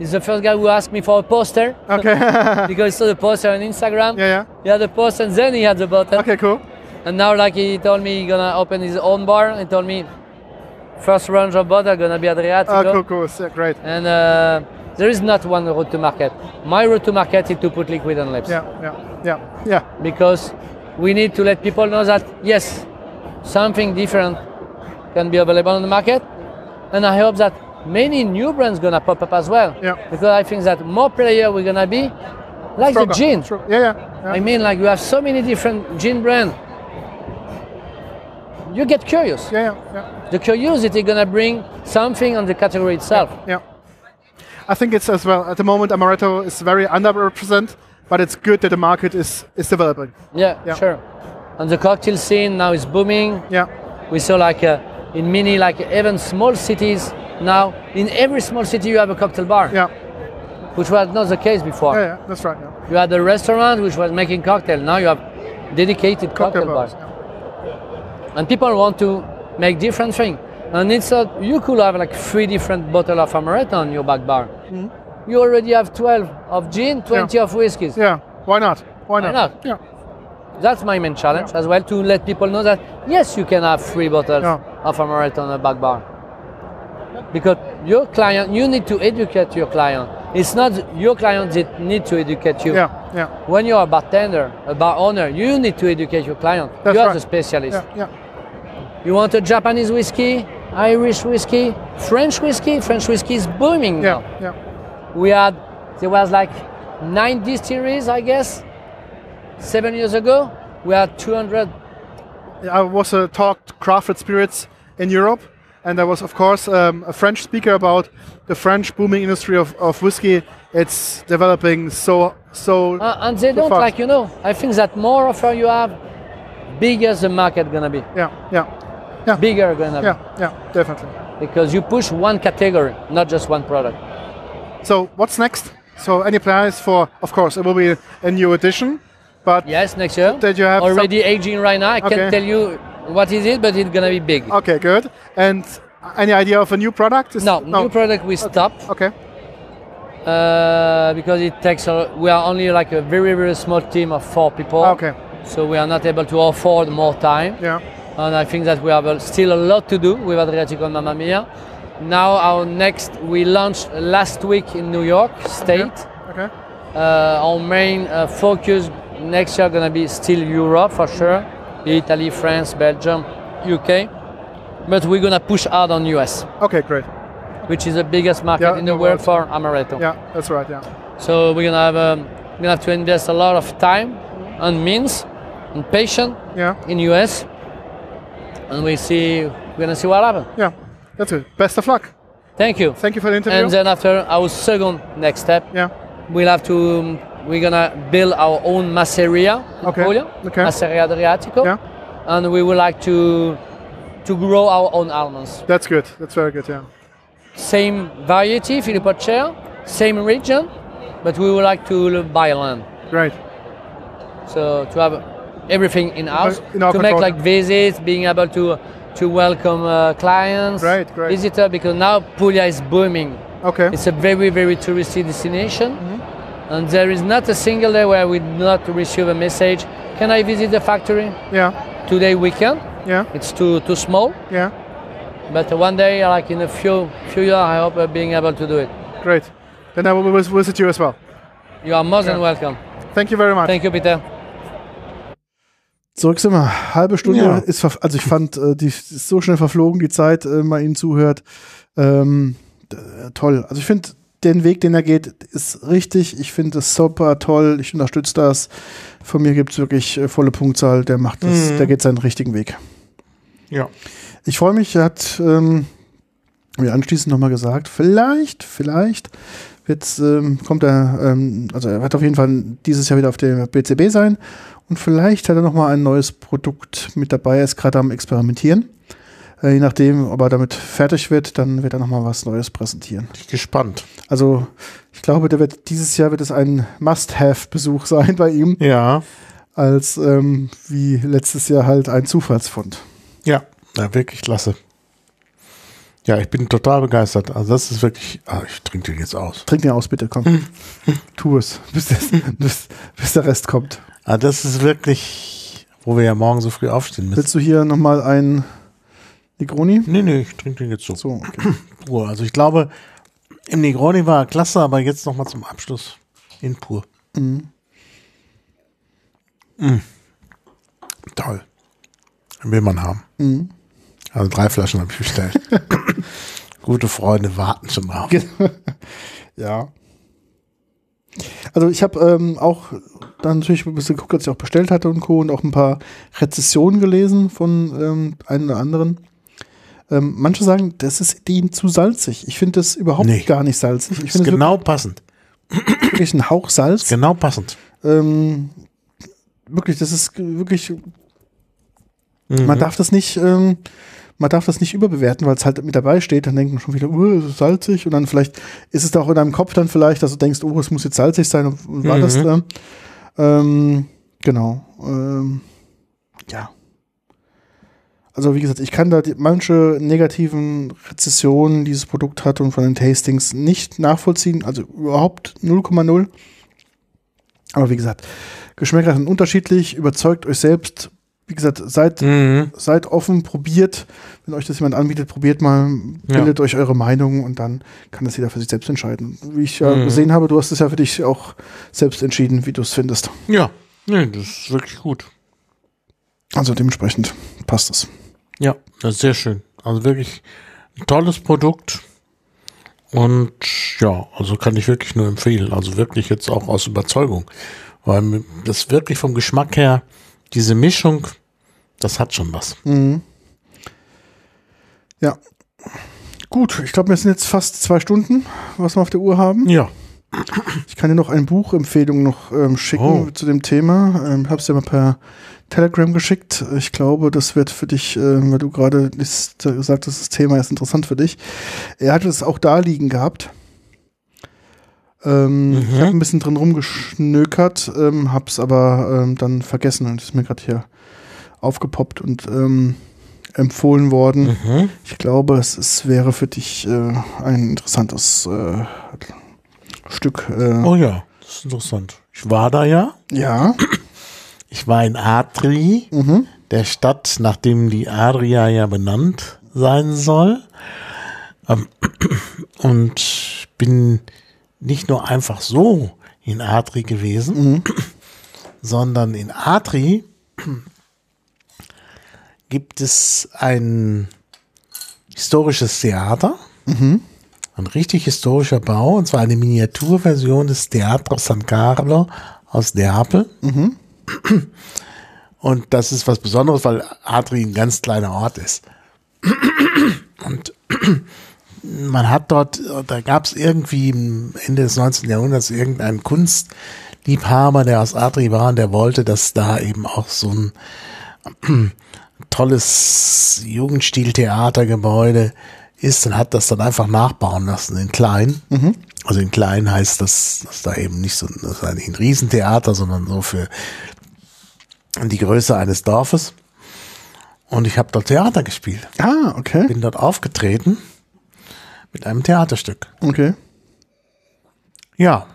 [SPEAKER 7] He's the first guy who asked me for a poster
[SPEAKER 5] yeah. Okay.
[SPEAKER 7] because he saw the poster on Instagram.
[SPEAKER 5] Uh-huh. yeah, yeah.
[SPEAKER 7] He had the poster and then he had the button.
[SPEAKER 5] Okay, cool.
[SPEAKER 7] And now, like he told me, he gonna open his own bar. He told me, first range of bottle gonna be Adriatico.
[SPEAKER 5] Oh, cool, cool. So, great.
[SPEAKER 7] And uh, there is not one route to market. My route to market is to put liquid on lips
[SPEAKER 5] Yeah, yeah, yeah, yeah.
[SPEAKER 7] because we need to let people know that yes, something different can be available on the market, and I hope that many new brands gonna pop up as well.
[SPEAKER 5] Yeah.
[SPEAKER 7] Because I think that more player we're gonna be, like the
[SPEAKER 5] Stronger,
[SPEAKER 7] gin.
[SPEAKER 5] strong- Yeah, yeah. yeah.
[SPEAKER 7] I mean, like you have so many different gin brands. You get curious.
[SPEAKER 5] yeah, yeah, yeah,
[SPEAKER 7] The curiosity gonna bring something on the category itself.
[SPEAKER 5] yeah. I think it's as well. At the moment, amaretto is very underrepresented, but it's good that the market is is developing.
[SPEAKER 7] Yeah,
[SPEAKER 5] Yeah.
[SPEAKER 7] sure. And the cocktail scene now is booming.
[SPEAKER 5] Yeah,
[SPEAKER 7] We saw like uh, in many, like even small cities now. In every small city, you have a cocktail bar,
[SPEAKER 5] yeah,
[SPEAKER 7] which was not the case before.
[SPEAKER 5] yeah, yeah. That's right. Yeah.
[SPEAKER 7] You had a restaurant which was making cocktail. Now you have dedicated cocktail, bars,
[SPEAKER 5] Yeah.
[SPEAKER 7] and people want to make different things. And it's a, you could have like three different bottle of amaretto on your back bar. You already have 12 of gin, 20 of whiskeys.
[SPEAKER 5] Mm-hmm. Yeah. Why not? Why not?
[SPEAKER 7] not?
[SPEAKER 5] Yeah.
[SPEAKER 7] That's my main challenge as well to let people know that yes, you can have three bottles
[SPEAKER 5] Yeah.
[SPEAKER 7] of amaretto on a back bar. Because your client, you need to educate your client. It's not your client that need to educate you.
[SPEAKER 5] Yeah. Yeah.
[SPEAKER 7] When you're a bartender, a bar owner, you need to educate your client.
[SPEAKER 5] That's
[SPEAKER 7] you are
[SPEAKER 5] right.
[SPEAKER 7] the specialist.
[SPEAKER 5] Yeah. Yeah.
[SPEAKER 7] You want a Japanese whiskey, Irish whiskey, French whiskey. French whiskey is booming now
[SPEAKER 5] Yeah. Yeah.
[SPEAKER 7] we had there was like nine distilleries i guess seven years ago we had 200
[SPEAKER 5] I was uh, talked crafted spirits in Europe, and there was, of course, um, a French speaker about the French booming industry of, of whiskey. It's developing so so.
[SPEAKER 7] uh, and they don't
[SPEAKER 5] fast.
[SPEAKER 7] like you know i think that more offer you have bigger the market gonna be
[SPEAKER 5] yeah, yeah,
[SPEAKER 7] bigger gonna
[SPEAKER 5] yeah, yeah, definitely.
[SPEAKER 7] be because you push one category not just one product
[SPEAKER 5] So what's next? So any plans for? Of course, it will be a new edition, but
[SPEAKER 7] yes next year
[SPEAKER 5] Did you have some-
[SPEAKER 7] already aging right now i
[SPEAKER 5] Okay.
[SPEAKER 7] can't tell you what is it but it's gonna be big
[SPEAKER 5] okay, good. And any idea of a new product? Is-
[SPEAKER 7] no, new product we stop
[SPEAKER 5] okay,
[SPEAKER 7] uh, because it takes a, we are only like a very very small team of four people
[SPEAKER 5] okay,
[SPEAKER 7] so we are not able to afford more time
[SPEAKER 5] yeah,
[SPEAKER 7] and I think that we have a- still a lot to do with Adriatico and Mamma Mia. Now our next, we launched last week in New York State.
[SPEAKER 5] okay,
[SPEAKER 7] Uh, our main uh, focus next year gonna be still Europe for sure, Italy, France, Belgium, UK. But we're gonna push hard on US,
[SPEAKER 5] okay, great.
[SPEAKER 7] which is the biggest market
[SPEAKER 5] Yeah,
[SPEAKER 7] in the
[SPEAKER 5] the
[SPEAKER 7] world
[SPEAKER 5] world.
[SPEAKER 7] for amaretto.
[SPEAKER 5] Yeah, that's right. Yeah,
[SPEAKER 7] So we're gonna have um, we're gonna have to invest a lot of time and means and patience
[SPEAKER 5] yeah,
[SPEAKER 7] in US, and we see we're gonna see what happens.
[SPEAKER 5] yeah. That's it. Best of luck.
[SPEAKER 7] Thank you.
[SPEAKER 5] Thank you for the interview.
[SPEAKER 7] And uh, then after our second next step,
[SPEAKER 5] Yeah.
[SPEAKER 7] we'll have to um, we're gonna build our own masseria in
[SPEAKER 5] Okay,
[SPEAKER 7] Puglia,
[SPEAKER 5] okay.
[SPEAKER 7] Masseria Adriatico,
[SPEAKER 5] Yeah.
[SPEAKER 7] and we would like to to grow our own almonds.
[SPEAKER 5] That's good. That's very good. Yeah.
[SPEAKER 7] Same variety, Filippoccea, same region, but we would like to buy land.
[SPEAKER 5] Great.
[SPEAKER 7] So to have everything in house,
[SPEAKER 5] in our
[SPEAKER 7] to
[SPEAKER 5] control.
[SPEAKER 7] make like visits, being able to to welcome uh, clients,
[SPEAKER 5] Great, great.
[SPEAKER 7] visitor, because now Puglia is booming.
[SPEAKER 5] Okay.
[SPEAKER 7] It's a very very touristy destination, and there is not a single day where we do not receive a message. Can I visit the factory
[SPEAKER 5] yeah.
[SPEAKER 7] today weekend?
[SPEAKER 5] Yeah.
[SPEAKER 7] It's too too small,
[SPEAKER 5] Yeah.
[SPEAKER 7] but one day, like in a few few years, I hope uh, being able to do it.
[SPEAKER 5] Great. Then I will vis- visit you as well.
[SPEAKER 7] You are more than welcome.
[SPEAKER 5] Thank you very much.
[SPEAKER 7] Thank you, Peter.
[SPEAKER 1] Zurück sind wir. Halbe Stunde
[SPEAKER 3] Ja.
[SPEAKER 1] ist verf- also ich fand, äh, die ist so schnell verflogen, die Zeit, äh, wenn man ihnen zuhört. Ähm, d- äh, toll. Also ich finde, den Weg, den er geht, ist richtig. Ich finde es super toll. Ich unterstütze das. Von mir gibt es wirklich äh, volle Punktzahl. Der macht das, der geht seinen richtigen Weg.
[SPEAKER 3] Mhm. Ja.
[SPEAKER 1] Ich freue mich, er hat ähm, mir anschließend nochmal gesagt, vielleicht, vielleicht wird's, ähm, kommt er, ähm, also er wird auf jeden Fall dieses Jahr wieder auf der BCB sein und vielleicht hat er nochmal ein neues Produkt mit dabei, er ist gerade am Experimentieren. Äh, je nachdem, ob er damit fertig wird, dann wird er nochmal was Neues präsentieren.
[SPEAKER 3] Bin ich gespannt.
[SPEAKER 1] Also ich glaube, der wird, dieses Jahr wird es ein Must-Have-Besuch sein bei ihm,
[SPEAKER 3] Ja.
[SPEAKER 1] als ähm, wie letztes Jahr halt ein Zufallsfund.
[SPEAKER 3] Ja, ja, wirklich klasse. Ja, ich bin total begeistert. Also das ist wirklich. Ah, ich trinke den jetzt aus.
[SPEAKER 1] Trink den aus, bitte, komm. tu es, bis, das, bis, bis der Rest kommt.
[SPEAKER 3] Ah, das ist wirklich, wo wir ja morgen so früh aufstehen müssen.
[SPEAKER 1] Willst du hier nochmal einen Negroni?
[SPEAKER 3] Nee, nee, ich trinke den jetzt so.
[SPEAKER 1] So, okay.
[SPEAKER 3] pur. Also ich glaube, im Negroni war er klasse, aber jetzt nochmal zum Abschluss in pur. Mhm. Mm. Toll. Will man haben. Also drei Flaschen habe ich bestellt. Gute Freunde warten schon drauf.
[SPEAKER 1] ja. Also ich habe ähm, auch dann natürlich ein bisschen geguckt, was ich auch bestellt hatte und Co. und auch ein paar Rezessionen gelesen von ähm, einem oder anderen. Ähm, manche sagen, das ist denen zu salzig. Ich finde das überhaupt
[SPEAKER 3] Nee.
[SPEAKER 1] gar nicht salzig. Ich
[SPEAKER 3] Ist
[SPEAKER 1] finde
[SPEAKER 3] genau passend.
[SPEAKER 1] das wirklich ein Hauch Salz.
[SPEAKER 3] Genau passend.
[SPEAKER 1] ähm, wirklich, das ist g- wirklich, man darf das nicht, ähm, man darf das nicht überbewerten, weil es halt mit dabei steht, dann denken schon viele, uh, ist salzig und dann vielleicht ist es da auch in deinem Kopf dann vielleicht, dass du denkst, oh, es muss jetzt salzig sein und und war das da. Ähm, genau. Ähm, ja. Also wie gesagt, ich kann da die, manche negativen Rezessionen, die dieses Produkt hat und von den Tastings nicht nachvollziehen, also überhaupt 0,0. Aber wie gesagt, Geschmäcker sind unterschiedlich, überzeugt euch selbst. Wie gesagt, seid, seid offen, probiert. Wenn euch das jemand anbietet, probiert mal,
[SPEAKER 3] Ja.
[SPEAKER 1] bildet euch eure Meinung und dann kann das jeder für sich selbst entscheiden. Wie ich ja gesehen habe, du hast es ja für dich auch selbst entschieden, wie du es findest.
[SPEAKER 3] Ja. Nee, das ist wirklich gut.
[SPEAKER 1] Also dementsprechend passt es.
[SPEAKER 3] Ja, das ist sehr schön. Also wirklich ein tolles Produkt. Und ja, also kann ich wirklich nur empfehlen. Also wirklich jetzt auch aus Überzeugung. Weil mir das wirklich vom Geschmack her, diese Mischung, das hat schon was.
[SPEAKER 1] Ja. Gut, ich glaube, wir sind jetzt fast zwei Stunden, was wir auf der Uhr haben.
[SPEAKER 3] Ja.
[SPEAKER 1] Ich kann dir noch eine Buchempfehlung noch ähm, schicken
[SPEAKER 3] Oh.
[SPEAKER 1] zu dem Thema. Ich ähm, habe es dir mal per Telegram geschickt. Ich glaube, das wird für dich, ähm, weil du gerade dis- gesagt hast, das Thema ist interessant für dich. Er hatte es auch da liegen gehabt. Ähm, Ich habe ein bisschen drin rumgeschnökert, ähm, habe es aber ähm, dann vergessen und ist mir gerade hier aufgepoppt und ähm, empfohlen worden. Ich glaube, es, es wäre für dich äh, ein interessantes äh, Stück. Äh,
[SPEAKER 3] Oh ja, das ist interessant. Ich war da ja.
[SPEAKER 1] Ja,
[SPEAKER 3] Ich war in Atri, der Stadt, nachdem die Adria ja benannt sein soll. Ähm, Und bin nicht nur einfach so in Atri gewesen, sondern in Atri gibt es ein historisches Theater, ein richtig historischer Bau, und zwar eine Miniaturversion des Teatro San Carlo aus Neapel. Und das ist was Besonderes, weil Adri ein ganz kleiner Ort ist. Und man hat dort, da gab es irgendwie im Ende des 19. Jahrhunderts irgendeinen Kunstliebhaber, der aus Adri war und der wollte, dass da eben auch so ein tolles Jugendstil-Theatergebäude ist und hat das dann einfach nachbauen lassen in klein. Also in klein heißt das, dass da eben nicht so das ist eigentlich ein Riesentheater, sondern so für die Größe eines Dorfes. Und ich habe dort Theater gespielt.
[SPEAKER 1] ah, okay.
[SPEAKER 3] Bin dort aufgetreten mit einem Theaterstück.
[SPEAKER 1] Okay.
[SPEAKER 3] Ja,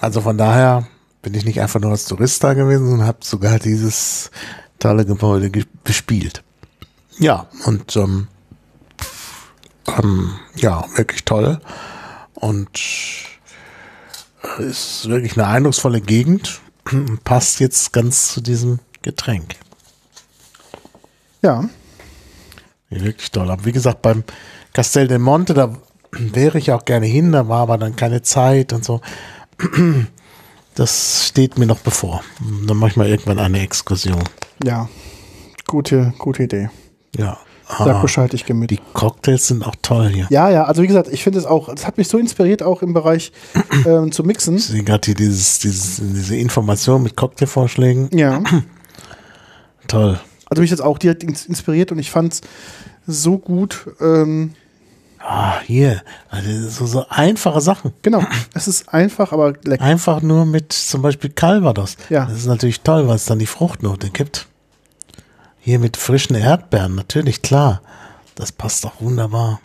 [SPEAKER 3] also von daher bin ich nicht einfach nur als Tourist da gewesen und habe sogar dieses tolle Gebäude ge- bespielt. Ja, und ähm, ähm, ja, wirklich toll. Und äh, ist wirklich eine eindrucksvolle Gegend. Passt jetzt ganz zu diesem Getränk.
[SPEAKER 1] Ja,
[SPEAKER 3] Ja, Wirklich toll. Aber wie gesagt, beim Castel del Monte, da wäre ich auch gerne hin, da war aber dann keine Zeit und so. Das steht mir noch bevor. Dann mache ich mal irgendwann eine Exkursion.
[SPEAKER 1] ja. Gute, gute Idee.
[SPEAKER 3] Ja.
[SPEAKER 1] Sag Bescheid, ich gemütlich.
[SPEAKER 3] Die Cocktails sind auch toll hier.
[SPEAKER 1] Ja, ja, also wie gesagt, ich finde es auch, es hat mich so inspiriert, auch im Bereich ähm, zu mixen.
[SPEAKER 3] Ich sehe gerade hier dieses, dieses, diese Information mit Cocktailvorschlägen.
[SPEAKER 1] Ja.
[SPEAKER 3] Toll.
[SPEAKER 1] Also mich jetzt auch direkt ins- inspiriert und ich fand es so gut. Ähm,
[SPEAKER 3] Ah, hier. Also so, so einfache Sachen.
[SPEAKER 1] genau, es ist einfach, aber lecker.
[SPEAKER 3] Einfach nur mit zum Beispiel Calvados.
[SPEAKER 1] Ja.
[SPEAKER 3] Das ist natürlich toll, weil es dann die Fruchtnote gibt. Hier mit frischen Erdbeeren, natürlich, klar. Das passt auch wunderbar.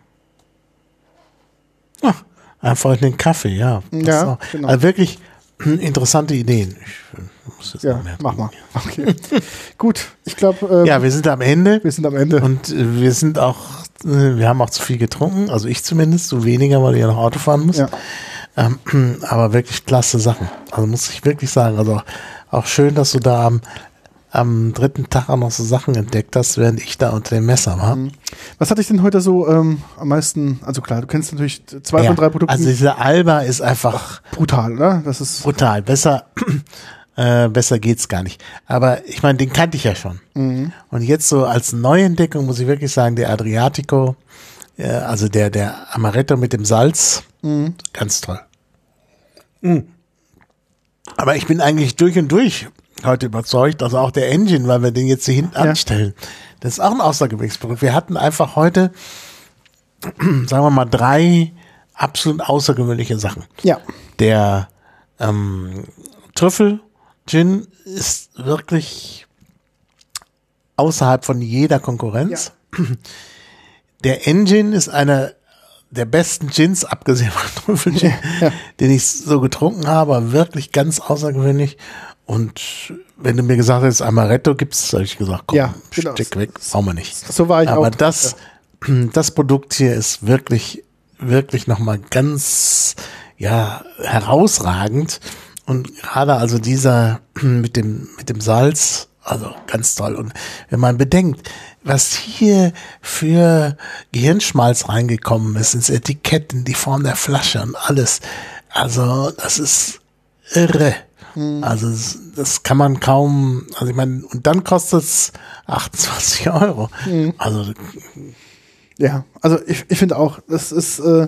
[SPEAKER 3] Ja, einfach in den Kaffee, ja. passt
[SPEAKER 1] Ja,
[SPEAKER 3] auch.
[SPEAKER 1] genau.
[SPEAKER 3] Also wirklich interessante Ideen. Ich äh, muss jetzt
[SPEAKER 1] Ja,
[SPEAKER 3] noch mehr
[SPEAKER 1] mach mal.
[SPEAKER 3] trinken.
[SPEAKER 1] Okay. gut, ich glaube, ähm,
[SPEAKER 3] Ja, wir sind am Ende.
[SPEAKER 1] wir sind am Ende.
[SPEAKER 3] Und äh, wir sind auch, äh, wir haben auch zu viel getrunken, also ich zumindest, du weniger, weil du ja noch Auto fahren musst.
[SPEAKER 1] Ja.
[SPEAKER 3] Ähm, aber wirklich klasse Sachen. Also muss ich wirklich sagen. Also auch schön, dass du da am, am dritten Tag auch noch so Sachen entdeckt hast, während ich da unter dem Messer war.
[SPEAKER 1] Mhm. Was hatte ich denn heute so ähm, am meisten? Also klar, du kennst natürlich zwei
[SPEAKER 3] Ja.
[SPEAKER 1] von drei Produkten.
[SPEAKER 3] Also dieser Alba ist einfach
[SPEAKER 1] brutal, oder? Das ist
[SPEAKER 3] brutal. Besser, äh, besser geht's gar nicht. Aber ich meine, den kannte ich ja schon. Und jetzt so als Neuentdeckung muss ich wirklich sagen, der Adriatico, äh, also der, der Amaretto mit dem Salz, ganz toll. Mhm. Aber ich bin eigentlich durch und durch heute überzeugt, also auch der Engine, weil wir den jetzt hier hinten anstellen. Das ist auch ein Außergewichtsprodukt. Wir hatten einfach heute, sagen wir mal, drei absolut außergewöhnliche Sachen
[SPEAKER 1] ja,
[SPEAKER 3] der ähm, Trüffel Gin ist wirklich außerhalb von jeder Konkurrenz. Der Engine ist einer der besten Gins, abgesehen von Trüffel Gin, den ich so getrunken habe, aber wirklich ganz außergewöhnlich. Und wenn du mir gesagt hättest, Amaretto gibt's, habe ich gesagt, komm,
[SPEAKER 1] Ja, genau.
[SPEAKER 3] steck weg, brauchen wir nicht.
[SPEAKER 1] so war ich
[SPEAKER 3] Aber
[SPEAKER 1] auch.
[SPEAKER 3] das, das Produkt hier ist wirklich, wirklich nochmal ganz, ja, herausragend. Und gerade also dieser mit dem, mit dem Salz, also ganz toll. Und wenn man bedenkt, was hier für Gehirnschmalz reingekommen ist, ins Etikett, in die Form der Flasche und alles. Also, das ist irre. Also s- das kann man kaum, also ich meine, und dann kostet es 28 Euro. Also
[SPEAKER 1] Ja, also ich, ich finde auch, das ist, äh,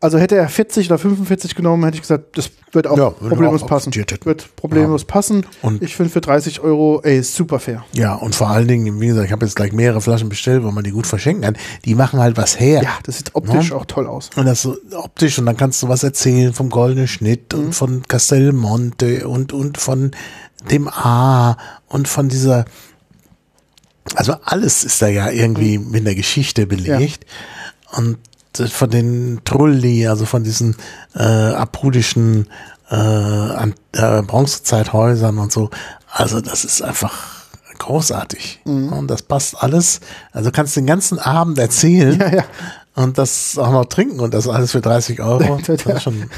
[SPEAKER 1] also hätte er 40 oder 45 genommen, hätte ich gesagt, das wird auch
[SPEAKER 3] Ja, wenn
[SPEAKER 1] problemlos
[SPEAKER 3] wir auch
[SPEAKER 1] passen.
[SPEAKER 3] akzeptiert hätten.
[SPEAKER 1] Wird problemlos passen.
[SPEAKER 3] Und-
[SPEAKER 1] ich finde für 30 Euro, ey, ist super fair.
[SPEAKER 3] ja, und vor allen Dingen, wie gesagt, ich habe jetzt gleich mehrere Flaschen bestellt, wo man die gut verschenken kann. Die machen halt was her.
[SPEAKER 1] Ja, Ne? das sieht optisch
[SPEAKER 3] Ja.
[SPEAKER 1] auch toll aus.
[SPEAKER 3] Und das so optisch, und dann kannst du was erzählen vom goldenen Schnitt und von Castelmonte und, und von dem A und von dieser, also alles ist da ja irgendwie
[SPEAKER 1] Mhm.
[SPEAKER 3] mit der Geschichte belegt. Und äh, von den Trulli, also von diesen äh, apudischen äh, an, äh, Bronzezeithäusern und so. Also das ist einfach großartig.
[SPEAKER 1] Mhm.
[SPEAKER 3] Und das passt alles. Also kannst den ganzen Abend erzählen
[SPEAKER 1] Ja, ja.
[SPEAKER 3] und das auch noch trinken und das alles für 30 Euro. Das ist schon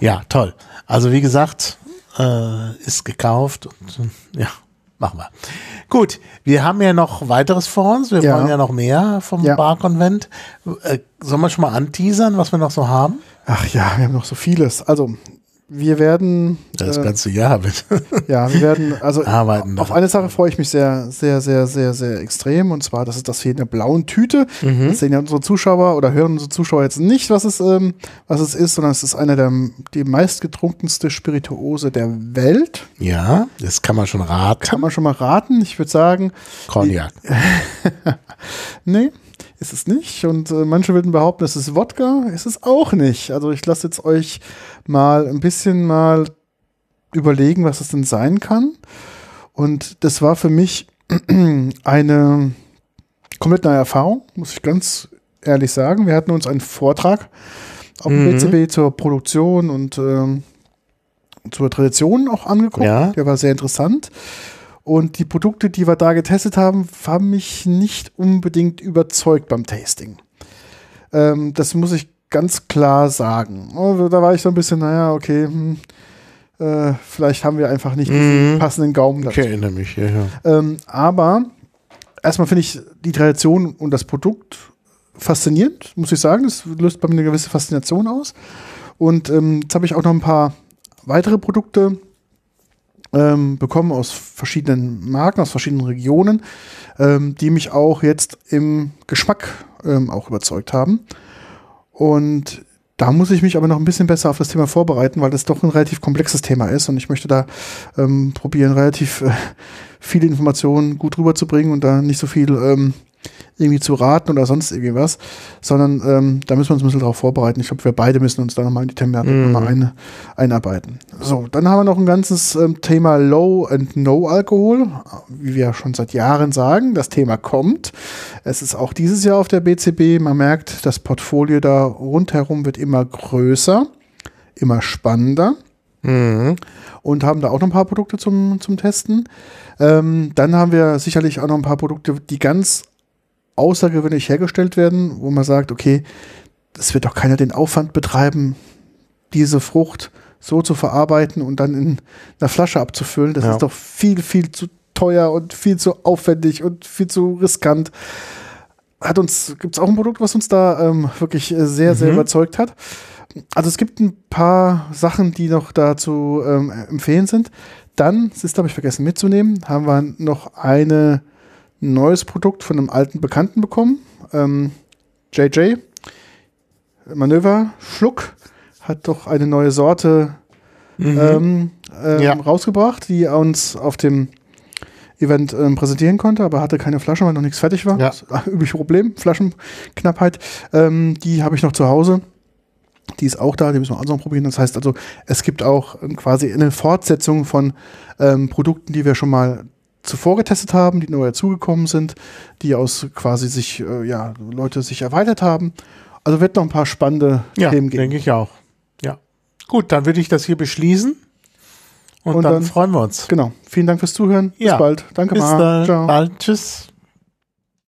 [SPEAKER 3] ja, toll. Also wie gesagt, äh, ist gekauft und äh, ja, machen wir. Gut, wir haben ja noch weiteres vor uns. Wir
[SPEAKER 1] Ja.
[SPEAKER 3] wollen ja noch mehr vom
[SPEAKER 1] Ja.
[SPEAKER 3] Barkonvent. Äh, sollen wir schon mal anteasern, was wir noch so haben?
[SPEAKER 1] Ach ja, wir haben noch so vieles. Also, wir werden,
[SPEAKER 3] Das
[SPEAKER 1] äh,
[SPEAKER 3] ganze Jahr mit
[SPEAKER 1] ja, wir werden, also
[SPEAKER 3] arbeiten.
[SPEAKER 1] Auf eine Sache freue ich mich sehr, sehr, sehr, sehr, sehr extrem. Und zwar, das ist das hier in der blauen Tüte. Das sehen ja unsere Zuschauer oder hören unsere Zuschauer jetzt nicht, was es, ähm, was es ist, sondern es ist einer der die meistgetrunkenste Spirituose der Welt.
[SPEAKER 3] ja, das kann man schon raten.
[SPEAKER 1] Kann man schon mal raten. Ich würde sagen,
[SPEAKER 3] Cognac.
[SPEAKER 1] nee, ist es nicht. Und äh, manche würden behaupten, es ist Wodka. Ist es auch nicht. Also ich lasse jetzt euch mal ein bisschen mal überlegen, was es denn sein kann. Und das war für mich eine komplett neue Erfahrung, muss ich ganz ehrlich sagen. Wir hatten uns einen Vortrag auf dem BCB zur Produktion und ähm, zur Tradition auch angeguckt.
[SPEAKER 3] Ja.
[SPEAKER 1] Der war sehr interessant. Und die Produkte, die wir da getestet haben, haben mich nicht unbedingt überzeugt beim Tasting. Ähm, das muss ich ganz klar sagen. Also Da war ich so ein bisschen, naja, okay, hm, äh, vielleicht haben wir einfach nicht den passenden Gaumen dazu.
[SPEAKER 3] Ich erinnere mich, ja, ja.
[SPEAKER 1] Ähm, aber erstmal finde ich die Tradition und das Produkt faszinierend, muss ich sagen. Das löst bei mir eine gewisse Faszination aus. Und ähm, jetzt habe ich auch noch ein paar weitere Produkte ähm, bekommen aus verschiedenen Marken, aus verschiedenen Regionen, ähm, die mich auch jetzt im Geschmack ähm, auch überzeugt haben. Und da muss ich mich aber noch ein bisschen besser auf das Thema vorbereiten, weil das doch ein relativ komplexes Thema ist und ich möchte da ähm, probieren, relativ äh, viele Informationen gut rüberzubringen und da nicht so viel ähm, irgendwie zu raten oder sonst irgendwas, sondern ähm, da müssen wir uns ein bisschen drauf vorbereiten. Ich glaube, wir beide müssen uns da nochmal in die Thematik nochmal ein, einarbeiten. So, dann haben wir noch ein ganzes ähm, Thema Low and No Alkohol, wie wir schon seit Jahren sagen. Das Thema kommt. Es ist auch dieses Jahr auf der BCB. Man merkt, das Portfolio da rundherum wird immer größer, immer spannender und haben da auch noch ein paar Produkte zum, zum Testen. Ähm, dann haben wir sicherlich auch noch ein paar Produkte, die ganz außergewöhnlich hergestellt werden, wo man sagt, okay, das wird doch keiner den Aufwand betreiben, diese Frucht so zu verarbeiten und dann in einer Flasche abzufüllen. Das
[SPEAKER 3] Ja.
[SPEAKER 1] ist doch viel, viel zu teuer und viel zu aufwendig und viel zu riskant. Hat uns, gibt es auch ein Produkt, was uns da ähm, wirklich äh, sehr, sehr überzeugt hat. Also es gibt ein paar Sachen, die noch dazu ähm, empfehlen sind. Dann, Sister habe ich vergessen mitzunehmen, haben wir noch eine ein neues Produkt von einem alten Bekannten bekommen. Ähm, JJ Manöver Schluck hat doch eine neue Sorte ähm, ähm,
[SPEAKER 3] Mhm. Ja.
[SPEAKER 1] rausgebracht, die er uns auf dem Event ähm, präsentieren konnte, aber hatte keine Flasche, weil noch nichts fertig war.
[SPEAKER 3] Ja.
[SPEAKER 1] Das ist ein Übliches Problem, Flaschenknappheit. Ähm, die habe ich noch zu Hause. Die ist auch da, die müssen wir auch noch probieren. Das heißt also, es gibt auch ähm, quasi eine Fortsetzung von ähm, Produkten, die wir schon mal zuvor getestet haben, die neu dazugekommen sind, die aus quasi sich, äh, ja, Leute sich erweitert haben. Also wird noch ein paar spannende
[SPEAKER 3] Ja,
[SPEAKER 1] Themen geben.
[SPEAKER 3] denke ich auch. Ja. Gut, dann würde ich das hier beschließen. Und,
[SPEAKER 1] Und
[SPEAKER 3] dann,
[SPEAKER 1] dann-
[SPEAKER 3] freuen wir uns.
[SPEAKER 1] Genau. Vielen Dank fürs Zuhören.
[SPEAKER 3] Ja.
[SPEAKER 1] Bis bald. Danke,
[SPEAKER 3] Bis
[SPEAKER 1] Mara.
[SPEAKER 3] dann.
[SPEAKER 1] Ciao.
[SPEAKER 3] Bald. Tschüss.